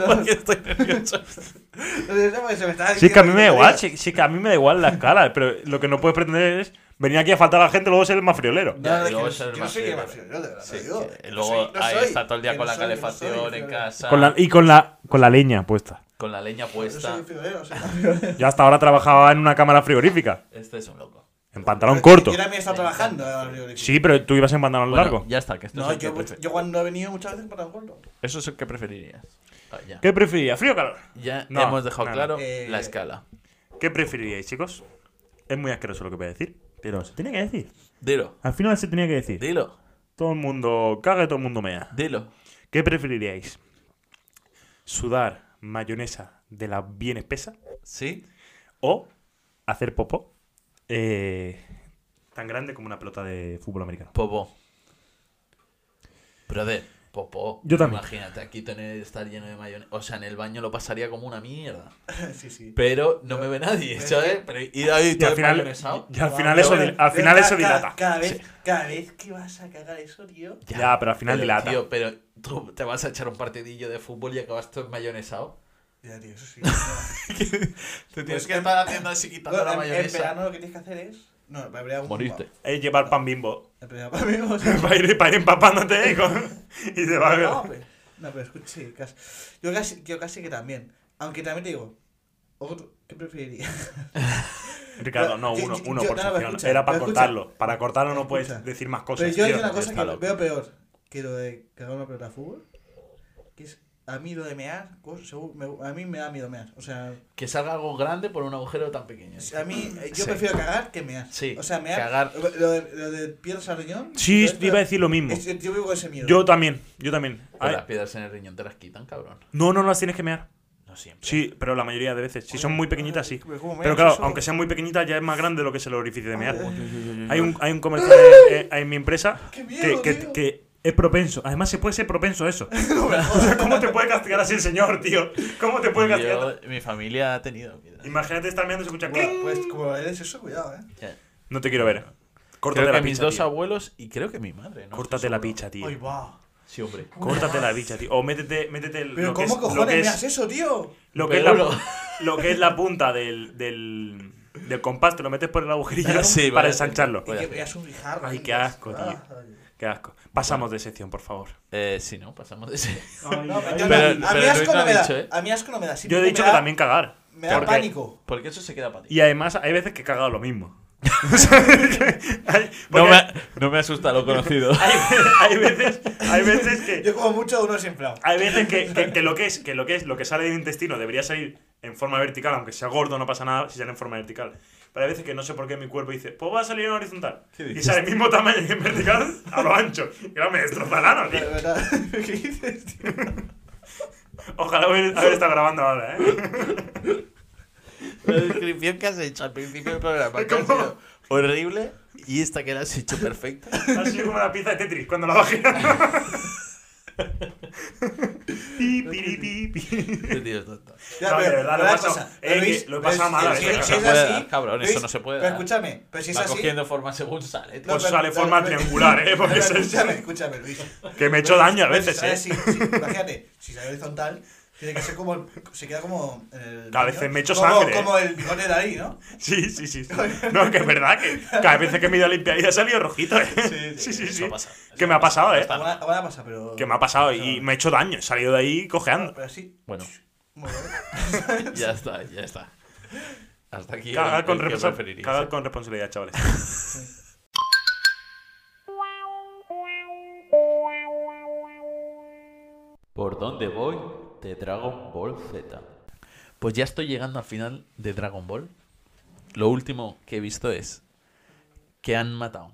A: porque estoy nervioso.
C: Es porque se me está
B: Sí, es que a mí me da
C: diciendo
B: igual.
C: que
B: Sí, sí, que a mí me da igual la escala. Pero lo que no puedes pretender es venir aquí a faltar a la gente y luego ser el más friolero.
C: No,
A: Ya,
C: no,
A: y
C: es que
A: luego
C: no-
A: ser
C: yo no
A: más
C: soy que
A: friolero.
C: más friolero, de verdad,
A: Sí,
C: te digo.
A: que
C: No
A: luego
C: soy- no
A: ahí
C: soy,
A: está todo el
C: que
A: día con
C: no
A: la
C: soy, que no soy
A: calefacción en
C: friolero.
A: casa,
B: Con la- y con la, con la leña puesta.
A: con la leña
C: Yo soy
A: puesta.
C: un friolero, soy un friolero.
B: Yo hasta ahora trabajaba en una cámara frigorífica.
A: Este es un loco.
B: En pantalón
C: Pero
B: corto.
C: Yo también he estado trabajando. eh, friolero.
B: Sí, pero tú ibas en pantalón
A: Bueno,
B: largo.
A: ya está, que esto
C: No,
A: es el que
C: yo,
A: prefer-
C: yo cuando he venido muchas veces para el gordo.
A: Eso es el que preferirías. Ah, ya.
B: ¿Qué preferirías, frío o calor?
A: Ya
B: No,
A: hemos dejado
B: no, no.
A: claro
C: Eh,
A: la escala.
B: ¿Qué preferiríais, chicos? Es muy asqueroso lo que voy a decir, pero se tiene que decir.
A: Dilo,
B: Al final se tenía que decir.
A: dilo,
B: Todo el mundo caga y todo el mundo mea.
A: dilo.
B: ¿Qué preferiríais? ¿Sudar mayonesa de la bien espesa
A: ¿Sí?
B: o hacer popó eh, tan grande como una pelota de fútbol americano?
A: Popó. Brother, popó.
B: Yo también.
A: Imagínate, aquí tener estar lleno de mayonesa. O sea, en el baño lo pasaría como una mierda.
C: sí, sí.
A: Pero no me ve nadie, ¿sabes? Pero ir ahí
B: Y
A: todo
B: al final,
A: mayonesao.
B: y al final eso, dil- al final eso dilata.
C: Cada vez, cada vez que vas a cagar eso, tío.
B: Ya, pero al final
A: Pero,
B: dilata.
A: Tío, pero tú te vas a echar un partidillo de fútbol y acabas todo mayonesado.
C: Ya, tío, eso sí.
A: Te
C: tienes
A: tienes que
C: que em-
A: estar haciendo así quitando
C: Bueno,
A: la
C: Pues en- en,
A: mayonesa.
C: verano lo que tienes que hacer es. No, me habría un.
A: Moriste.
B: Es llevar pan bimbo
C: En verano, para mí, o sea,
B: para ir, para ir empapándote y, con- y te va
C: No,
B: a...
C: pero, no, pero escuche, casi- yo, casi, yo casi que también. Aunque también te digo, otro, ¿qué preferiría?
B: Ricardo,
C: Pero,
B: no,
C: yo-
B: uno,
C: yo-
B: uno
C: yo-
B: por
C: no, no,
B: sección.
C: escucha,
B: Era para
C: pero
B: cortarlo.
C: escucha.
B: para cortarlo no puedes
C: Escucha.
B: decir más cosas.
C: Pero
B: tío.
C: yo hay una cosa
A: está
C: que
A: loco.
C: veo peor que lo de cagar una pelota de fútbol, que es a mí lo de mear, cos- según- me- a mí me da miedo mear. O sea,
A: Que salga algo grande por un agujero tan pequeño.
C: a mí eh,
A: Sí.
C: yo prefiero cagar que mear.
A: Sí,
C: O sea, mear,
A: cagar.
C: lo de, lo de piernas al riñón.
B: Sí,
C: yo-
B: te iba a decir lo mismo.
C: es- yo vivo con ese miedo.
B: Yo también, yo también.
A: Pero
B: Ay,
A: las piedras en el riñón te las quitan, cabrón.
B: no, no las tienes que mear.
A: No siempre.
B: Sí, pero la mayoría de veces. Si son muy pequeñitas, sí.
C: Pero ¿cómo meas
B: Pero claro,
C: eso?
B: aunque sean muy pequeñitas, ya es más grande de lo que es el orificio de mear.
C: Ay,
B: Hay un, hay un comercial en, en- en mi empresa
C: Qué
B: que,
C: miedo,
B: que,
C: tío.
B: que es propenso. Además, se puede ser propenso a eso. O sea, ¿cómo te puede castigar así el señor, tío? ¿Cómo te puede castigar?
A: Yo- mi familia ha tenido piedras.
B: Imagínate estar mirando Pues y escuchar.
C: Bueno, pues como eres eso, cuidado, eh.
A: Ya.
B: No te quiero ver. Córtate
A: Creo que
B: la
A: mis
B: picha.
A: dos
B: tío.
A: abuelos y creo que mi madre. ¿no?
B: Córtate
A: Estoy
B: la
A: seguro.
B: picha, tío.
C: Ay, va.
A: Sí, hombre.
B: Córtate la bicha, tío. O métete, métete el-
C: Pero
B: lo que
C: ¿cómo
B: es, lo
C: cojones
B: que
C: meas
B: es,
C: eso, tío?
B: lo que es
A: Pero
B: la, lo que es la punta del, del, del compás te lo metes por el agujerillo
A: Ah, sí,
B: para
A: vale.
B: ensancharlo.
A: Voy a
C: Y que
A: hacer.
C: veas un guijarro.
B: Ay,
C: ahí.
B: qué asco, tío.
C: Ah,
B: Qué asco. Pasamos de sección, por favor.
A: Eh, sí, ¿no? Pasamos de ese.
C: no, yo no-
A: Pero-
C: a, mí
A: pero Luis
C: asco
A: lo
C: no
A: ha
C: me
A: dicho,
C: da,
A: ¿eh?
C: a mí asco no me
B: Yo
C: da.
B: he
C: simplemente
B: dicho
C: me
B: que
C: da-
B: también cagar.
C: Me da
B: Porque-
C: pánico.
A: Porque eso se queda para ti.
B: Y además hay veces que he cagado lo mismo. O sea, que hay-
A: No
B: porque
A: me, no me asusta lo conocido.
B: hay, hay veces, hay veces que
C: Yo como mucho uno desinflado.
B: Hay veces que, que- que lo que es, que lo que es, lo que sale del intestino debería salir en forma vertical, aunque sea gordo, no pasa nada si sale en forma vertical. Pero hay veces que no sé por qué mi cuerpo dice, pues va a salir en horizontal.
A: ¿Qué
B: Y
A: dices?
B: sale el mismo tamaño que en vertical a lo ancho. Y claro, me destroza el ano,
C: Pero,
B: tío.
C: ¿verdad? ¿Qué dices, tío?
B: Ojalá hubiera- haber estado grabando ahora, ¿eh?
A: La descripción que has hecho al principio del programa que ha
B: ¿Cómo?
A: sido horrible y esta que la has hecho perfecta.
B: Ha sido como la pieza de Tetris cuando la bajé. pi, pi, pi, pi.
A: Este tío es tonto.
C: Ya,
B: No, de verdad,
C: pero-
B: lo
C: pero
B: he
C: la
B: pasado.
C: cosa,
B: Eh, que
C: Luis,
B: lo he pasado
C: Luis,
B: mal eh. a
C: si-
B: veces,
C: si
A: no
C: es
A: se puede
C: así,
A: dar, cabrón,
C: Luis,
A: eso no se puede
C: Pero
A: dar.
C: escúchame, pero si es
A: Va
C: así.
A: cogiendo forma según sale. tío.
C: no,
B: Pues
C: pero-
B: sale
C: pero-
B: forma
C: pero-
B: triangular, ¿eh? Porque
C: pero
B: es-
C: escúchame, escúchame, Luis.
B: Que me he hecho daño a
C: Pero si
B: veces,
C: sale
B: ¿eh?
C: así, sí, imagínate, si sale horizontal, tiene que ser como. Se queda como. eh,
B: A veces me echo
C: como-
B: sangre.
C: Como el bigote de ahí, ¿no?
B: Sí, sí, sí. sí. No, que es verdad que cada vez que me he ido a limpiar y ha salido rojito, ¿eh? Sí, sí, sí.
A: eso ha pasado, eso
B: que me ha pasado,
A: Ah.
B: ¿eh?
C: Alguna, alguna pasa, pero.
B: Que me ha pasado y me he hecho daño. He salido de ahí cojeando.
C: Pero así.
A: Bueno,
C: Muy bien.
A: pues, ya está, ya está. Hasta aquí.
B: Cagar
A: el-
B: con,
A: el que
B: responsa-
A: preferirías.
B: cagar con responsabilidad, chavales.
J: ¿Por dónde voy? De Dragon Ball Z.
A: Pues ya estoy llegando al final de Dragon Ball. Lo último que he visto es que han matado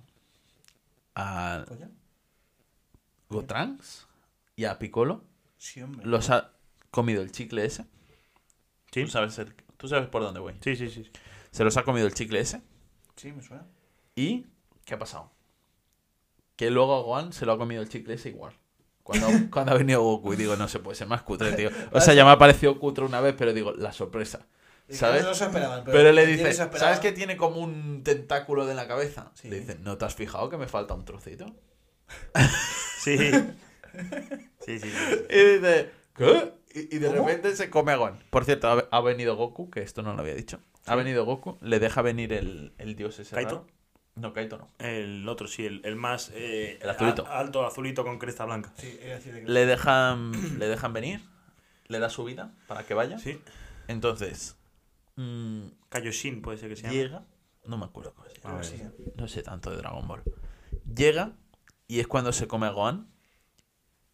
A: a
C: Coño.
A: Gotranks y a Piccolo.
C: Sí, hombre.
A: Los ha comido el chicle ese.
B: ¿Sí?
A: Tú sabes, el- tú sabes por dónde voy.
B: Sí, sí, sí.
A: Se los ha comido el chicle ese.
C: Sí, me suena.
A: ¿Y qué ha pasado? Que luego a Gohan se lo ha comido el chicle ese igual. Cuando, cuando ha venido Goku y digo, no se puede ser más cutre, tío. O sea, ya me ha parecido cutre una vez, pero digo, la sorpresa.
C: Y que
A: ¿Sabes?
C: No se lo esperaban, pero.
A: Pero le
C: ¿quién
A: dice,
C: se lo esperaba?
A: ¿sabes que tiene como un tentáculo de la cabeza?
C: Sí.
A: Le dice, ¿no te has fijado que me falta un trocito?
B: Sí. Sí, sí, sí.
A: Y dice, ¿qué? Y, y de repente se come a Gon. Por cierto, ha, ha venido Goku, que esto no lo había dicho. Ha venido Goku, le deja venir el, el dios ese.
B: ¿Kaito?
A: raro. No, Kaito no.
B: El otro, sí, el, el más. eh,
A: El azulito.
B: a- alto, azulito con cresta blanca.
C: Sí, era decir, que.
A: Le dejan, le dejan venir, le da su vida para que vaya.
B: Sí.
A: Entonces, mm,
B: Kaioshin puede ser que sea.
A: llega. No me acuerdo cómo se llama.
C: Pero sí,
A: No sé tanto de Dragon Ball. Llega y es cuando se come a Gohan.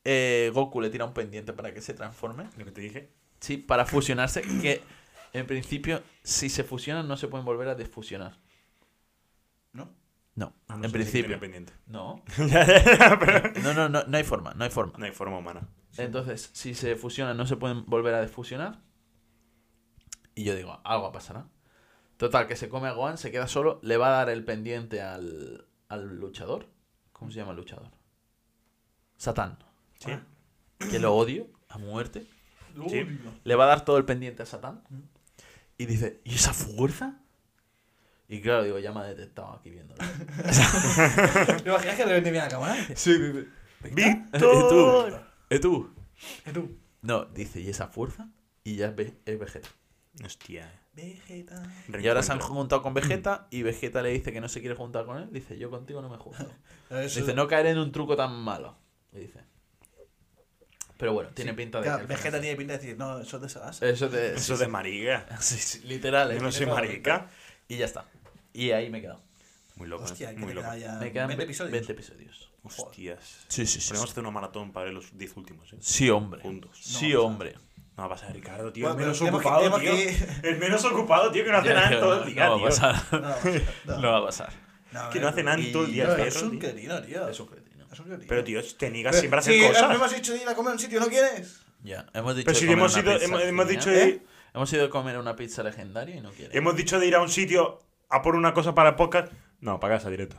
A: Eh, Goku le tira un pendiente para que se transforme.
B: Lo que te dije.
A: Sí, para fusionarse. Que en principio, si se fusionan, no se pueden volver a desfusionar.
C: ¿No?
A: No,
B: Ah,
A: en
B: no sé si
A: principio.
B: tenía pendiente.
A: No.
B: Pero-
A: No, no, no, no hay forma, no hay forma.
B: No hay forma humana.
A: Entonces, si se fusionan, no se pueden volver a desfusionar. Y yo digo, algo pasará. Total, que se come a Gohan, se queda solo, le va a dar el pendiente al, al luchador. ¿Cómo se llama el luchador? Satán. Ah.
B: Sí.
A: Que lo odio a muerte.
B: Sí.
A: Le va a dar todo el pendiente a Satán. Y dice, ¿y esa fuerza? Y claro, digo, ya me ha detectado aquí viéndolo.
C: ¿Te imaginas que le vendí bien la cámara?
A: Sí, sí,
B: ¡Víctor!
A: ¿Y tú?
C: ¿Y tú?
A: No, dice, ¿y esa fuerza? Y ya es, ve- es Vegeta.
B: Hostia. eh.
C: Vegeta.
A: Y ahora se han
B: Reencuentro.
A: juntado con Vegeta y Vegeta le dice que no se quiere juntar con él. Dice, yo contigo no me junto.
C: Eso-
A: Dice, no caer en un truco tan malo. Le dice. Pero bueno, tiene
C: Sí,
A: pinta de...
C: claro,
A: que al final
C: Vegeta
A: sí.
C: tiene pinta de decir, no, eso es de Sagasa.
B: Eh,
A: Eso de...
B: Eso de marica.
A: sí, sí, literal. eh,
B: Yo no
A: tiene
B: soy
A: toda la
B: marica.
A: pinta. Y ya está. Y ahí me he quedado.
B: Muy loco.
C: Hostia,
B: eh.
C: que
B: Muy
C: te
B: loco.
C: queda ya
A: Me quedan
C: 20 Ah, episodios.
A: 20 episodios.
B: Hostias.
A: Sí, sí, sí.
B: Podemos hacer una maratón para ver los 10 últimos, ¿eh?
A: Sí, hombre.
B: Juntos.
A: Sí,
C: No,
A: hombre.
B: No va a pasar, Ricardo, tío.
C: Bueno,
B: el menos
C: pero tenemos que-
B: ocupado, tío.
C: tenemos
B: El menos ocupado, tío, que no hace
A: Ya,
B: nada en
A: tío,
B: todo el día,
A: no,
B: tío.
A: va a pasar.
C: No, no,
A: No va a pasar.
C: no,
B: Que no hace nada en todo el
A: Y-
B: día,
C: No,
B: perro,
C: es un
B: tío.
C: querido, tío.
A: Es un cretino.
C: Es un querido.
B: Pero, tío, te niegas
C: Pero-
B: siempre a hacer
C: sí,
B: cosas.
C: hemos dicho de ir a comer a un sitio, ¿no quieres?
A: Ya, hemos dicho
B: Pero
A: de
B: si
A: comer
B: hemos
A: una
B: ido-
A: pizza
B: hemos- hemos dicho
A: genial.
B: de-
A: Hemos ido a comer una pizza legendaria y no quiere.
B: Hemos dicho de ir a un sitio a por una cosa para el podcast. No, para casa directo.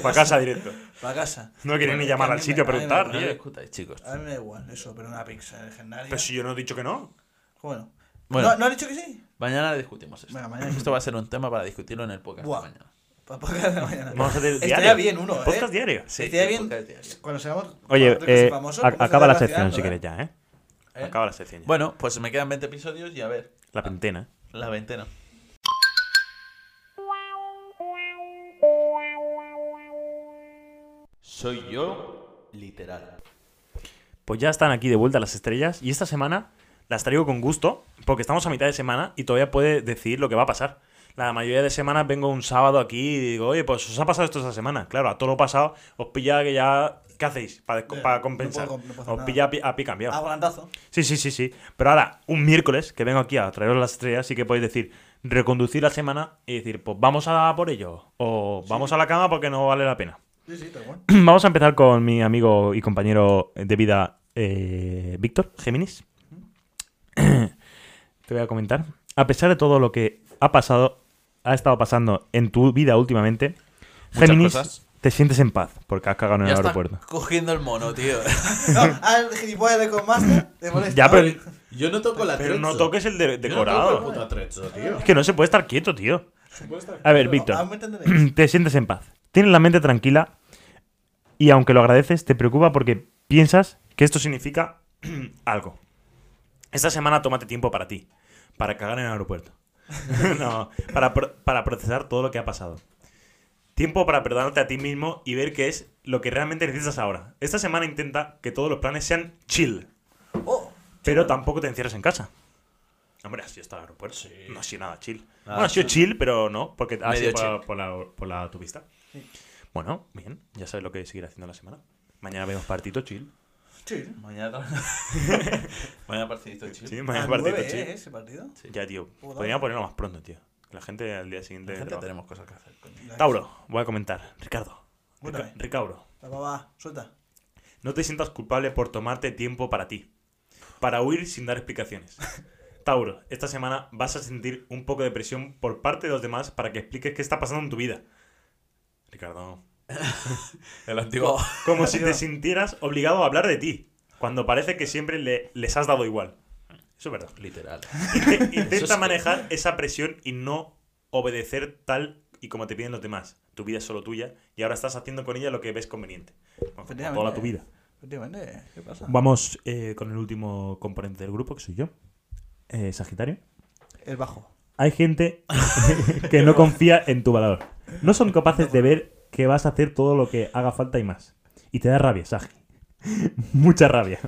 B: para casa directo.
C: Para casa.
B: No quieren ni llamar
C: que a
B: al
C: mí
B: sitio a
C: me- a mí me
B: preguntar,
A: No lo
B: tío.
A: discutáis, chicos.
C: A mí me da igual eso, pero una pizza legendaria.
B: Pero si yo no he dicho que no.
C: Bueno.
A: Bueno.
C: ¿No, ¿No has dicho que sí?
A: Mañana discutimos esto.
C: Venga, mañana.
A: Esto va a ser un tema para discutirlo en el podcast
C: Buah.
A: de mañana.
C: Para podcast de mañana.
B: Vamos a hacer
C: Estaría
B: diario.
C: bien uno, ¿eh?
B: Podcast diario.
A: Sí,
C: Estaría
A: el
C: bien
A: podcast diario.
C: cuando seamos
B: Oye,
C: cuando seamos
B: eh,
C: famosos,
B: ac-
C: podemos
B: acaba la
C: hacer
B: sección si
C: relacionando,
B: quieres ya, ¿eh?
A: ¿Eh?
B: Acaba la sección ya.
A: Bueno, pues me quedan 20 episodios y a ver,
B: La pentena.
A: la veintena.
K: Soy yo, literal.
B: Pues ya están aquí de vuelta las estrellas y esta semana las traigo con gusto porque estamos a mitad de semana y todavía puede decidir lo que va a pasar. La mayoría de semanas vengo un sábado aquí y digo, oye, pues os ha pasado esto esta semana. Claro, a todo lo pasado os pilla que ya... ¿Qué hacéis para,
C: Ya,
B: para
C: no
B: compensar?
C: puedo- no puedo hacer
B: os
C: nada. Ah,
B: pilla a pi- a pie cambiado.
C: A volantazo.
B: Sí, sí, sí, sí. Pero ahora, un miércoles que vengo aquí a traeros las estrellas, sí que podéis decir, reconducir la semana y decir, pues vamos a por ello. O vamos a la cama porque no vale la pena.
C: Sí, sí, tal cual.
B: vamos a empezar con mi amigo y compañero de vida, eh, Víctor Géminis. Te voy a comentar. A pesar de todo lo que ha pasado, ha estado pasando en tu vida últimamente,
A: Muchas
B: Géminis,
A: cosas.
B: te sientes en paz porque has cagado en
A: Ya
B: el
A: está
B: aeropuerto.
A: cogiendo el mono, tío.
C: No, al gilipollas de Conmaster te molesta.
B: Ya, pero,
E: Yo no toco la
B: pero no
E: atrezzo.
B: toques el de-
E: Yo no toco el
B: decorado.
E: puto atrezzo, tío.
B: Es que no se puede estar quieto, tío. A ver,
C: Pero, ah,
B: Víctor,
C: me entenderéis.
B: te sientes en paz. Tienes la mente tranquila y aunque lo agradeces, te preocupa porque piensas que esto significa algo. Esta semana tómate tiempo para ti, para cagar en el aeropuerto. no, para, pro- para procesar todo lo que ha pasado. Tiempo para perdonarte a ti mismo y ver qué es lo que realmente necesitas ahora. Esta semana intenta que todos los planes sean chill,
C: Oh,
B: pero tampoco te encierres en casa. Hombre, así está el aeropuerto. No ha sido nada chill. Ah, bueno, ha sido chill, pero no, porque ha
A: Medio
B: sido por, por la, por la autopista. Bueno, bien, ya sabes lo que seguirá haciendo la semana. Mañana vemos partito chill.
C: sí.
A: Mañana. Mañana partidito chido.
B: Sí,
C: Ah,
B: mañana
C: nueve,
B: partito
C: ¿eh?
B: chill.
C: ese partido.
B: Ya, tío.
C: Joder.
B: Podríamos ponerlo más pronto, tío. Que La gente al día siguiente.
A: Gente,
B: trabaja.
A: tenemos cosas que hacer, coño.
B: Tauro, voy a comentar. Ricardo.
C: Cuéntame.
B: Rica- Ricauro.
C: La baba, suelta.
B: No te sientas culpable por tomarte tiempo para ti. Para huir sin dar explicaciones. Tauro, esta semana vas a sentir un poco de presión por parte de los demás para que expliques qué está pasando en tu vida. Ricardo.
A: El antiguo.
B: Como si te sintieras obligado a hablar de ti, cuando parece que siempre le- les has dado igual. Eso es verdad.
A: Literal.
B: Inte-
A: Eso es
B: Intenta
A: que-
B: manejar esa presión y no obedecer tal y como te piden los demás. Tu vida es solo tuya y ahora estás haciendo con ella lo que ves conveniente. Bueno, como toda tu vida.
C: Efectivamente, ¿qué pasa?
B: Vamos eh, con el último componente del grupo, que soy yo. Eh, Sagitario.
C: El bajo.
B: Hay gente que no confía en tu valor. No son capaces de ver que vas a hacer todo lo que haga falta y más. Y te da rabia, Sagi. Mucha rabia.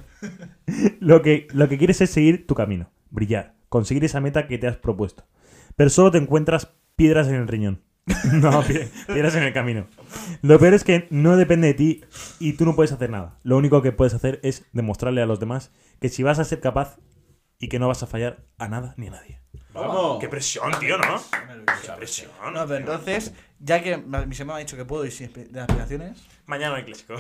B: Lo que, lo que quieres es seguir tu camino, brillar, conseguir esa meta que te has propuesto. Pero solo te encuentras piedras en el riñón. No, pie- piedras en el camino. Lo peor es que no depende de ti y tú no puedes hacer nada. Lo único que puedes hacer es demostrarle a los demás que si vas a ser capaz y que no vas a fallar a nada ni a nadie.
E: Vamos.
B: Qué presión, tío, ¿no? Qué presión.
A: Ah,
C: No, pero entonces, ya que ma- mi semana me ha dicho que puedo ir sin expli- de aspiraciones,
B: Mañana hay clásico.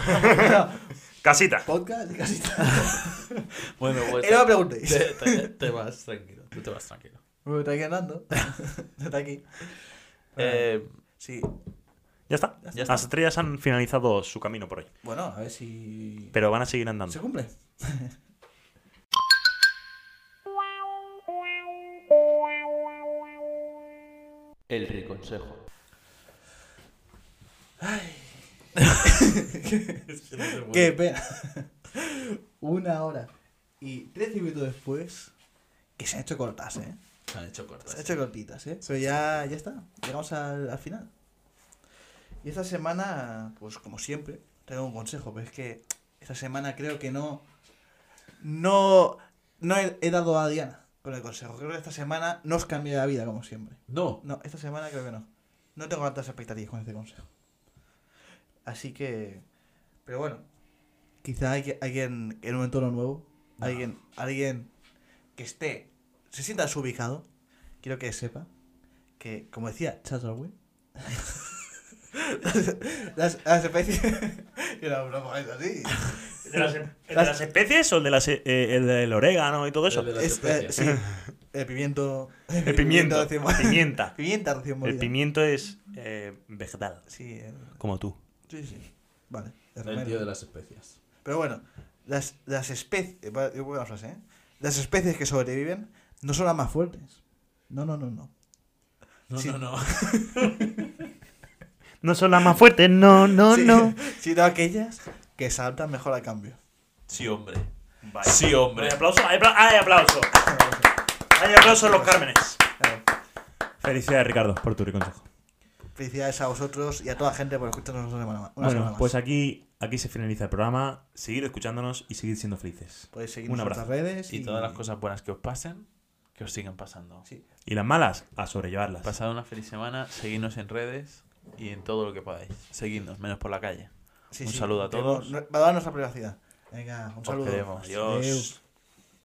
B: Casita.
C: podcast y casi todo.
A: Bueno, pues.
C: Y no me preguntéis.
A: Te, te- te vas tranquilo. Tú te vas tranquilo.
C: Me está aquí andando. Está aquí.
A: Eh,
C: Sí.
B: Ya está.
A: Ya está.
B: Las estrellas han finalizado su camino por hoy.
C: Bueno, a ver si.
B: Pero van a seguir
C: ¿Se
B: andando.
C: cumple?
K: El riconsejo.
C: ¡Qué pena! Una hora y trece minutos después, que se han hecho cortas, ¿eh?
A: se han hecho
C: Se
A: cortas.
C: han hecho cortitas, ¿eh? Pero ya, ya está. Llegamos al, al final. Y esta semana, pues como siempre, tengo un consejo, pero es que esta semana creo que no. No. No he, he dado a Diana con el consejo. Creo que esta semana no os cambié la vida, como siempre.
A: No.
C: No, esta semana creo que no. No tengo tantas expectativas con este consejo. Así que. Pero bueno. Quizá hay que- alguien en un entorno nuevo. Alguien, alguien que esté. Se sienta desubicado. Quiero que sepa que, como decía Charles Darwin. las, las especies. Yo no, no pongáis así.
B: ¿El de las, especies o el, de las, eh, el del orégano y todo eso?
A: El de las
C: Es, eh,
A: especies.
C: sí. El pimiento.
B: El pimiento.
C: recién-
B: Pimienta.
C: Pimienta recién
B: El
C: molida.
B: pimiento es eh, vegetal,
C: Sí, el-
B: como tú.
C: Sí, sí. Vale. el
A: El tío
C: romero.
A: de las especias.
C: Pero bueno, las, las especies. Buena frase, ¿eh? Las especies que sobreviven no son las más fuertes. No, no, no, no.
A: No,
C: Sí.
A: no, no.
B: No son las más fuertes, no, no,
C: Sí,
B: no.
C: Sino aquellas que se adaptan mejor al cambio.
A: Sí, hombre. Sí, hombre.
B: Hay aplauso, hay apla- hay aplauso. Hay aplauso en los cármenes.
C: Claro.
B: Felicidades, Ricardo, por tu consejo.
C: Felicidades a vosotros y a toda la gente por escucharnos una semana más. Una semana
B: Bueno,
C: más.
B: pues aquí, aquí se finaliza el programa. Seguir escuchándonos y seguir siendo felices.
C: Podéis
B: un
C: seguirnos en nuestras
B: abrazo.
C: redes.
A: Y todas las cosas buenas que os pasen, que os sigan pasando.
C: Sí.
B: Y las malas, a sobrellevarlas.
A: Pasad una feliz semana, seguidnos en redes y en todo lo que podáis. Seguidnos, menos por la calle.
C: Sí,
A: Un
C: sí,
A: saludo a
C: queremos-
A: todos.
C: no- Valorad nuestra privacidad. Venga, un
A: Os
C: saludo.
A: queremos. Adiós.
C: Adeu.